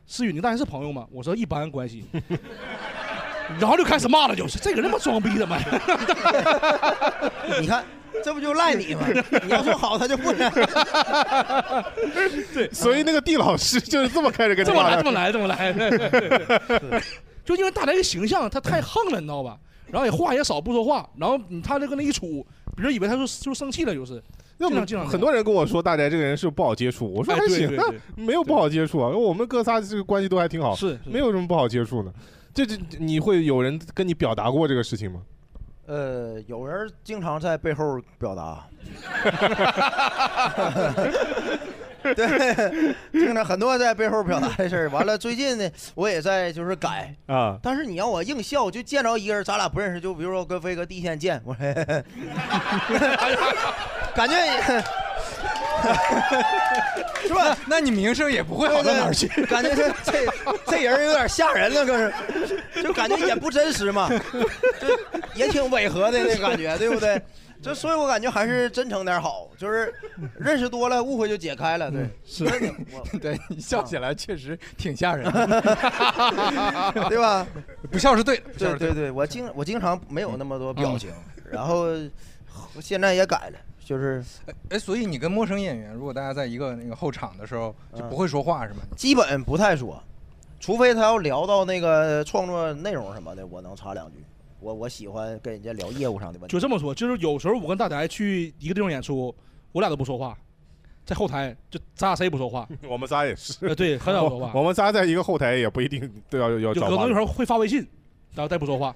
[SPEAKER 3] 思雨，你大家是朋友吗？”我说：“一般关系。”然后就开始骂了，就是这个人他妈装逼的嘛。
[SPEAKER 5] (laughs) 你看，这不就赖
[SPEAKER 3] (laughs)
[SPEAKER 5] 你吗？ (laughs) 你要说好，他就不来。
[SPEAKER 2] 对，所以那个地老师 (laughs) 就是这么开始跟他
[SPEAKER 3] 这么来，
[SPEAKER 2] 玩
[SPEAKER 3] 这么来，这么来。对对对 (laughs) 就因为大宅这形象，他太横了，你知道吧？然后也话也少，不说话。然后你他这跟那一处，别人以为他是就生气了，就是。经常经常
[SPEAKER 2] 很多人跟我说大宅这个人是不好接触，我说
[SPEAKER 3] 哎
[SPEAKER 2] 还
[SPEAKER 3] 对
[SPEAKER 2] 行
[SPEAKER 3] 对
[SPEAKER 2] 啊
[SPEAKER 3] 对，
[SPEAKER 2] (laughs) 没有不好接触啊，我们哥仨这个关系都还挺好，
[SPEAKER 3] 是
[SPEAKER 2] 没有什么不好接触的。这这你会有人跟你表达过这个事情吗？
[SPEAKER 5] 呃，有人经常在背后表达， (laughs) 对，经常很多在背后表达这事儿。完了，最近呢，我也在就是改，
[SPEAKER 2] 啊，
[SPEAKER 5] 但是你让我硬笑，就见着一个人，咱俩不认识，就比如说跟飞哥第一天见，
[SPEAKER 4] (laughs)
[SPEAKER 5] 我感觉
[SPEAKER 4] (laughs)
[SPEAKER 5] 是吧？
[SPEAKER 4] 那你名声也不会好到哪儿去
[SPEAKER 5] 对对感觉这这这人有点吓人了，更是，就感觉也不真实
[SPEAKER 4] (laughs)
[SPEAKER 5] 嘛，就也挺违和的那感觉，对不对？就所以，我感觉还是真诚点好，就是认识多了，误会就解开了。对，
[SPEAKER 4] 嗯是
[SPEAKER 5] 真的我，
[SPEAKER 4] 对你笑起来确实挺 (laughs) 吓人
[SPEAKER 5] 对吧？
[SPEAKER 4] 不笑是对的，不嗯笑
[SPEAKER 5] 对
[SPEAKER 4] 是
[SPEAKER 5] 对
[SPEAKER 4] 的
[SPEAKER 5] 对，我经我经常没有那么多表情，然后现在也改了，就是
[SPEAKER 4] 哎，所以你跟陌生演员，如果大家在一个那个后场的时候，就不会说话是吗？
[SPEAKER 5] 嗯基本不太说，除非他要聊到那个创作内容什么的，我能插两句。我我喜欢跟人家聊业务上的问题。
[SPEAKER 3] 就这么说，就是有时候我跟大宅去一个地方演出，我俩都不说话，在后台就咱俩谁也不说话。
[SPEAKER 2] (laughs) 我们仨也是，
[SPEAKER 3] 呃，对，很少说
[SPEAKER 2] (laughs) 我
[SPEAKER 3] 话。
[SPEAKER 2] 我们仨在一个后台也不一定都要要
[SPEAKER 3] 有
[SPEAKER 2] 找
[SPEAKER 3] 可能
[SPEAKER 2] 话
[SPEAKER 3] 有时
[SPEAKER 2] 聊。
[SPEAKER 3] 候会发微信，然后再不说
[SPEAKER 2] (laughs)
[SPEAKER 3] 话。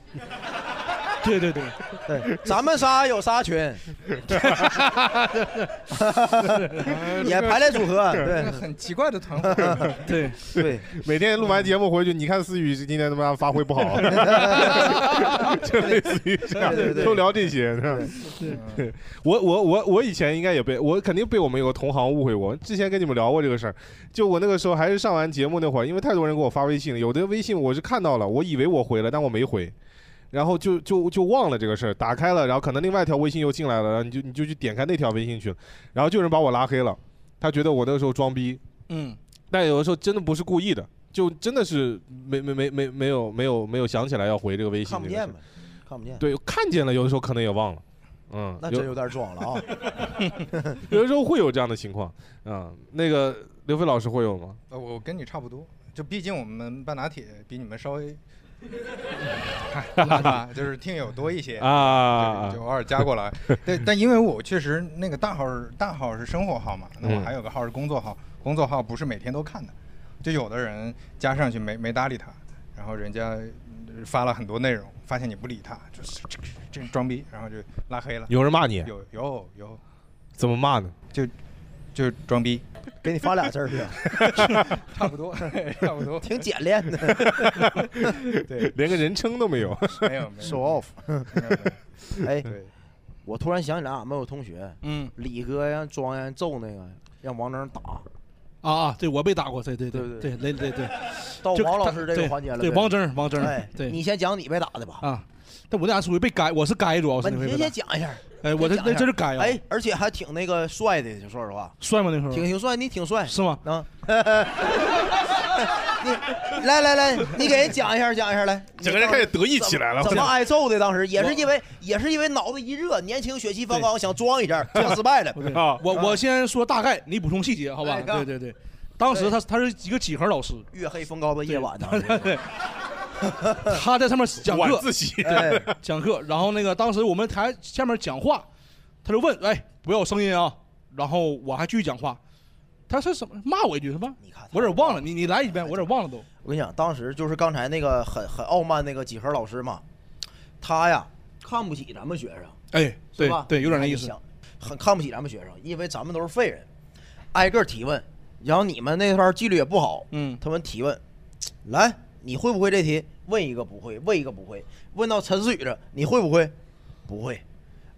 [SPEAKER 3] 对对对，
[SPEAKER 5] 对，咱们仨有仨群， (laughs)
[SPEAKER 3] (laughs)
[SPEAKER 5] 也排列组合，对，
[SPEAKER 4] 很奇怪的团
[SPEAKER 3] 对
[SPEAKER 5] (laughs) 对，
[SPEAKER 2] 每天录完节目回去，你看思雨今天他妈发挥不好，啊
[SPEAKER 5] (laughs)
[SPEAKER 2] 就类似于这样
[SPEAKER 5] 对对，对
[SPEAKER 2] 都聊这些是吧？对我我我我以前应该也被我肯定被我们有个同行误会过，之前跟你们聊过这个事儿。就我那个时候还是上完节目那会儿，因为太多人给我发微信了，有的微信我是看到了，我以为我回了，但我没回。然后就就就忘了这个事儿，打开了，然后可能另外一条微信又进来了，然后你就你就去点开那条微信去了，然后就有人把我拉黑了，他觉得我那个时候装逼，
[SPEAKER 3] 嗯，
[SPEAKER 2] 但有的时候真的不是故意的，就真的是没没没没没有没有没有想起来要回这个微信，
[SPEAKER 5] 看不见呗，看不见。
[SPEAKER 2] 对，看见了，有的时候可能也忘了，嗯，
[SPEAKER 5] 那真有点装了啊！
[SPEAKER 2] 有的时候会有这样的情况，嗯，那个刘飞老师会有吗？
[SPEAKER 4] 呃，我跟你差不多，就毕竟我们半拿铁比你们稍微，是吧？就是听友多一些
[SPEAKER 2] 啊
[SPEAKER 4] 就就偶尔加
[SPEAKER 2] (laughs)
[SPEAKER 4] 过来。对，但因为我确实那个大号是大号是生活号嘛，
[SPEAKER 2] 嗯
[SPEAKER 4] 那我还有个号是工作号，工作号不是每天都看的，就有的人加上去没没搭理他，然后人家呃发了很多内容，发现你不理他，就是这个这个装逼，然后就拉黑了。
[SPEAKER 2] 有人骂你
[SPEAKER 4] 有
[SPEAKER 10] 哦
[SPEAKER 4] 有有，
[SPEAKER 2] 怎么骂呢？
[SPEAKER 4] 就就装逼，
[SPEAKER 5] 给你发俩字儿是吧
[SPEAKER 4] (laughs) 差不
[SPEAKER 5] (laughs)
[SPEAKER 4] 多， (laughs) 差不多，。
[SPEAKER 5] 挺简练的
[SPEAKER 4] (laughs) 对，
[SPEAKER 2] 连个人称都没有，
[SPEAKER 4] 没有没有
[SPEAKER 5] show off
[SPEAKER 4] 没有没。有
[SPEAKER 5] (laughs) 哎
[SPEAKER 4] 对，
[SPEAKER 5] 我突然想起来，俺们有同学，
[SPEAKER 3] 嗯，
[SPEAKER 5] 李哥让庄严揍那个，让王铮打，
[SPEAKER 3] 啊啊，对我被打过，对对对对对对对，
[SPEAKER 5] 到
[SPEAKER 3] 就
[SPEAKER 5] 王老
[SPEAKER 3] 他
[SPEAKER 5] 师这个
[SPEAKER 3] 对
[SPEAKER 5] 环节了。
[SPEAKER 3] 对，王铮，王
[SPEAKER 5] 哎
[SPEAKER 3] 铮，，对
[SPEAKER 5] 你先讲你被打的吧。
[SPEAKER 3] 啊，但我那俩属于被该，我是该主要
[SPEAKER 5] 不
[SPEAKER 3] 是那
[SPEAKER 5] 是你
[SPEAKER 3] 回
[SPEAKER 5] 先
[SPEAKER 3] 被打
[SPEAKER 5] 先讲一下。
[SPEAKER 3] 哎我这
[SPEAKER 5] 先讲一下
[SPEAKER 3] 那真是该啊
[SPEAKER 5] 哎，而且还挺那个帅的，就说实话， (laughs)
[SPEAKER 3] 帅吗那时候？
[SPEAKER 5] 挺挺帅，你挺帅，
[SPEAKER 3] 是吗？
[SPEAKER 5] 啊，你来来来，你给人讲一下，讲一下来。
[SPEAKER 2] 整个人开始得意起来了
[SPEAKER 5] 怎么
[SPEAKER 2] 我
[SPEAKER 5] 挨揍的？当时也是因为也是因为脑子一热，年轻血气方刚，想装一下，装失
[SPEAKER 3] (laughs)
[SPEAKER 5] 败了。啊
[SPEAKER 3] 对
[SPEAKER 2] 啊
[SPEAKER 3] 我我先说大概，你补充细节好吧？
[SPEAKER 5] 哎
[SPEAKER 3] 对对对，当时他他是一个几何老师，
[SPEAKER 5] 月黑风高的夜晚呢，
[SPEAKER 3] (laughs) 对，他在上面讲课，
[SPEAKER 5] 啊晚自习
[SPEAKER 3] 对，讲课。然后那个当时我们台下面讲话，他就问：“哎，不要有声音啊！”然后我还继续讲话，他是什么骂我一句什么？我有点忘了，你你来一
[SPEAKER 5] 哎
[SPEAKER 3] 遍，我有点忘了都。
[SPEAKER 5] 我跟你讲，当时就是刚才那个很很傲慢那个几何老师嘛，他呀看不起咱们学生，
[SPEAKER 3] 哎，
[SPEAKER 5] 是
[SPEAKER 3] 对
[SPEAKER 5] 吧？
[SPEAKER 3] 对，有点那意思
[SPEAKER 5] 你。想，很看不起咱们学生，因为咱们都是废人，挨个提问，然后你们那块儿纪律也不好，
[SPEAKER 3] 嗯，
[SPEAKER 5] 他们提问，来，你会不会这题？问一个不会，问一个不会，问到陈思雨这，你会不会？不会。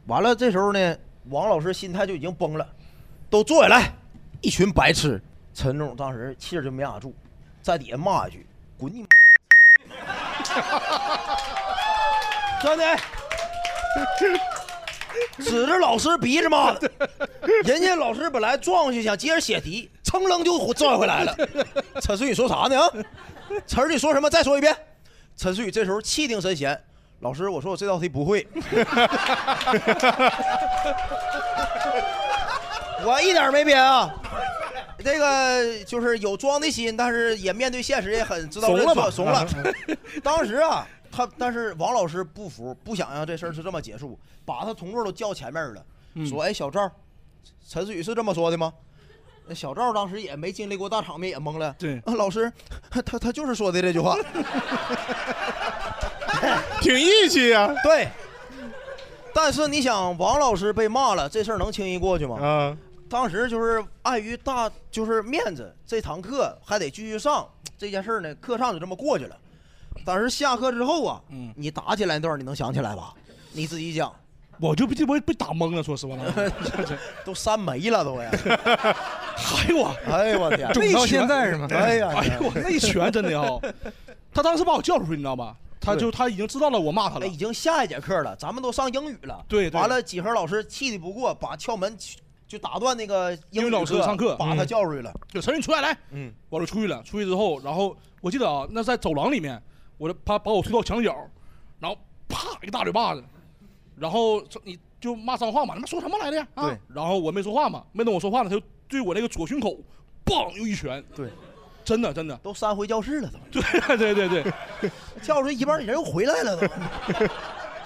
[SPEAKER 5] 完了，这时候呢，王老师心态就已经崩了，都坐下来，一群白痴。陈总当时气儿就没压住，在底下骂一句：“滚你妈！”真的，指着老师鼻子骂的。人家老师本来撞过去想接着写题，噌楞就转回来了。陈思宇说啥呢？啊？词儿你说什么？再说一遍。陈思雨这时候气定神闲，老师，我说我这道题不会，我一点儿没编啊。这个就是有装的心，但是也面对现实，也很知道
[SPEAKER 2] 怂了
[SPEAKER 5] 认
[SPEAKER 2] 吧
[SPEAKER 5] 错，
[SPEAKER 2] (laughs)
[SPEAKER 5] 怂了。啊 (laughs) 当时啊，他但是王老师不服，不想让这事儿是这么结束，把他同桌都叫前面了，
[SPEAKER 2] 嗯
[SPEAKER 5] 说：“哎，小赵，陈思雨是这么说的吗？”那小赵当时也没经历过大场面，也懵了。
[SPEAKER 3] 对，
[SPEAKER 5] 啊、 (laughs) 老师，他他就是说的这句话，
[SPEAKER 2] (laughs) 挺义气啊呀、
[SPEAKER 5] (laughs) 对。但是你想，王老师被骂了，这事儿能轻易过去吗？
[SPEAKER 2] 啊。
[SPEAKER 5] 当时就是碍于大就是面子，这堂课还得继续上，这件事儿呢，课上就这么过去了。但是下课之后啊，
[SPEAKER 3] 嗯
[SPEAKER 5] 你打起来那段儿你能想起来吧？你自己讲，
[SPEAKER 3] 我就被我被打懵了，说实话，
[SPEAKER 5] (laughs) 都删没
[SPEAKER 3] (laughs)
[SPEAKER 5] 了都呀！
[SPEAKER 3] 哎呦我，
[SPEAKER 5] 哎呦我天，
[SPEAKER 3] 那一拳
[SPEAKER 5] 哎呀，
[SPEAKER 3] (laughs) 哎呦我那一拳真的呀、他当时把我叫出去，你知道吧？他就他已经知道了我骂他了，
[SPEAKER 5] 哎已经下一节课了，咱们都上英语了。
[SPEAKER 3] 对对
[SPEAKER 5] 完了，几何老师气的不过，把窍门去就打断那个
[SPEAKER 3] 英
[SPEAKER 5] 语
[SPEAKER 3] 语老师上课嗯
[SPEAKER 5] 把他叫出去了。
[SPEAKER 3] 就陈宇你出来来，
[SPEAKER 5] 嗯，
[SPEAKER 3] 我就出去了。出去之后，然后我记得啊，那在走廊里面，我就他把我推到墙角，然后啪一个大嘴巴子，然后这你就骂脏话嘛，他妈说什么来的呀？啊
[SPEAKER 5] 对，
[SPEAKER 3] 然后我没说话嘛，没等我说话呢，他就对我那个左胸口，梆又一拳。
[SPEAKER 5] 对，
[SPEAKER 3] 真的真的
[SPEAKER 5] 都三回教室了都。
[SPEAKER 3] (laughs) 对对对对，
[SPEAKER 5] (laughs) 叫出去一半人又回来了都。
[SPEAKER 3] (laughs)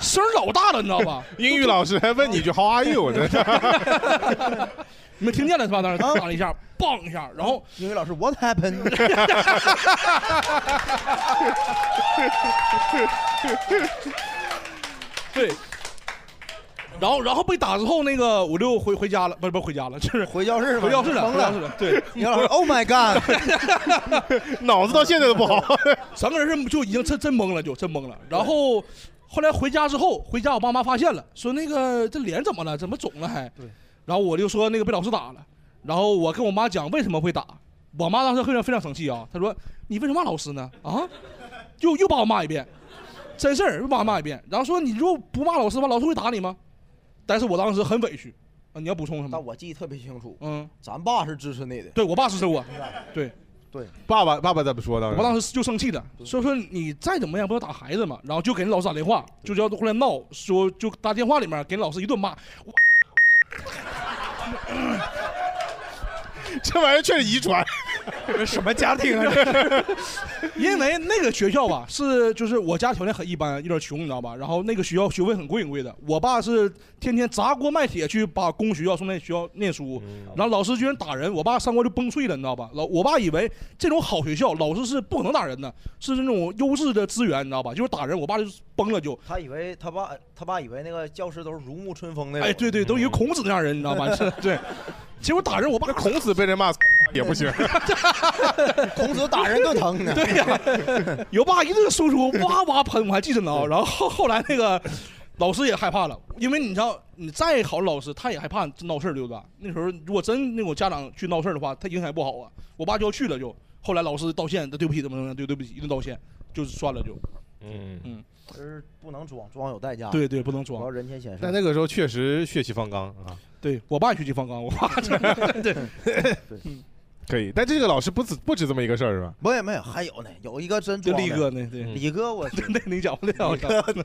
[SPEAKER 3] 声儿老大了，你知道吧？
[SPEAKER 2] (laughs) 英语老师还问你句 “How are you”，真的。
[SPEAKER 3] 你们听见了是吧？当时打了一下，梆
[SPEAKER 5] (laughs)
[SPEAKER 3] 一啊下，然后
[SPEAKER 5] 英语老师啊 What happened？
[SPEAKER 3] 对，然后然后被打之后，那个我就回回家了，不是不是回家了，就是
[SPEAKER 5] 回教室吧
[SPEAKER 3] 回教室了，
[SPEAKER 5] 疯
[SPEAKER 3] 回
[SPEAKER 5] 了
[SPEAKER 3] 教室了。对，
[SPEAKER 5] (laughs) 你老师 Oh my God！
[SPEAKER 3] (laughs)
[SPEAKER 2] 脑子到现在都不好，
[SPEAKER 3] 三个人是就已经真真懵了，就真懵了。然后后来回家之后，回家我爸妈发现了，说那个这脸怎么了，怎么肿了还？对。然后我就说那个被老师打了，然后我跟我妈讲为什么会打，我妈当时非常非常生气啊，她说你为什么骂老师呢？啊，又又把我骂一遍，真事儿又把我骂一遍，然后说你如果不骂老师吧，老师会打你吗？但是我当时很委屈啊，你要补充什么？
[SPEAKER 5] 但我记忆特别清楚，
[SPEAKER 3] 嗯，
[SPEAKER 5] 咱爸是支持你的，
[SPEAKER 3] 对我爸支持我，对
[SPEAKER 5] (laughs) (laughs) 对，
[SPEAKER 2] 爸爸爸爸怎么说的？
[SPEAKER 3] 我当时就生气了，说说你再怎么样不要打孩子嘛，然后就给人老师打电话，就叫过来闹，说就打电话里面给人老师一顿骂，我
[SPEAKER 2] 这玩意儿确实遗
[SPEAKER 5] (laughs)
[SPEAKER 2] 传，
[SPEAKER 3] 什么家
[SPEAKER 2] 庭啊这？
[SPEAKER 3] (laughs) 因为那个学校吧，是就是我家条件很一般，有点穷，你知道吧？然后那个学校学费很贵很贵的，我爸是天天砸锅卖铁去把公学校送那学校念书，然后老师居然打人，我爸上锅就崩溃了，你知道吧？老我爸以为这种好学校老师是不可能打人的，是那种优质的资源，你知道吧？就是打人，我爸就崩了就。
[SPEAKER 5] 他以为他爸他爸以为那个教室都是如沐春风那种。
[SPEAKER 3] 哎，对对，都以为孔子那样人，你知道
[SPEAKER 2] (laughs)
[SPEAKER 3] 吧？是对，结果打人，我爸
[SPEAKER 2] 孔子被人骂也不
[SPEAKER 3] (laughs)
[SPEAKER 2] 行，
[SPEAKER 5] 孔子打人更疼呢。
[SPEAKER 3] 对呀、有爸一顿输出，哇哇喷，我还记着呢啊。然后后后来那个老师也害怕了，因为你知道，你再好的老师他也害怕真闹事儿，对不对？那时候如果真那种家长去闹事儿的话，他影响也不好啊。我爸就要去了就，后来老师道歉，对不起，怎么怎么样，对对不起，一顿道歉，就算了就。
[SPEAKER 2] 嗯
[SPEAKER 3] 嗯，
[SPEAKER 5] 就是不能装，装有代价。
[SPEAKER 3] 对对不能装
[SPEAKER 5] 我要人前显示。
[SPEAKER 2] 但那个时候确实血气方刚
[SPEAKER 5] (laughs)
[SPEAKER 2] 啊。
[SPEAKER 3] 对我爸血气方
[SPEAKER 2] (laughs)
[SPEAKER 3] 刚，我爸对
[SPEAKER 5] 对，嗯
[SPEAKER 2] 可以。但这个老师不止不止这么一个事儿是吧？
[SPEAKER 5] 没有没有，还有呢，有一个真
[SPEAKER 2] 就
[SPEAKER 5] 装的。
[SPEAKER 2] 力哥呢对
[SPEAKER 5] 力哥我
[SPEAKER 3] (laughs) 那你讲不了
[SPEAKER 5] 力哥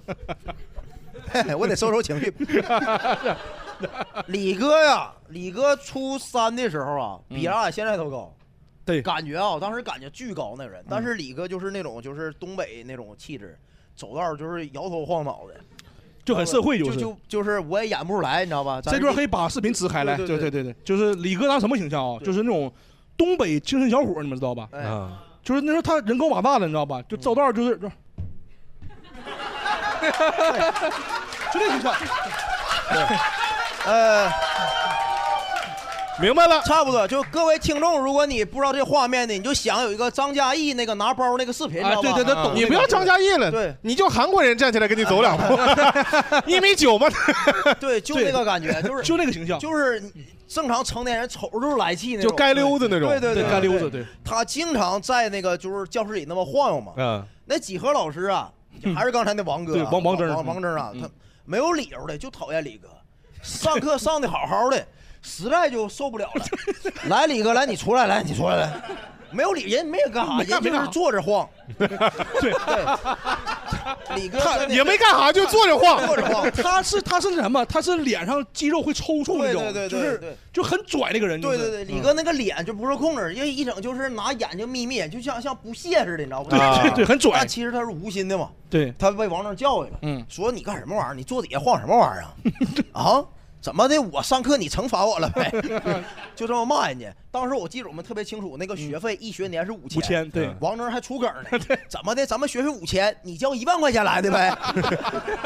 [SPEAKER 5] 嘿我得收收
[SPEAKER 3] (laughs)
[SPEAKER 5] 情绪。李哥呀，李哥初三的时候啊，比咱俩现在都高。
[SPEAKER 3] 嗯对，嗯
[SPEAKER 5] 感觉啊，当时感觉巨高那人，但是李哥就是那种就是东北那种气质，走道儿就是摇头晃脑的，
[SPEAKER 3] 就很社会
[SPEAKER 5] 就
[SPEAKER 3] 就是
[SPEAKER 5] 就就是我也演不出来，你知道吧？啊咱
[SPEAKER 3] 这段可以把视频支开来，
[SPEAKER 5] 对
[SPEAKER 3] 对对对对，就是李哥他什么形象啊？就是那种东北精神小伙儿，你们知道
[SPEAKER 5] 哎
[SPEAKER 3] 吧？
[SPEAKER 2] 啊，
[SPEAKER 3] 就是那时候他人高马大的，你知道吧？就走道儿就是，
[SPEAKER 5] 嗯
[SPEAKER 3] 就就那形象。
[SPEAKER 5] 呃，
[SPEAKER 2] 明白了，
[SPEAKER 5] 差不多。就各位听众，如果你不知道这画面的，你就想有一个张嘉译那个拿包那个视频，
[SPEAKER 2] 啊，对对对，懂。你不要张嘉译了，
[SPEAKER 5] 对，
[SPEAKER 2] 你就韩国人站起来跟你走两
[SPEAKER 5] (laughs)
[SPEAKER 2] 步，一米九嘛，
[SPEAKER 5] 对，就那个感
[SPEAKER 2] (laughs)
[SPEAKER 5] 觉，就是
[SPEAKER 3] 就那个形象，
[SPEAKER 5] 就是正常成年人瞅着就是来气那种，
[SPEAKER 2] 就该溜达那种
[SPEAKER 5] 对对
[SPEAKER 2] 对该溜达对。
[SPEAKER 5] 他经常在那个就是教室里那么晃悠嘛。
[SPEAKER 2] 嗯，
[SPEAKER 5] 那几何老师啊，就还是刚才那王哥啊，
[SPEAKER 2] 对王王
[SPEAKER 5] 王
[SPEAKER 2] 征
[SPEAKER 5] 王王征啊，
[SPEAKER 2] 嗯
[SPEAKER 5] 他没有理由的就讨厌李哥，上课
[SPEAKER 2] (laughs)
[SPEAKER 5] 上的好好的，实在就受不了了，来李哥，来你出来，来你出来，来。没有理人没有干啥，
[SPEAKER 2] 没干
[SPEAKER 5] 人就
[SPEAKER 2] 没干
[SPEAKER 5] 是
[SPEAKER 2] 啥
[SPEAKER 5] 坐
[SPEAKER 2] (laughs)
[SPEAKER 5] 着晃。对，李哥
[SPEAKER 3] 他
[SPEAKER 5] 在那
[SPEAKER 3] 也没干啥啊就坐着晃
[SPEAKER 5] 坐着晃。
[SPEAKER 3] (laughs) 他是他是什么？他是脸上肌肉会抽搐那种，
[SPEAKER 5] 对对对
[SPEAKER 3] 就是
[SPEAKER 5] 对对
[SPEAKER 3] 就很拽那个人、就是。
[SPEAKER 5] 对对对，李
[SPEAKER 3] 嗯
[SPEAKER 5] 哥那个脸就不受控制，因为一整就是拿眼睛眯眯眼，就像像不屑似的，你知道不？
[SPEAKER 3] 啊对对很拽
[SPEAKER 5] 但其实他是无心的嘛，
[SPEAKER 3] 对，
[SPEAKER 5] 他被王正教育了，
[SPEAKER 3] 嗯，
[SPEAKER 5] 说你干什么玩意儿？你坐底下晃什么玩意儿
[SPEAKER 3] (laughs)
[SPEAKER 5] 啊？啊？怎么的？我上课你惩罚我了呗？ (laughs) 就这么骂人家。当时我记得我们特别清楚，那个学费一学年是五千，
[SPEAKER 3] 5000对
[SPEAKER 5] 王峥还出梗
[SPEAKER 3] (laughs)
[SPEAKER 5] 呢，怎么的？咱们学费五千，你交一万块钱来的呗？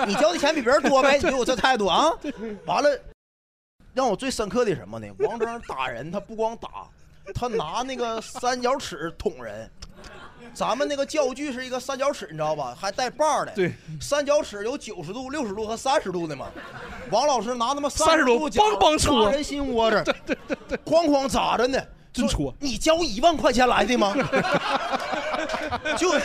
[SPEAKER 5] 你交的钱比别人多呗？你就有这态度啊？完了，让我最深刻的是什 (laughs) 么呢？王峥打人，他不光打，他拿那个三角尺捅人。咱们那个教具是一个三角尺，你知道吧？还带把儿的。
[SPEAKER 3] 对，
[SPEAKER 5] 三角尺有九十度、六十度和三十度的嘛。王老师拿他妈
[SPEAKER 3] 30度
[SPEAKER 5] 度角
[SPEAKER 3] 梆梆戳
[SPEAKER 5] 扎人心窝啊 (laughs) 子，对对对对，哐哐扎着呢。真戳！你交一万块钱来的吗？ (laughs) 就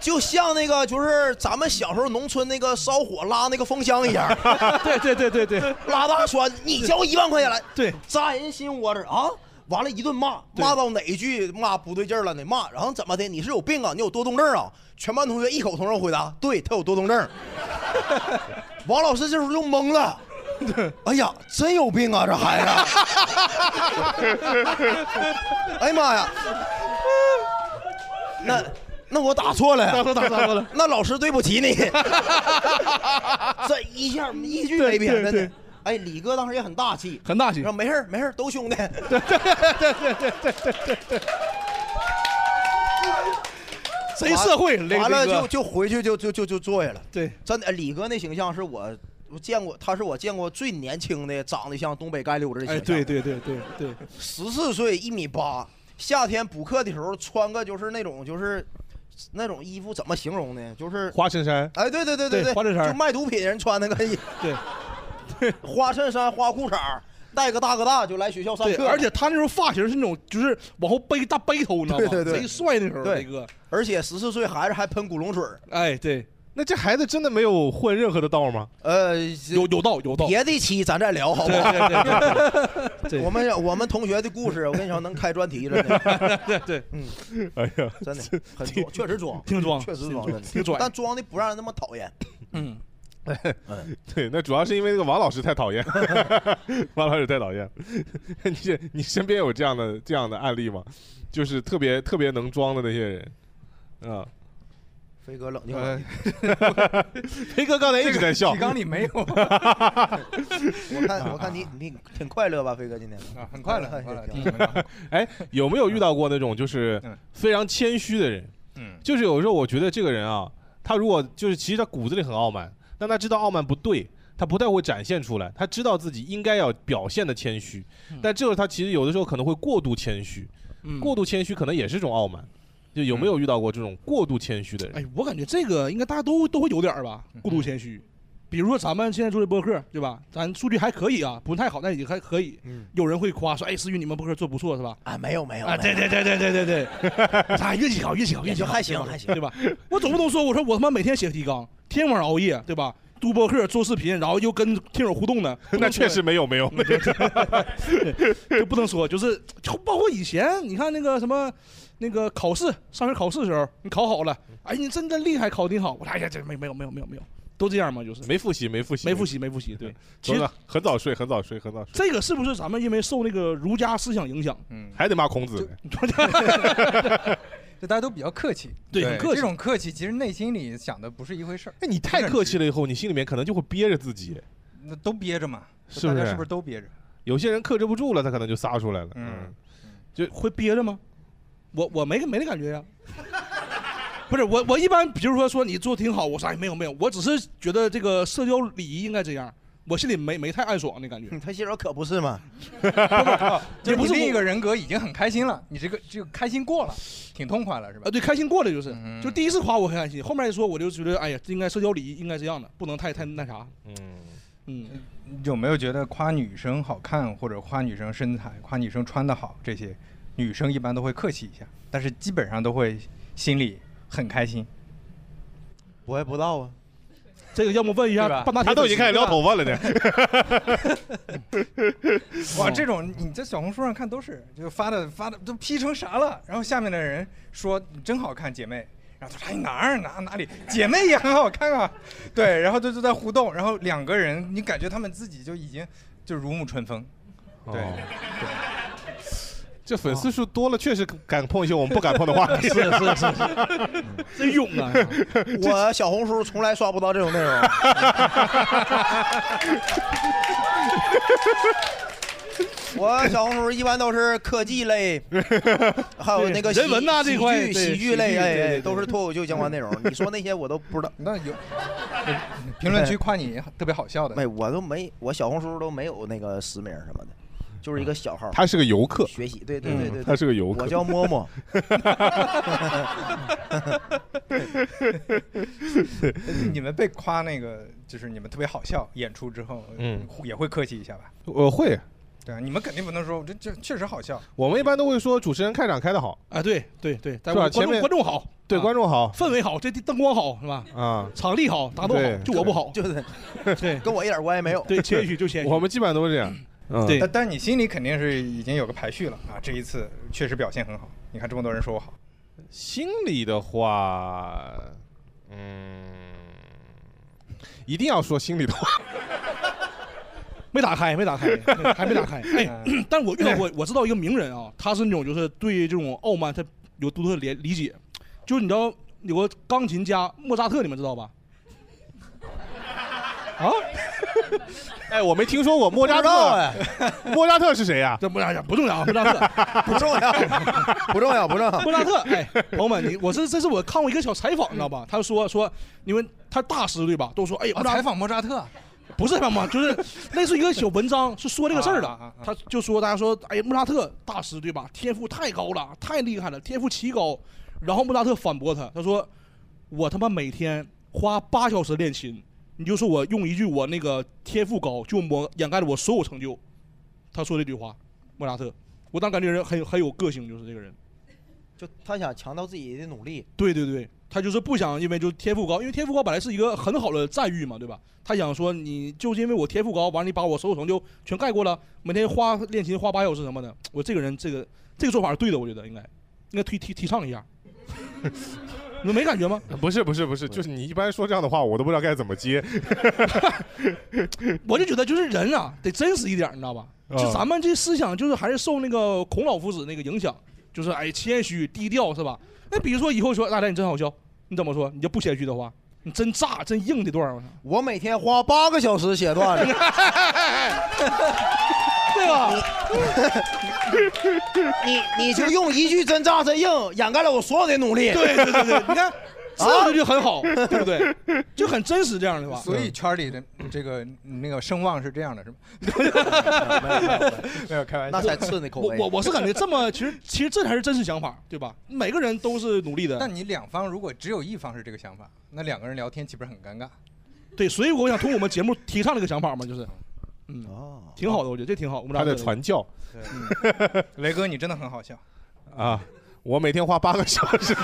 [SPEAKER 5] 就像那个就是咱们小时候农村那个烧火拉那个风箱一样，
[SPEAKER 3] (laughs) 对对对对对，
[SPEAKER 5] 拉大栓，你交一万块钱来，
[SPEAKER 3] 对，
[SPEAKER 5] 扎人心窝子啊！完了，一顿骂，骂到哪一句骂不对劲儿了呢？骂，然后怎么的？你是有病啊？你有多动症啊？全班同学异口同声回答：对他有多动症。王老师这时候就懵了，哎呀，真有病啊，这
[SPEAKER 3] (laughs)
[SPEAKER 5] 孩子！哎呀妈呀！那那我打错了呀，
[SPEAKER 3] 打错打错了
[SPEAKER 5] (laughs) 那老师对不起
[SPEAKER 3] (laughs)
[SPEAKER 5] 你，这一下一句
[SPEAKER 3] 对
[SPEAKER 5] 没变，
[SPEAKER 3] 对
[SPEAKER 5] 真的
[SPEAKER 3] 对。
[SPEAKER 5] 哎，李哥当时也很大气，
[SPEAKER 3] 很大气，
[SPEAKER 5] 说没事儿没事儿都兄弟。
[SPEAKER 3] 对对对对对对对对
[SPEAKER 5] (laughs)
[SPEAKER 3] 对。贼社会
[SPEAKER 5] 完
[SPEAKER 3] 雷
[SPEAKER 5] 完了
[SPEAKER 3] 雷哥
[SPEAKER 5] 就就回去就就就就坐下了。
[SPEAKER 3] 对，
[SPEAKER 5] 真的，李哥那形象是我我见过，他是我见过最年轻的，长得像东北街溜子的形
[SPEAKER 3] 哎，
[SPEAKER 5] 象。
[SPEAKER 3] 对对对对对，
[SPEAKER 5] 十四岁，一米八，夏天补课的时候穿个就是那种就是那种衣服，怎么形容呢？就是
[SPEAKER 2] 花衬衫
[SPEAKER 5] 哎，对对对
[SPEAKER 2] 对
[SPEAKER 5] 对，
[SPEAKER 2] 花衬衫
[SPEAKER 5] 就卖毒品人穿那个衣，
[SPEAKER 3] 对，
[SPEAKER 5] 对，花衬衫、花裤衩儿，带个大哥大就来学校上
[SPEAKER 3] 对，
[SPEAKER 5] 课，
[SPEAKER 3] 而且他那时候发型是那种就是往后背大背头，你知道吗？
[SPEAKER 5] 对对对，
[SPEAKER 3] 贼帅那时候
[SPEAKER 5] 对
[SPEAKER 3] 雷哥。
[SPEAKER 5] 而且十四岁孩子还喷古龙水儿
[SPEAKER 3] 哎，对，
[SPEAKER 2] 那这孩子真的没有混任何的道吗？
[SPEAKER 5] 呃，
[SPEAKER 3] 有有道有道。
[SPEAKER 5] 别的期咱
[SPEAKER 2] (laughs)
[SPEAKER 5] 再聊，好不好？
[SPEAKER 2] 对对 (laughs)
[SPEAKER 3] 对对
[SPEAKER 5] 我们我们同学的故事，我跟你说，能开专题了呢。
[SPEAKER 3] 对对，
[SPEAKER 5] 嗯，
[SPEAKER 2] 哎呀，
[SPEAKER 5] 真的很装，确实装，
[SPEAKER 2] 挺装
[SPEAKER 5] 确实
[SPEAKER 2] 挺
[SPEAKER 5] 装，
[SPEAKER 2] 装
[SPEAKER 5] 真的
[SPEAKER 2] 挺拽
[SPEAKER 5] 但装的不让人那么讨厌。
[SPEAKER 3] 嗯，
[SPEAKER 2] 对，那主要是因为那个王老师太讨厌， (laughs) 王老师太讨厌。 (laughs) 你这你身边有这样的这样的案例吗？就是特别特别能装的那些人，啊、
[SPEAKER 5] 飞哥冷静冷静，
[SPEAKER 2] (laughs) 飞哥刚才一直在笑
[SPEAKER 4] 提纲里
[SPEAKER 2] (laughs)
[SPEAKER 4] 没有。
[SPEAKER 5] 我
[SPEAKER 4] 我
[SPEAKER 5] 看我看你你挺快乐吧，飞哥今天啊，
[SPEAKER 4] 很快乐很快乐挺快乐
[SPEAKER 2] (laughs) 哎，有没有遇到过那种就是
[SPEAKER 3] 嗯
[SPEAKER 2] 非常谦虚的人？
[SPEAKER 4] 嗯
[SPEAKER 2] 就是有时候我觉得这个人啊，他如果就是其实他骨子里很傲慢，但他知道傲慢不对，他不太会展现出来，他知道自己应该要表现的谦虚，但这个他其实有的时候可能会过度谦虚，
[SPEAKER 3] 嗯
[SPEAKER 2] 过度谦虚可能也是一种傲慢。就有没有遇到过这种过度谦虚的人？
[SPEAKER 3] 哎，我感觉这个应该大家都都会有点儿吧，过度谦虚。比如说咱们现在做的播客，对吧？咱数据还可以啊，不太好，但也还可以。有人会夸说：“哎，思雨，你们播客做不错，是吧？”
[SPEAKER 5] 啊，没有没有
[SPEAKER 3] 啊，对对对对对对对，咱运气好，运气好，运气好，
[SPEAKER 5] 还行还行
[SPEAKER 3] 对吧？我总不能说我说我他妈每天写提纲，天天晚上熬夜，对吧？录播客做视频，然后又跟听友互动呢，
[SPEAKER 2] 那确实没有没有没有，
[SPEAKER 3] 就不能说，就是就包括以前，你看那个什么，那个考试，上学考试的时候，你考好了，哎，你真的厉害，考得挺好。我说，哎呀，这没没有没有没有没有，都这样嘛，就是
[SPEAKER 2] 没复习，没复习，
[SPEAKER 3] 没复习，没复习。对，其
[SPEAKER 2] 真
[SPEAKER 3] 实
[SPEAKER 2] 的很早睡，很早睡，很早睡，
[SPEAKER 3] 这个是不是咱们因为受那个儒家思想影响？
[SPEAKER 4] 嗯，
[SPEAKER 2] 还得骂孔子。
[SPEAKER 4] 就大家都比较客气，
[SPEAKER 2] 对很客气
[SPEAKER 4] 这种客气其实内心里想的不是一回事儿。
[SPEAKER 2] 哎，你太客气了，以后你心里面可能就会憋着自己，
[SPEAKER 4] 那都憋着嘛，
[SPEAKER 2] 是
[SPEAKER 4] 大
[SPEAKER 2] 不
[SPEAKER 4] 家
[SPEAKER 2] 是？
[SPEAKER 4] 是不是都憋着？
[SPEAKER 2] 有些人克制不住了，他可能就撒出来了。
[SPEAKER 4] 嗯，
[SPEAKER 2] 就
[SPEAKER 3] 会憋着吗？我我没没那感觉呀、 (laughs) 不是我我一般，比如说说你做挺好，我说哎没有没有，我只是觉得这个社交礼仪应该这样，我心里没没太暗爽那感觉。
[SPEAKER 5] 他心里可不
[SPEAKER 3] (laughs)
[SPEAKER 5] 是嘛，
[SPEAKER 3] 也不
[SPEAKER 4] 就是你另一
[SPEAKER 3] 我
[SPEAKER 4] 个人格已经很开心了，你这个就开心过了，挺痛快了是吧？嗯
[SPEAKER 3] 啊，对，开心过了就是，就第一次夸我很开心，后面一说我就觉得，哎呀，这应该社交礼仪应该这样的，不能太太那啥。
[SPEAKER 2] 嗯
[SPEAKER 3] 嗯，
[SPEAKER 4] 有没有觉得夸女生好看或者夸女生身材、夸女生穿的好这些，女生一般都会客气一下，但是基
[SPEAKER 2] (laughs)
[SPEAKER 4] 本上都会心里很开心。
[SPEAKER 5] 我也不知道啊，
[SPEAKER 3] 这个要么问一下
[SPEAKER 2] 对吧
[SPEAKER 3] 半拿铁粉丝，
[SPEAKER 2] 他都已经开始撩头发了呢哦
[SPEAKER 4] 哇，这种你在小红书上看都是，就发的发的都 P 成啥了，然后下面的人说你真好看，姐妹。然后他说：“哎，哪儿哪哪里， (laughs) 姐妹也很好看啊。”对，然后就就在互动，然后两个人，你感觉他们自己就已经就如沐春风。对，
[SPEAKER 2] 这
[SPEAKER 3] 啊
[SPEAKER 2] 粉丝数多了，确实敢碰一些我们不敢碰的话
[SPEAKER 3] (laughs)
[SPEAKER 2] 题。
[SPEAKER 5] 是是是
[SPEAKER 2] (laughs)
[SPEAKER 3] 真勇啊！
[SPEAKER 5] 我小红书从来刷不到这种内容。我小红书一般都是科技
[SPEAKER 3] (laughs)
[SPEAKER 5] 类，还有那个喜
[SPEAKER 3] 人文呐这一块对
[SPEAKER 5] 喜剧、喜剧
[SPEAKER 3] 喜
[SPEAKER 5] 类，
[SPEAKER 3] 剧对对
[SPEAKER 5] 哎，哎
[SPEAKER 3] 对
[SPEAKER 5] 都是脱口秀相关内容。你说那些我都不知道。
[SPEAKER 4] 那有 (laughs) 评论
[SPEAKER 5] (laughs)
[SPEAKER 4] 区夸你特别好笑的。
[SPEAKER 5] 没，我都没，我小红书都没有那个实名什么的，就是一个小号。
[SPEAKER 2] 他是个游客
[SPEAKER 5] 学习，对对
[SPEAKER 2] 嗯
[SPEAKER 5] 对对，对
[SPEAKER 2] 他是个游客
[SPEAKER 5] 我叫摸摸。
[SPEAKER 4] 你们被夸那个，就是你们特别好笑，演出之后，
[SPEAKER 2] 嗯
[SPEAKER 4] 嗯，也会客气一下吧？
[SPEAKER 2] 我呃会，
[SPEAKER 4] 对啊，你们肯定不能说这这确实好笑，
[SPEAKER 2] 我们一般都会说主持人开场开的好
[SPEAKER 3] 啊，对对对，
[SPEAKER 2] 是
[SPEAKER 3] 但
[SPEAKER 2] 吧？
[SPEAKER 3] 我
[SPEAKER 2] 前
[SPEAKER 3] 观众
[SPEAKER 2] 面
[SPEAKER 3] 观众好，啊
[SPEAKER 2] 对观众好
[SPEAKER 3] 氛围 (laughs) 好，这地灯光好是吧？
[SPEAKER 2] 啊，
[SPEAKER 3] 场地好，打斗好
[SPEAKER 2] 对，
[SPEAKER 3] 就我不好，
[SPEAKER 5] 就是
[SPEAKER 3] (laughs) 对，
[SPEAKER 5] 跟我一点关系没有。
[SPEAKER 3] 对，谦虚就谦虚。
[SPEAKER 2] 们基本上都是这样。嗯
[SPEAKER 4] 但但你心里肯定是已经有个排序了啊！这一次确实表现很好，你看这么多人说我好，
[SPEAKER 2] 心里的话，嗯，一定要说心里的话。 (laughs)
[SPEAKER 3] 没打开，没打开， (laughs) 还没打开。哎，
[SPEAKER 2] 嗯
[SPEAKER 3] 但
[SPEAKER 2] (laughs)
[SPEAKER 3] 我遇到过，我知道一个名人啊，他是那种就是对这种傲慢他有独特的理理解，就是你知道有个钢琴家莫扎特，你们知道
[SPEAKER 2] (laughs)
[SPEAKER 3] 吧？啊？
[SPEAKER 2] 哎，我没听说过莫扎特啊。莫扎特是谁啊呀？
[SPEAKER 3] 哎这莫扎特不重要，莫扎特
[SPEAKER 5] 不重要， (laughs) 不重要，不重要。
[SPEAKER 3] 莫扎特，哎，朋友们，你我这这是我看过一个小采访，你知道吧？他说说，因为他大师对吧？都说哎，
[SPEAKER 4] 啊采访莫扎特，
[SPEAKER 3] 不是采访嘛，就是 (laughs) 类似于一个小文章，是说这个事儿
[SPEAKER 4] 啊
[SPEAKER 3] 的。他就说大家说，哎，莫扎特大师对吧？天赋太高了，太厉害了，天赋奇高。然后莫扎特反驳他，他说我他妈每天花八小时练琴，你就说我用一句我那个天赋高就抹掩盖了我所有成就。他说这句话，莫扎特，我当时感觉人很有很有个性，就是这个人。
[SPEAKER 5] 就他想强调自己的努力，
[SPEAKER 3] 对对对，他就是不想因为就天赋高，因为天赋高本来是一个很好的赞誉嘛，对吧？他想说你就是因为我天赋高，完了你把我所有成就全盖过了，每天花练琴花八小时什么的，我这个人这个这个做法是对的，我觉得应该应该推提提倡一下。 (laughs) 你们没感觉吗？
[SPEAKER 2] 不 (laughs) 是不是不是，就是你一般说这样的话，我都不知道该怎么接。 (laughs)
[SPEAKER 3] 我就觉得就是人啊，得真实一点，你知道吧？
[SPEAKER 2] 啊
[SPEAKER 3] 就咱们这思想就是还是受那个孔老夫子那个影响，就是哎谦虚低调是吧？那比如说以后说大家你真好笑，你怎么说？你就不谦虚的话，你真炸真硬的段儿，我啊操！
[SPEAKER 5] 我每天花八个小时写段子，
[SPEAKER 3] 对啊吧？ (laughs)
[SPEAKER 5] 你你就用一句真炸真硬掩盖了我所有的努力。
[SPEAKER 3] 对对对对你看
[SPEAKER 5] 啊
[SPEAKER 3] 这就很好，对不对？ (laughs) 就很真实这样的吧。
[SPEAKER 4] 所以圈里的这个那个声望是这样的，是吧？嗯没有开玩笑，
[SPEAKER 5] 那才次呢口
[SPEAKER 3] 我我我是感觉这么，其实其实这才是真实想法，对吧？每个人都是努力的。
[SPEAKER 4] 但你两方如果只有一方是这个想法，那两个人聊天岂不是很尴尬？
[SPEAKER 3] 对，所以我想通过我们节目提倡这个想法嘛，就是，
[SPEAKER 5] 哦
[SPEAKER 3] 嗯，
[SPEAKER 2] 哦
[SPEAKER 3] 挺好的，我觉得这挺好。我们俩
[SPEAKER 2] 他在传教
[SPEAKER 3] (laughs)
[SPEAKER 4] 嗯 (laughs) 雷哥，你真的很好笑，
[SPEAKER 2] 啊！我每天花八个小
[SPEAKER 3] (laughs)
[SPEAKER 2] 时，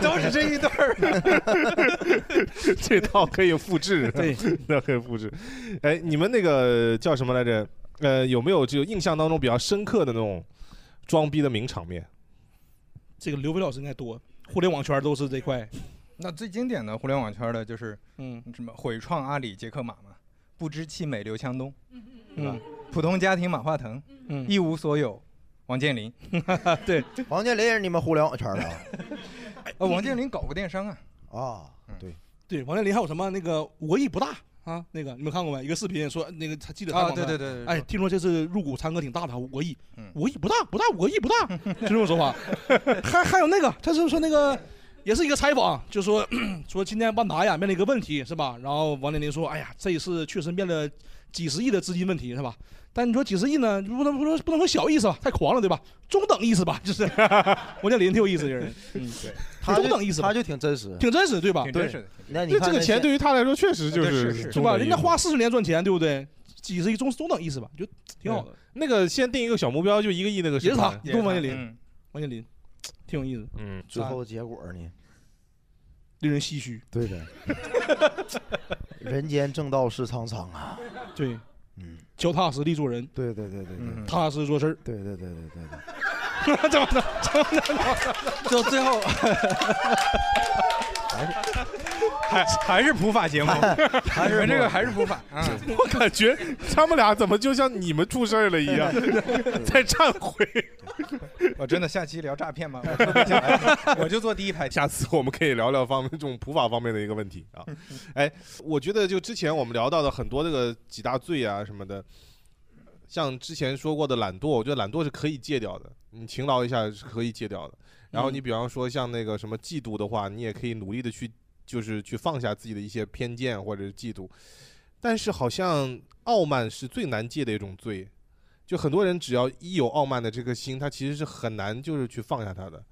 [SPEAKER 4] 都是这一段儿。
[SPEAKER 2] (laughs)
[SPEAKER 4] 啊
[SPEAKER 2] 这套可以复制，
[SPEAKER 3] 对，
[SPEAKER 2] (laughs) 那可以复制。哎，你们那个叫什么来着？呃，有没有就印象当中比较深刻的那种装逼的名场面？
[SPEAKER 3] 这个刘飞老师应该多，互联网圈都是这块。
[SPEAKER 4] (laughs) 那最经典的互联网圈的就是，
[SPEAKER 3] 嗯，
[SPEAKER 4] 什么毁创阿里杰克马嘛，不知其美刘强东，对吧
[SPEAKER 3] 嗯？
[SPEAKER 4] 普通家庭马化腾，
[SPEAKER 3] 嗯
[SPEAKER 4] 一无所有王健
[SPEAKER 3] (laughs)
[SPEAKER 4] 林，
[SPEAKER 3] 对，
[SPEAKER 5] 王健林也是你们互联网圈的啊
[SPEAKER 4] 呃，王健林
[SPEAKER 5] (laughs)
[SPEAKER 4] 搞过电商啊，
[SPEAKER 5] 啊？对，
[SPEAKER 3] 对，王健林还有什么那个我亦不大啊？那个你们看过没？一个视频说那个他记者
[SPEAKER 4] 啊
[SPEAKER 3] 采访他
[SPEAKER 4] 对对对对嗯
[SPEAKER 3] 哎，听说这次入股参哥挺大的，五个亿，五个亿不大不大，五个亿
[SPEAKER 4] (laughs)
[SPEAKER 3] 不大，就这种说法。还还有那个，他是说那个也是一个采访，就说 (clears throat) 说今天万达呀面临一个问题是吧？然后王健林说，哎呀，这一次确实面了几十亿的资金问题是吧？但你说几十亿呢，不能不能不能说小意思吧，太狂了对吧？中等意思吧，就是 (laughs) 王健林挺有意思这人，嗯，
[SPEAKER 5] 他就
[SPEAKER 3] 中等意思吧，
[SPEAKER 5] 他就挺真实，
[SPEAKER 3] 挺真实对吧？
[SPEAKER 5] 对。那你
[SPEAKER 2] 这
[SPEAKER 5] 看
[SPEAKER 2] 这个
[SPEAKER 5] 那
[SPEAKER 2] 钱
[SPEAKER 5] 些
[SPEAKER 2] 对于他来说确实就
[SPEAKER 5] 对
[SPEAKER 2] 是
[SPEAKER 5] 是是
[SPEAKER 3] 对
[SPEAKER 2] 中
[SPEAKER 3] 吧？
[SPEAKER 2] 等
[SPEAKER 3] 人
[SPEAKER 2] 意
[SPEAKER 3] 家
[SPEAKER 2] 思
[SPEAKER 3] 花四十年赚钱，对不对？几十亿中中等意思吧，就挺好的。
[SPEAKER 2] 那个先定一个小目标，就一个亿那个
[SPEAKER 3] 也是他，
[SPEAKER 2] 吗
[SPEAKER 3] 跟王健林，
[SPEAKER 4] 嗯
[SPEAKER 3] 王健林挺有意思。
[SPEAKER 2] 嗯，
[SPEAKER 5] 最后结果呢？
[SPEAKER 3] 令人唏嘘。
[SPEAKER 5] 对的，人间正道是沧桑啊！
[SPEAKER 3] (laughs) 对，嗯，脚踏实地做人。
[SPEAKER 5] 对对对对对，
[SPEAKER 3] 踏踏实实做事儿。
[SPEAKER 5] 对对对对对
[SPEAKER 3] (laughs)
[SPEAKER 5] 对。
[SPEAKER 3] 怎么的？怎么的？
[SPEAKER 17] 就
[SPEAKER 3] (laughs)
[SPEAKER 17] 最后
[SPEAKER 5] 哎
[SPEAKER 2] (laughs) 还还是普法节目，
[SPEAKER 4] 还是
[SPEAKER 2] 你们这个还是
[SPEAKER 4] 普
[SPEAKER 2] (laughs)
[SPEAKER 4] 法。嗯，
[SPEAKER 2] 我感觉他们俩怎么就像你们出事儿了 (laughs) 一样，在忏悔。
[SPEAKER 4] 我哦真的下期聊诈骗
[SPEAKER 5] (laughs)
[SPEAKER 4] 吗？ (laughs) 我特别想 (laughs) 来我就坐第一排。
[SPEAKER 2] 下次我们可以聊聊方面这种普法方面的一个问题啊。
[SPEAKER 4] 嗯
[SPEAKER 2] 哎，我觉得就之前我们聊到的很多这个几大罪啊什么的，像之前说过的懒惰，我觉得懒惰是可以戒掉的，你勤劳一下是可以戒掉的。然
[SPEAKER 4] 嗯
[SPEAKER 2] 后你比方说像那个什么嫉妒的话，你也可以努力的去，就是去放下自己的一些偏见或者是嫉妒。但是好像傲慢是最难戒的一种罪，就很多人只要一有傲慢的这个心，他其实是很难就是去放下它的。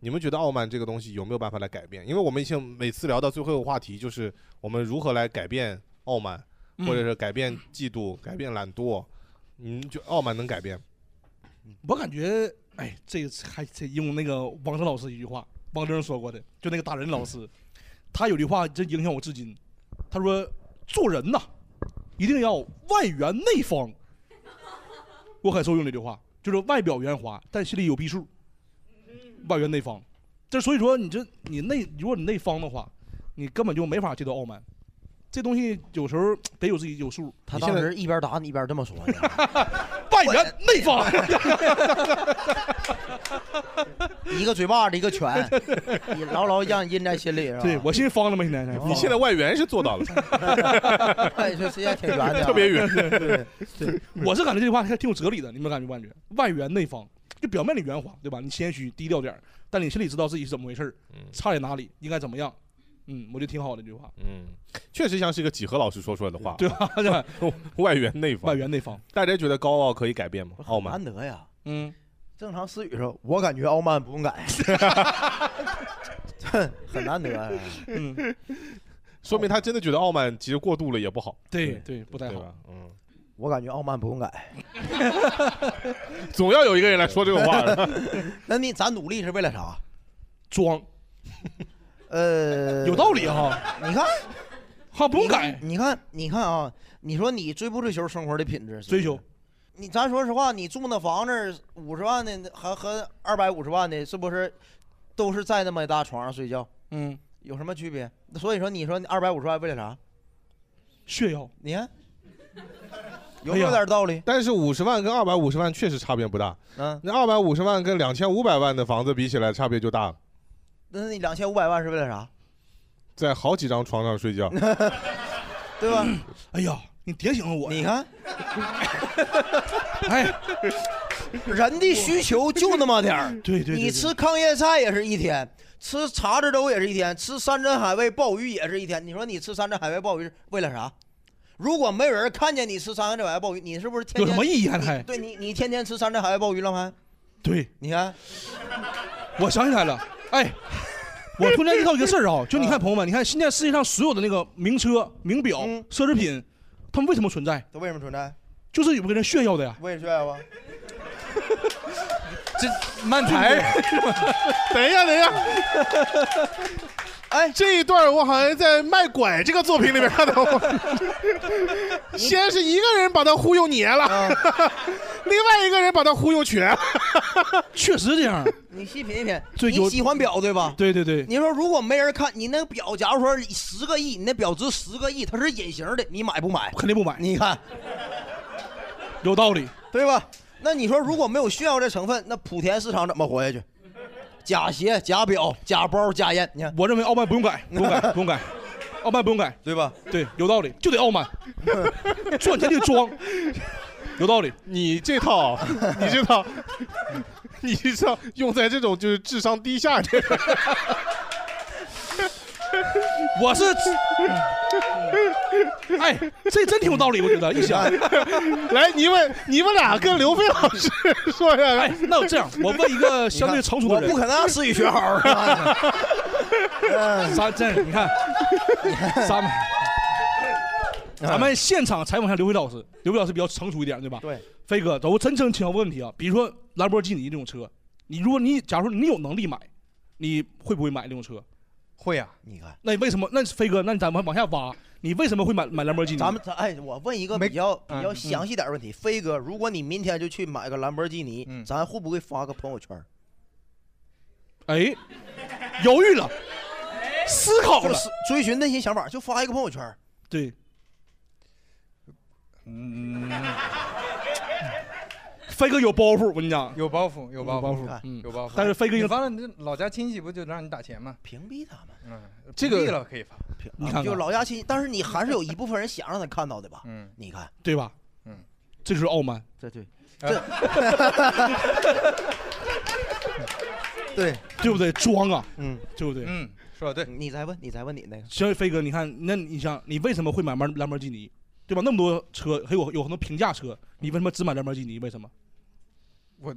[SPEAKER 2] 你们觉得傲慢这个东西有没有办法来改变？因为我们以前每次聊到最后的话题就是我们如何来改变傲慢，
[SPEAKER 3] 嗯
[SPEAKER 2] 或者是改变嫉妒、改变懒惰。你们就傲慢能改变？
[SPEAKER 3] 我感觉，哎，这个还这用那个王峥老师一句话，王峥说过的，就那个打人老师，他有句话真影响我至今。他说：“做人呐，一定要外圆内方。”我很受用这句话，就是外表圆滑，但心里有逼数，外圆内方。这所以说，你这你内，如果你内方的话，你根本就没法戒掉傲慢。这东西有时候得有自己有数。
[SPEAKER 5] 他
[SPEAKER 3] 你现
[SPEAKER 5] 当
[SPEAKER 3] 在
[SPEAKER 5] 时一边打你一边这么说的，
[SPEAKER 3] 外圆内方，
[SPEAKER 5] (laughs) 一个嘴巴子一个拳， (laughs) 你牢牢让你印在心里是吧？
[SPEAKER 3] 对我心方了吗？现在
[SPEAKER 2] 你现在外援是做到了，
[SPEAKER 5] 哦哎，这实际上挺圆的啊，
[SPEAKER 2] 特别圆
[SPEAKER 3] 对对，我是感觉这句话还挺有哲理的，你们感觉不感觉？外圆内方，就表面你圆滑，对吧？你谦虚低调点儿，但你心里知道自己是怎么回事儿，差在哪里，应该怎么样。嗯，我觉得挺好的这句话。
[SPEAKER 2] 嗯，确实像是一个几何老师说出来的话，啊
[SPEAKER 3] 对吧？对吧
[SPEAKER 2] (laughs) 外圆内方，
[SPEAKER 3] 外圆内方。
[SPEAKER 2] 大家觉得高傲可以改变吗？傲慢
[SPEAKER 5] 难得呀。
[SPEAKER 3] 嗯，
[SPEAKER 5] 正常思雨
[SPEAKER 3] (laughs)
[SPEAKER 5] 说，我感觉傲慢不
[SPEAKER 2] (laughs)
[SPEAKER 5] 用改， (laughs) 很难得啊。
[SPEAKER 3] 嗯，
[SPEAKER 2] 说明他真的觉得傲慢其实过度了也不好。
[SPEAKER 3] 对对，不太
[SPEAKER 2] 好。嗯，
[SPEAKER 5] 我感觉傲慢不用改。
[SPEAKER 2] (laughs) 总要有一个人来说这种话。
[SPEAKER 5] 那你咱努力是为了啥？
[SPEAKER 3] 装。
[SPEAKER 5] (laughs) 呃，
[SPEAKER 3] (laughs) 有道理哈。
[SPEAKER 5] 你看，
[SPEAKER 3] (laughs) 哈不
[SPEAKER 5] 用改。你看，你看啊，你说你追不追求生活的品质？
[SPEAKER 3] 追求。
[SPEAKER 5] 你咱说实话，你住那房子五十万的和和二百五十万的，是不是都是在那么大床上睡觉？
[SPEAKER 3] 嗯，
[SPEAKER 5] 有什么区别？所以说，你说二百五十万为了啥？
[SPEAKER 3] 炫耀。哎
[SPEAKER 5] 你看， (laughs) 有没有点道理？
[SPEAKER 2] 哎但是五十万跟二百五十万确实差别不大。
[SPEAKER 5] 嗯，
[SPEAKER 2] 那二百五十万跟两千五百万的房子比起来，差别就大了。
[SPEAKER 5] 那你两千五百万是为了啥？
[SPEAKER 2] 在好几张床上睡觉，
[SPEAKER 5] 对吧？
[SPEAKER 3] 哎呀，你点醒了我。
[SPEAKER 5] 嗯你看，
[SPEAKER 3] 哎，
[SPEAKER 5] 人的需求就那么点儿。
[SPEAKER 3] (laughs) 对对对
[SPEAKER 5] 你吃糠咽菜也是一天，吃碴子粥也是一天，吃山珍海味鲍鱼也是一天。你说你吃山珍海味鲍鱼是为了啥？如果没有人看见你吃山珍海味鲍鱼，你是不是天天
[SPEAKER 3] 有什么意义还啊
[SPEAKER 5] 你
[SPEAKER 3] 还
[SPEAKER 5] 对你，你天天吃山珍海味鲍鱼了吗？
[SPEAKER 3] 对，
[SPEAKER 5] 你看，
[SPEAKER 3] 我想起来了，哎，我突然意识到一个事儿
[SPEAKER 5] 嗯
[SPEAKER 3] 啊，就你看朋友们，你看现在世界上所有的那个名车、名表、
[SPEAKER 5] 嗯
[SPEAKER 3] 奢侈品，他们为什么存在？
[SPEAKER 5] 它为什么存在？
[SPEAKER 3] 就是有个人炫耀
[SPEAKER 5] (laughs)
[SPEAKER 3] 的呀。
[SPEAKER 5] 为了炫耀啊！
[SPEAKER 3] (laughs) 这
[SPEAKER 2] 慢台等一下，等一下。
[SPEAKER 5] (laughs) 哎，
[SPEAKER 2] 这一段我好像在《卖拐》这个作品里面看到
[SPEAKER 5] (laughs)
[SPEAKER 2] 过。先是一个人把他忽悠黏了，
[SPEAKER 5] 啊
[SPEAKER 2] (laughs) 另外一个人把他忽悠瘸了。
[SPEAKER 3] (laughs) 确实这样。
[SPEAKER 5] 你细品一品，
[SPEAKER 3] 追求
[SPEAKER 5] 你喜欢表对吧？
[SPEAKER 3] 对对对，
[SPEAKER 5] 你说如果没人看，你那个表，假如说十个亿，你那表值十个亿，它是隐形的，你买不买？
[SPEAKER 3] 肯定不买。
[SPEAKER 5] 你看，
[SPEAKER 3] 有道理，
[SPEAKER 5] 对吧？那你说如果没有炫耀这成分，那莆田市场怎么活下去？假鞋、假表、假包、假烟，你看，
[SPEAKER 3] 我认为傲慢不用改，不用
[SPEAKER 5] (laughs)
[SPEAKER 3] 改，不用改，傲慢不用改，
[SPEAKER 5] 对吧？
[SPEAKER 3] 对，有道理，就得
[SPEAKER 5] (laughs)
[SPEAKER 3] 傲慢，赚钱得装，有道理。
[SPEAKER 2] 你这套， (laughs) 你这套，你这套用在这种就是智商低下这个。 (laughs)
[SPEAKER 3] 我
[SPEAKER 2] (laughs)
[SPEAKER 3] 是，哎，这真挺有道理，我觉得一想，
[SPEAKER 2] 来，你们你们俩跟刘飞老师说一下。
[SPEAKER 3] 哎，那我这样，我问一个相对成熟的人，
[SPEAKER 5] 我不可能啊让思雨学
[SPEAKER 3] (laughs)
[SPEAKER 5] 好是吧？
[SPEAKER 3] 咱这
[SPEAKER 5] (laughs)
[SPEAKER 3] (laughs) 你看，咱们
[SPEAKER 5] 嗯
[SPEAKER 3] 咱们现场采访一下刘辉老师，刘辉老师比较成熟一点，对吧？
[SPEAKER 5] 对，
[SPEAKER 3] 飞哥，我真正请教个问题啊，比如说兰博基尼这种车，你如果你假如说你有能力买，你会不会买这种车？
[SPEAKER 4] 会呀、
[SPEAKER 5] 你看，
[SPEAKER 3] 那你为什么？那飞哥，那你咱们往下挖，你为什么会买买兰博基尼？
[SPEAKER 5] 咱们咱哎，我问一个比较比较
[SPEAKER 3] 嗯
[SPEAKER 5] 详细点的问题，飞哥，如果你明天就去买个兰博基尼，咱会不会发个朋友圈？
[SPEAKER 3] 哎，犹豫了，思考
[SPEAKER 5] 就
[SPEAKER 3] 了
[SPEAKER 5] 是追寻内心想法，就发一个朋友圈。
[SPEAKER 3] 对，
[SPEAKER 4] 嗯，
[SPEAKER 3] 飞哥有包袱，我跟你讲，
[SPEAKER 4] 有包袱，有包
[SPEAKER 3] 有包
[SPEAKER 4] 袱
[SPEAKER 3] 袱，嗯
[SPEAKER 4] 有包袱。
[SPEAKER 3] (laughs) 但是飞哥
[SPEAKER 4] 你
[SPEAKER 3] 应
[SPEAKER 4] 发了，你这老家亲戚不就让你打钱吗？
[SPEAKER 5] 屏蔽他们。
[SPEAKER 4] 嗯，
[SPEAKER 5] 这
[SPEAKER 4] 屏蔽
[SPEAKER 5] 个
[SPEAKER 4] 了可以发。
[SPEAKER 5] 啊就老家亲，但是你还是有一部分人想让他看到的吧？嗯，你看，
[SPEAKER 3] 对吧？
[SPEAKER 4] 嗯，啊
[SPEAKER 3] 这就是傲慢。
[SPEAKER 5] 对对，
[SPEAKER 3] 这
[SPEAKER 5] 对
[SPEAKER 3] 对不对？装啊，
[SPEAKER 5] 嗯，
[SPEAKER 3] 对不对？
[SPEAKER 4] 嗯，说的对。
[SPEAKER 5] 你再问，你再问你那个，
[SPEAKER 3] 所以飞哥，你看，那你想，你为什么会买兰兰博基尼，对吧？那么多车，还有有很多平价车，你为什么只买兰博基尼？为什么？
[SPEAKER 4] 我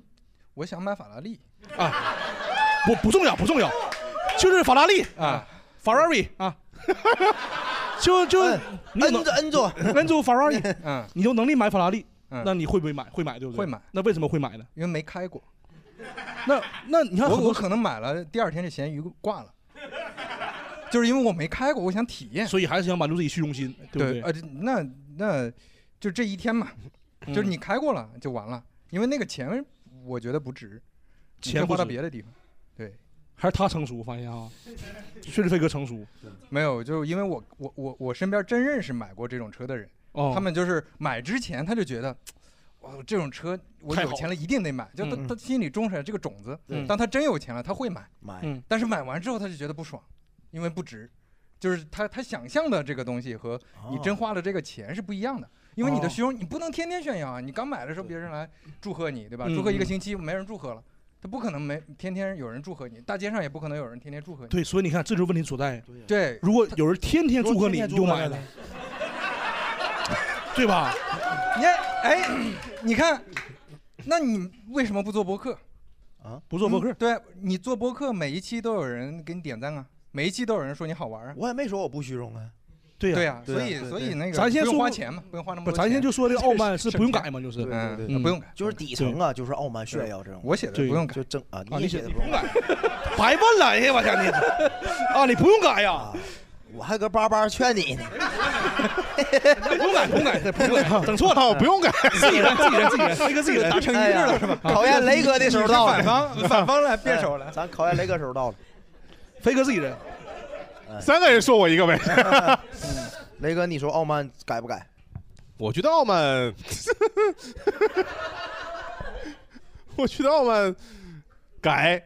[SPEAKER 4] 我想买法拉利，
[SPEAKER 3] 啊不不重要，不重要，就是法拉利
[SPEAKER 4] 啊
[SPEAKER 3] ，Ferrari 啊， (laughs) 就就
[SPEAKER 4] 哎
[SPEAKER 3] 恩着 (laughs)
[SPEAKER 5] 恩着
[SPEAKER 3] 恩着 Ferrari，
[SPEAKER 4] 嗯，
[SPEAKER 3] 你有能力买法拉利，
[SPEAKER 4] 嗯
[SPEAKER 3] 那你会不会买？会买，对不对？
[SPEAKER 4] 会买。
[SPEAKER 3] 那为什么会买呢？
[SPEAKER 4] 因为没开过。
[SPEAKER 3] 那那你看
[SPEAKER 4] 我
[SPEAKER 3] 很多
[SPEAKER 4] 我可能买了，第二天这咸鱼挂了，就是因为我没开过，我想体验。
[SPEAKER 3] 所以还是想满足自己虚荣心，对不对？
[SPEAKER 4] 呃，这那那就这一天嘛，
[SPEAKER 3] 嗯
[SPEAKER 4] 就是你开过了就完了，因为那个钱我觉得不值，你
[SPEAKER 3] 钱
[SPEAKER 4] 可以
[SPEAKER 3] 不
[SPEAKER 4] 花到
[SPEAKER 3] 值
[SPEAKER 4] 别的地方。对，
[SPEAKER 3] 还是他成熟，我发现啊，确实飞哥成熟。
[SPEAKER 4] 没有，就是因为我我我我身边真认识买过这种车的人，
[SPEAKER 3] 哦
[SPEAKER 4] 他们就是买之前他就觉得。哇，这种车我
[SPEAKER 3] 太好
[SPEAKER 4] 有钱了，一定得买。就他
[SPEAKER 3] 嗯
[SPEAKER 4] 他心里种下来这个种子
[SPEAKER 3] 嗯，
[SPEAKER 4] 当他真有钱了，他会买。
[SPEAKER 5] 买
[SPEAKER 3] 嗯
[SPEAKER 4] 但是买完之后他就觉得不爽，因为不值。就是他他想象的这个东西和
[SPEAKER 3] 哦
[SPEAKER 4] 你真花了这个钱是不一样的，因为你的虚荣，你不能天天炫耀啊。你刚买的时候别人来祝贺你，对吧？
[SPEAKER 3] 嗯
[SPEAKER 4] 祝贺一个
[SPEAKER 3] 嗯
[SPEAKER 4] 星期没人祝贺了，他不可能没天天有人祝贺你，大街上也不可能有人天天祝贺你。
[SPEAKER 3] 对，所以你看，这就是问题所在。
[SPEAKER 5] 啊
[SPEAKER 4] 对
[SPEAKER 3] 如果有人天天祝贺
[SPEAKER 4] 如果
[SPEAKER 3] 你，
[SPEAKER 4] 天天
[SPEAKER 3] 你就
[SPEAKER 4] 祝贺
[SPEAKER 3] 买
[SPEAKER 4] 呢
[SPEAKER 3] 了，对吧？
[SPEAKER 4] 你看，哎，你看，那你为什么不做播客
[SPEAKER 5] 啊？
[SPEAKER 3] 不做播客
[SPEAKER 4] 嗯对你做播客，每一期都有人给你点赞啊，每一期都有人说你好玩啊。
[SPEAKER 5] 我也没说我不虚荣啊。
[SPEAKER 3] 对呀
[SPEAKER 4] 对呀，
[SPEAKER 5] 对呀啊
[SPEAKER 4] 所以
[SPEAKER 5] 对
[SPEAKER 4] 所以
[SPEAKER 5] 对
[SPEAKER 4] 那个
[SPEAKER 3] 咱先
[SPEAKER 4] 不
[SPEAKER 3] 说
[SPEAKER 4] 用花钱嘛，不用花那么多钱。
[SPEAKER 3] 咱先就说这
[SPEAKER 4] (laughs)
[SPEAKER 3] 个傲慢是
[SPEAKER 4] 省
[SPEAKER 3] 不用
[SPEAKER 4] 钱
[SPEAKER 3] 改嘛，就是
[SPEAKER 5] 对对对，
[SPEAKER 4] 嗯不用改
[SPEAKER 5] 就是底层啊，就是傲慢炫耀这种。
[SPEAKER 4] 我写的不用改
[SPEAKER 5] 就正啊，
[SPEAKER 3] 啊
[SPEAKER 5] 也
[SPEAKER 3] 你
[SPEAKER 5] 写
[SPEAKER 3] 写
[SPEAKER 5] 的
[SPEAKER 3] 的
[SPEAKER 5] 不用
[SPEAKER 3] 改， (laughs) 白问了，哎呀，我天你，啊，你不用改呀，
[SPEAKER 5] 我还搁巴巴劝
[SPEAKER 3] (laughs)
[SPEAKER 5] 你呢。
[SPEAKER 3] 不用改，不用改，不用改，整错了，不
[SPEAKER 5] (laughs)
[SPEAKER 3] 用改，自己人，自己人，自己人，飞哥自己人，
[SPEAKER 5] 达成一致了是吧哎考验雷哥的时候到了哎
[SPEAKER 4] 你是反方反方来辩手了。
[SPEAKER 5] 咱考验雷哥手到了，哎
[SPEAKER 3] 飞哥自己人，
[SPEAKER 2] 三个人说我一个呗。
[SPEAKER 5] 嗯雷哥，你说傲慢改不改？
[SPEAKER 2] 我觉得傲慢，我觉得傲慢
[SPEAKER 3] (laughs)
[SPEAKER 2] 改，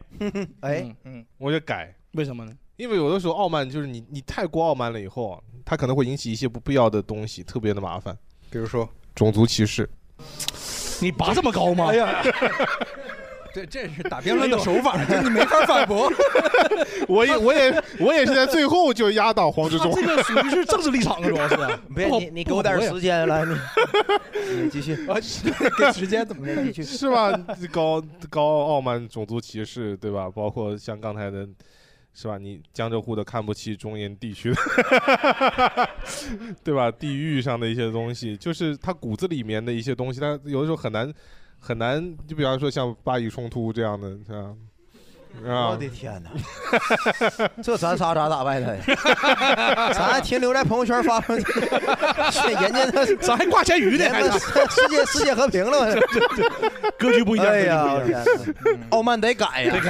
[SPEAKER 5] 哎，
[SPEAKER 4] 嗯，
[SPEAKER 2] 我就改。
[SPEAKER 3] 为什么呢？
[SPEAKER 2] 因为有的时候傲慢就是你你太过傲慢了以后啊，它可能会引起一些不必要的东西，特别的麻烦，
[SPEAKER 4] 比如说
[SPEAKER 2] 种族歧视。
[SPEAKER 3] 你拔这么高
[SPEAKER 4] (laughs)
[SPEAKER 3] 吗？
[SPEAKER 2] 哎
[SPEAKER 4] 呀，这这是 (laughs) 打辩论的手
[SPEAKER 3] 哎
[SPEAKER 4] 法，这你没法反驳。
[SPEAKER 2] (laughs) 我也我也我也是在最后就压倒黄志忠，
[SPEAKER 3] 这个属于是政治立场啊，主
[SPEAKER 4] (laughs)
[SPEAKER 3] 要是。
[SPEAKER 5] 别
[SPEAKER 2] 不好
[SPEAKER 5] 你你给我点时间
[SPEAKER 3] (laughs)
[SPEAKER 5] 来，你你继续。
[SPEAKER 2] (laughs)
[SPEAKER 3] 啊
[SPEAKER 4] 给时间怎么的？
[SPEAKER 2] 啊是吧？高高傲慢、种族歧视，对吧？包括像刚才的，是吧？你江浙沪的看不起中原地区的， (laughs) 对吧？地域上的一些东西，就是他骨子里面的一些东西，他有的时候很难很难。就比方说像巴以冲突这样的，是吧？啊！
[SPEAKER 5] 我的天哪， (laughs) 这咱仨咋打败他
[SPEAKER 3] (laughs)
[SPEAKER 5] 呀？咱还停留在朋友圈 (laughs) 发，人家那
[SPEAKER 3] (laughs) 咱还挂咸鱼呢还
[SPEAKER 5] 人家世界世界和平
[SPEAKER 3] (laughs)
[SPEAKER 5] 了，
[SPEAKER 3] 格局不一样
[SPEAKER 5] 哎呀，
[SPEAKER 3] 格局不一样
[SPEAKER 5] 我天哪傲慢得改呀， (laughs)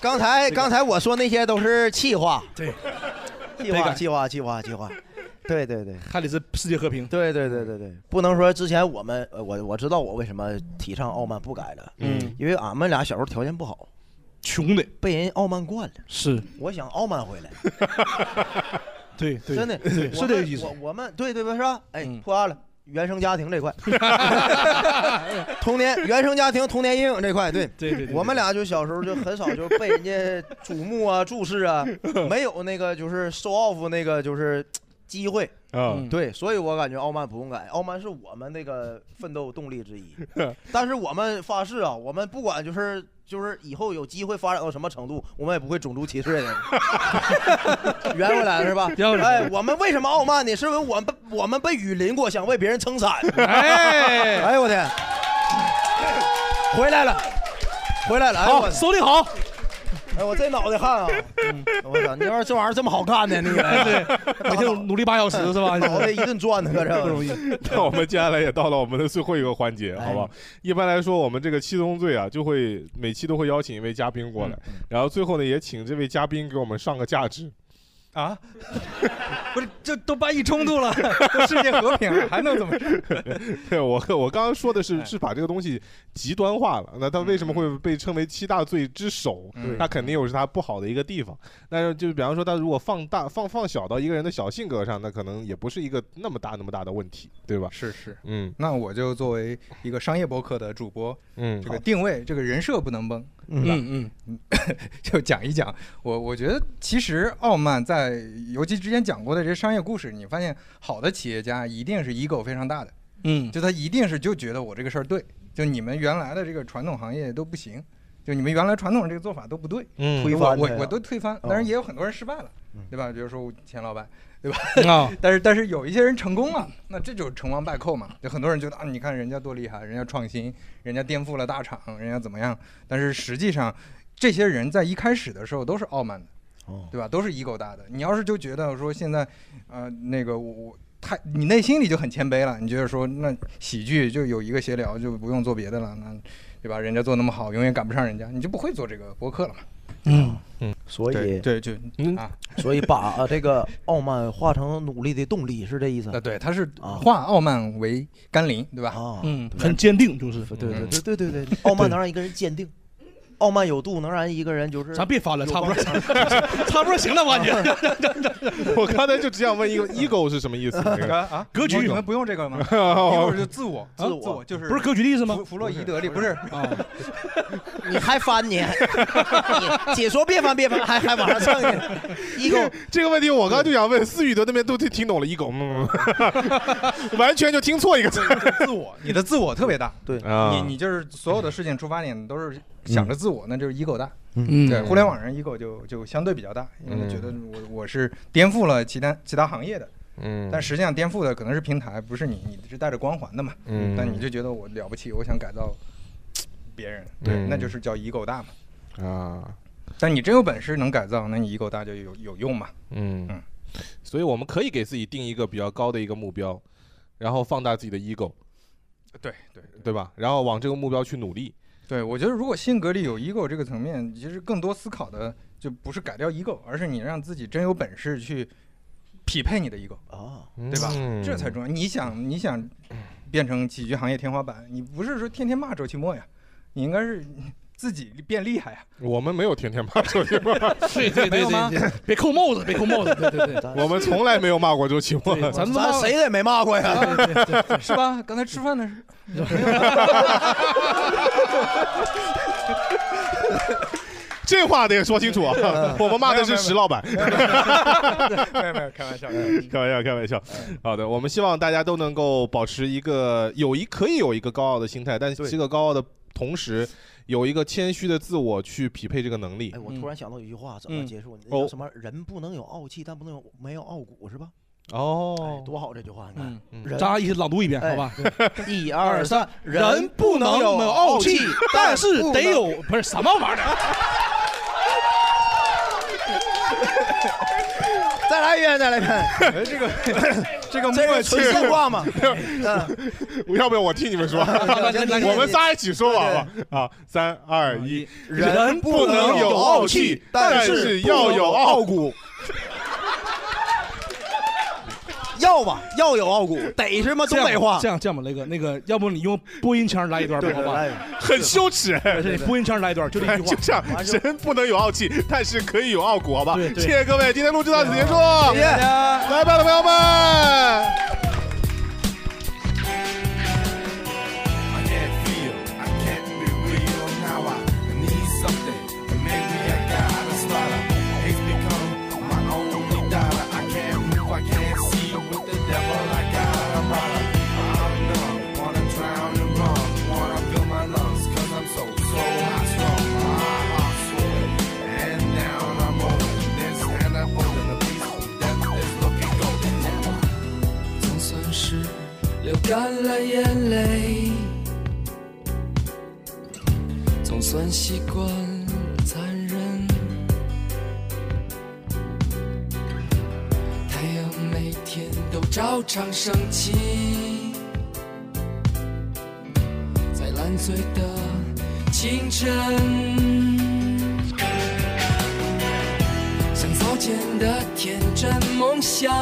[SPEAKER 5] 刚才刚才我说那些都是气话，
[SPEAKER 3] 对，
[SPEAKER 5] 计
[SPEAKER 3] 得
[SPEAKER 5] 划
[SPEAKER 3] 改
[SPEAKER 5] 计划计划计划， (laughs) 对对对，
[SPEAKER 3] 还得是世界和平。
[SPEAKER 5] 对对对对对，不能说之前我们呃我我知道我为什么提倡傲慢不改了，
[SPEAKER 3] 嗯，
[SPEAKER 5] 因为俺们俩小时候条件不好，
[SPEAKER 3] 穷的
[SPEAKER 5] 被人傲慢惯了，
[SPEAKER 3] 是，
[SPEAKER 5] 我想傲慢回来，
[SPEAKER 3] 对对，
[SPEAKER 5] 真的
[SPEAKER 3] 对，
[SPEAKER 5] 我
[SPEAKER 3] 是这个
[SPEAKER 5] 们
[SPEAKER 3] 意思
[SPEAKER 5] 我。我们对对吧？是吧？哎，破案了。原生家
[SPEAKER 3] (laughs)
[SPEAKER 5] 庭这块，童年原生家庭童年阴影这块，对
[SPEAKER 3] 对对对对
[SPEAKER 5] 我们俩就小时候就很少就被人家瞩目啊、注视啊，没有那个就是 show off 那个就是机会
[SPEAKER 2] 啊嗯
[SPEAKER 5] 对，所以我感觉傲慢不用改，傲慢是我们那个奋斗动
[SPEAKER 3] (laughs)
[SPEAKER 5] 力之一。但是我们发誓啊，我们不管就是就是以后有机会发展到什么程度，我们也不会种族歧视人。圆回来了是吧？
[SPEAKER 3] 圆回来了
[SPEAKER 5] 哎，我们为什么傲慢呢？是因为我们被我们被雨淋过，想为别人撑伞。
[SPEAKER 3] 哎
[SPEAKER 5] 哎呦我天！回来了，回来了，哎
[SPEAKER 3] 好
[SPEAKER 5] 我
[SPEAKER 3] 手里好。
[SPEAKER 5] 哎，我这脑袋汗啊！嗯我操，你要是这玩意儿这么好看呢？你
[SPEAKER 3] 对每天努力八小时是
[SPEAKER 5] (laughs)
[SPEAKER 3] 吧
[SPEAKER 5] 脑袋一顿转呢，搁这
[SPEAKER 2] 不容易。那我们接下来也 (laughs) 到了我们的最后一个环节，好不好？一般来说，我们这个七宗罪啊，就会每期都会邀请一位嘉宾过来，然后最后呢，也请这位嘉宾给我们上个价值。
[SPEAKER 4] 啊，不是，这都巴以冲
[SPEAKER 2] (laughs)
[SPEAKER 4] 突了， (laughs) 都世界和平了，还能怎么着？哎
[SPEAKER 2] 对我我刚刚说的是是把这个东西极端化了。那它为
[SPEAKER 4] 嗯
[SPEAKER 2] 什么会被称为七大罪之首
[SPEAKER 10] 嗯？
[SPEAKER 2] 那肯定有是它不好的一个地方。那就比方说，它如果放大放放小到一个人的小性格上，那可能也不是一个那么大那么大的问题，对吧？
[SPEAKER 4] 是是，
[SPEAKER 2] 嗯，
[SPEAKER 4] 那我就作为一个商业博客的主播，
[SPEAKER 2] 嗯
[SPEAKER 4] 这个定位，这个人设不能崩，
[SPEAKER 2] 嗯
[SPEAKER 4] 对吧
[SPEAKER 2] 嗯
[SPEAKER 4] 嗯， (laughs) 就讲一讲我我觉得其实傲慢在尤其之前讲过的这些商业故事，你发现好的企业家一定是 ego 非常大的，
[SPEAKER 8] 嗯，
[SPEAKER 4] 就他一定是就觉得我这个事儿对，就你们原来的这个传统行业都不行，就你们原来传统这个做法都不对，
[SPEAKER 2] 嗯
[SPEAKER 4] 我
[SPEAKER 2] 推翻
[SPEAKER 4] 我
[SPEAKER 2] 它呀哦
[SPEAKER 4] 我都推翻，当然也有很多人失败了，对吧？比如说钱老板，对吧？
[SPEAKER 8] 啊
[SPEAKER 4] (laughs) 但是但是有一些人成功了，那这就是成王败寇嘛。就很多人觉得啊，你看人家多厉害，人家创新，人家颠覆了大厂，人家怎么样？但是实际上，这些人在一开始的时候都是傲慢的，对吧？都是 ego 大的。你要是就觉得说现在，呃，那个我我太，你内心里就很谦卑了，你觉得说那喜剧就有一个闲聊就不用做别的了，那对吧？人家做那么好，永远赶不上人家，你就不会做这个博客了嘛。
[SPEAKER 5] 嗯
[SPEAKER 2] 嗯，
[SPEAKER 5] 所以嗯
[SPEAKER 4] 对就啊，
[SPEAKER 5] 所以把呃这个傲慢化成努力的动力是这意思？
[SPEAKER 4] 啊，对，他是
[SPEAKER 5] 啊
[SPEAKER 4] 化傲慢为甘霖，对吧？
[SPEAKER 5] 啊
[SPEAKER 4] 嗯
[SPEAKER 5] 对
[SPEAKER 4] 很坚定就是
[SPEAKER 5] 对对
[SPEAKER 4] 嗯
[SPEAKER 5] 对对对对，对傲慢能让一个人坚定，傲慢有度能让一个人就是。
[SPEAKER 2] 咱别
[SPEAKER 5] 发
[SPEAKER 2] 了差不多
[SPEAKER 5] 差不多行了吧你？
[SPEAKER 2] (laughs) 我刚才就只想问一个 ego 是什么意思？那个
[SPEAKER 4] 啊，你们不用这个吗？一会儿就自
[SPEAKER 5] 啊
[SPEAKER 4] 我，
[SPEAKER 2] 自我
[SPEAKER 4] 自我就是
[SPEAKER 2] 不是格局的意思吗
[SPEAKER 4] 弗弗洛伊德里
[SPEAKER 5] (laughs)
[SPEAKER 4] 不是，啊
[SPEAKER 5] 你还翻你？ (laughs) 你解说别翻别翻，还还往上蹭
[SPEAKER 2] (laughs)
[SPEAKER 5] 你？ego
[SPEAKER 2] 这个问题我刚刚就想问，思雨德那边都听听懂了 ego，嗯 (laughs) 完全就听错一个词。
[SPEAKER 4] 自我，你的自我特别大，
[SPEAKER 5] 对啊
[SPEAKER 4] 你你就是所有的事情出发点都是想着自我，那就是 ego 大。
[SPEAKER 5] 嗯
[SPEAKER 4] 对，互联网人 ego 就就相对比较大，因为觉得我我是颠覆了其他其他行业的，
[SPEAKER 2] 嗯
[SPEAKER 4] 但实际上颠覆的可能是平台，不是你，你是带着光环的嘛。
[SPEAKER 2] 嗯
[SPEAKER 4] 但你就觉得我了不起，我想改造别人，
[SPEAKER 2] 嗯
[SPEAKER 4] 对，那就是叫 ego 大嘛。
[SPEAKER 2] 啊，
[SPEAKER 4] 但你真有本事能改造，那你 ego 大就有有用嘛。
[SPEAKER 2] 嗯所以我们可以给自己定一个比较高的一个目标，然后放大自己的 ego，
[SPEAKER 4] 对对
[SPEAKER 2] 对吧？然后往这个目标去努力。
[SPEAKER 4] 对，我觉得如果性格里有 ego 这个层面，其实更多思考的就不是改掉 ego，而是你让自己真有本事去匹配你的 ego，
[SPEAKER 5] 啊，
[SPEAKER 4] 对吧？
[SPEAKER 5] 嗯
[SPEAKER 4] 这才重要。你想，你想变成喜剧行业天花板，你不是说天天骂周奇墨呀，你应该是自己变厉害呀。
[SPEAKER 2] 我们没有天天骂周奇墨，
[SPEAKER 4] (laughs) 对对对没有吗对对对别扣帽子别扣帽子对对对
[SPEAKER 2] 我们从来没有骂过周奇墨，
[SPEAKER 4] 咱们骂咱谁
[SPEAKER 5] 也没骂过呀
[SPEAKER 4] 啊对对对对 (laughs) 是吧？刚才吃饭的时
[SPEAKER 2] 这话得说清楚 (laughs) 啊！我们骂的是石老板，
[SPEAKER 4] 候，没有没有，开玩笑。
[SPEAKER 2] (laughs) 开玩笑，开玩笑。好的，我们希望大家都能够保持一个有一可以有一个高傲的心态，但是这个高傲的同时有一个谦虚的自我去匹配这个能力。
[SPEAKER 5] 哎，我突然想到一句话，怎
[SPEAKER 2] 嗯
[SPEAKER 5] 么结束？
[SPEAKER 2] 哦
[SPEAKER 5] 叫什么？人不能有傲气，但不能有没有傲骨，是吧？哎
[SPEAKER 2] 哦，
[SPEAKER 5] 多好这句话，你
[SPEAKER 2] 嗯嗯
[SPEAKER 5] 看，人
[SPEAKER 3] 咱俩一起朗读一遍，好
[SPEAKER 5] 哎
[SPEAKER 3] 吧？ (laughs)
[SPEAKER 5] 一二三，
[SPEAKER 3] 人不能
[SPEAKER 5] 有
[SPEAKER 3] 有傲气，但是
[SPEAKER 5] 不能
[SPEAKER 3] 得有 (laughs) 不是什么玩意儿？
[SPEAKER 5] 再来一遍，再来一
[SPEAKER 4] 遍。哎
[SPEAKER 5] (laughs)
[SPEAKER 4] 这个这个
[SPEAKER 5] 这
[SPEAKER 4] 默
[SPEAKER 5] 是
[SPEAKER 4] 契
[SPEAKER 5] 纯笑
[SPEAKER 4] (laughs)
[SPEAKER 5] 话嘛？
[SPEAKER 2] 要不要我替你们 (laughs) 说？我们仨一起说完吧。 (laughs) 啊，三二一，
[SPEAKER 5] 人
[SPEAKER 2] 不能有傲气，但是要有傲骨。
[SPEAKER 5] 要吧，要有傲骨，得是吗？东北话
[SPEAKER 3] 这样这样吧，雷哥，那个要不你用播音腔来一段吧，
[SPEAKER 2] 对
[SPEAKER 3] 好吧
[SPEAKER 2] 来一？很羞耻，
[SPEAKER 3] (laughs) 是播音腔来一段，就这一句话。
[SPEAKER 2] (laughs) 就这样，人不能有傲气，但是可以有傲骨，好吧？
[SPEAKER 3] 对
[SPEAKER 2] 谢谢各位，今天录制到此结束，
[SPEAKER 3] 谢谢大家
[SPEAKER 2] 拜拜了，朋友们。
[SPEAKER 17] 总算是流干了眼泪，总算。算习惯残忍。太阳每天都照常升起，在烂醉的清晨。像早前的天真梦想，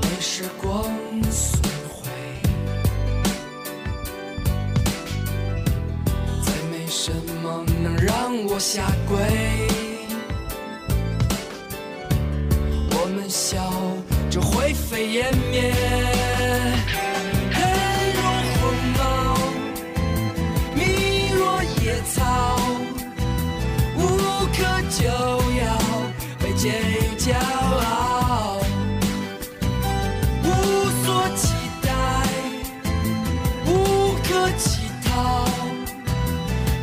[SPEAKER 17] 被时光损毁。再没什么能让我下跪。我们笑着灰飞烟灭。黑若鸿毛，米若野草，无可救药，被借于骄傲，无所期待，无可乞讨。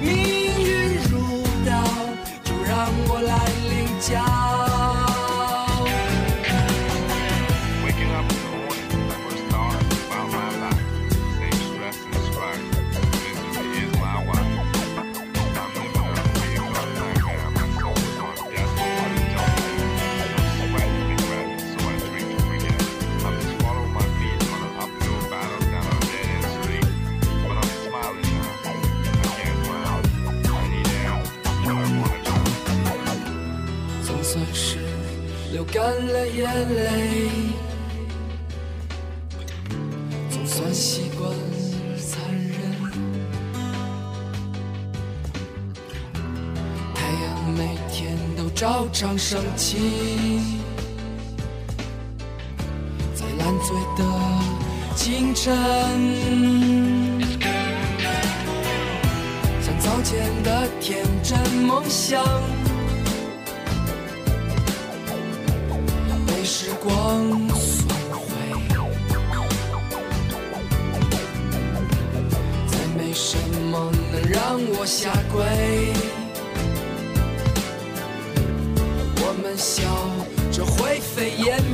[SPEAKER 17] 命运如刀，就让我来领教。总算是流干了眼泪，总算习惯了残忍。太阳每天都照常升起，在烂醉的清晨，像早前的天真梦想。被时光损毁，再没什么能让我下跪。我们笑着灰飞烟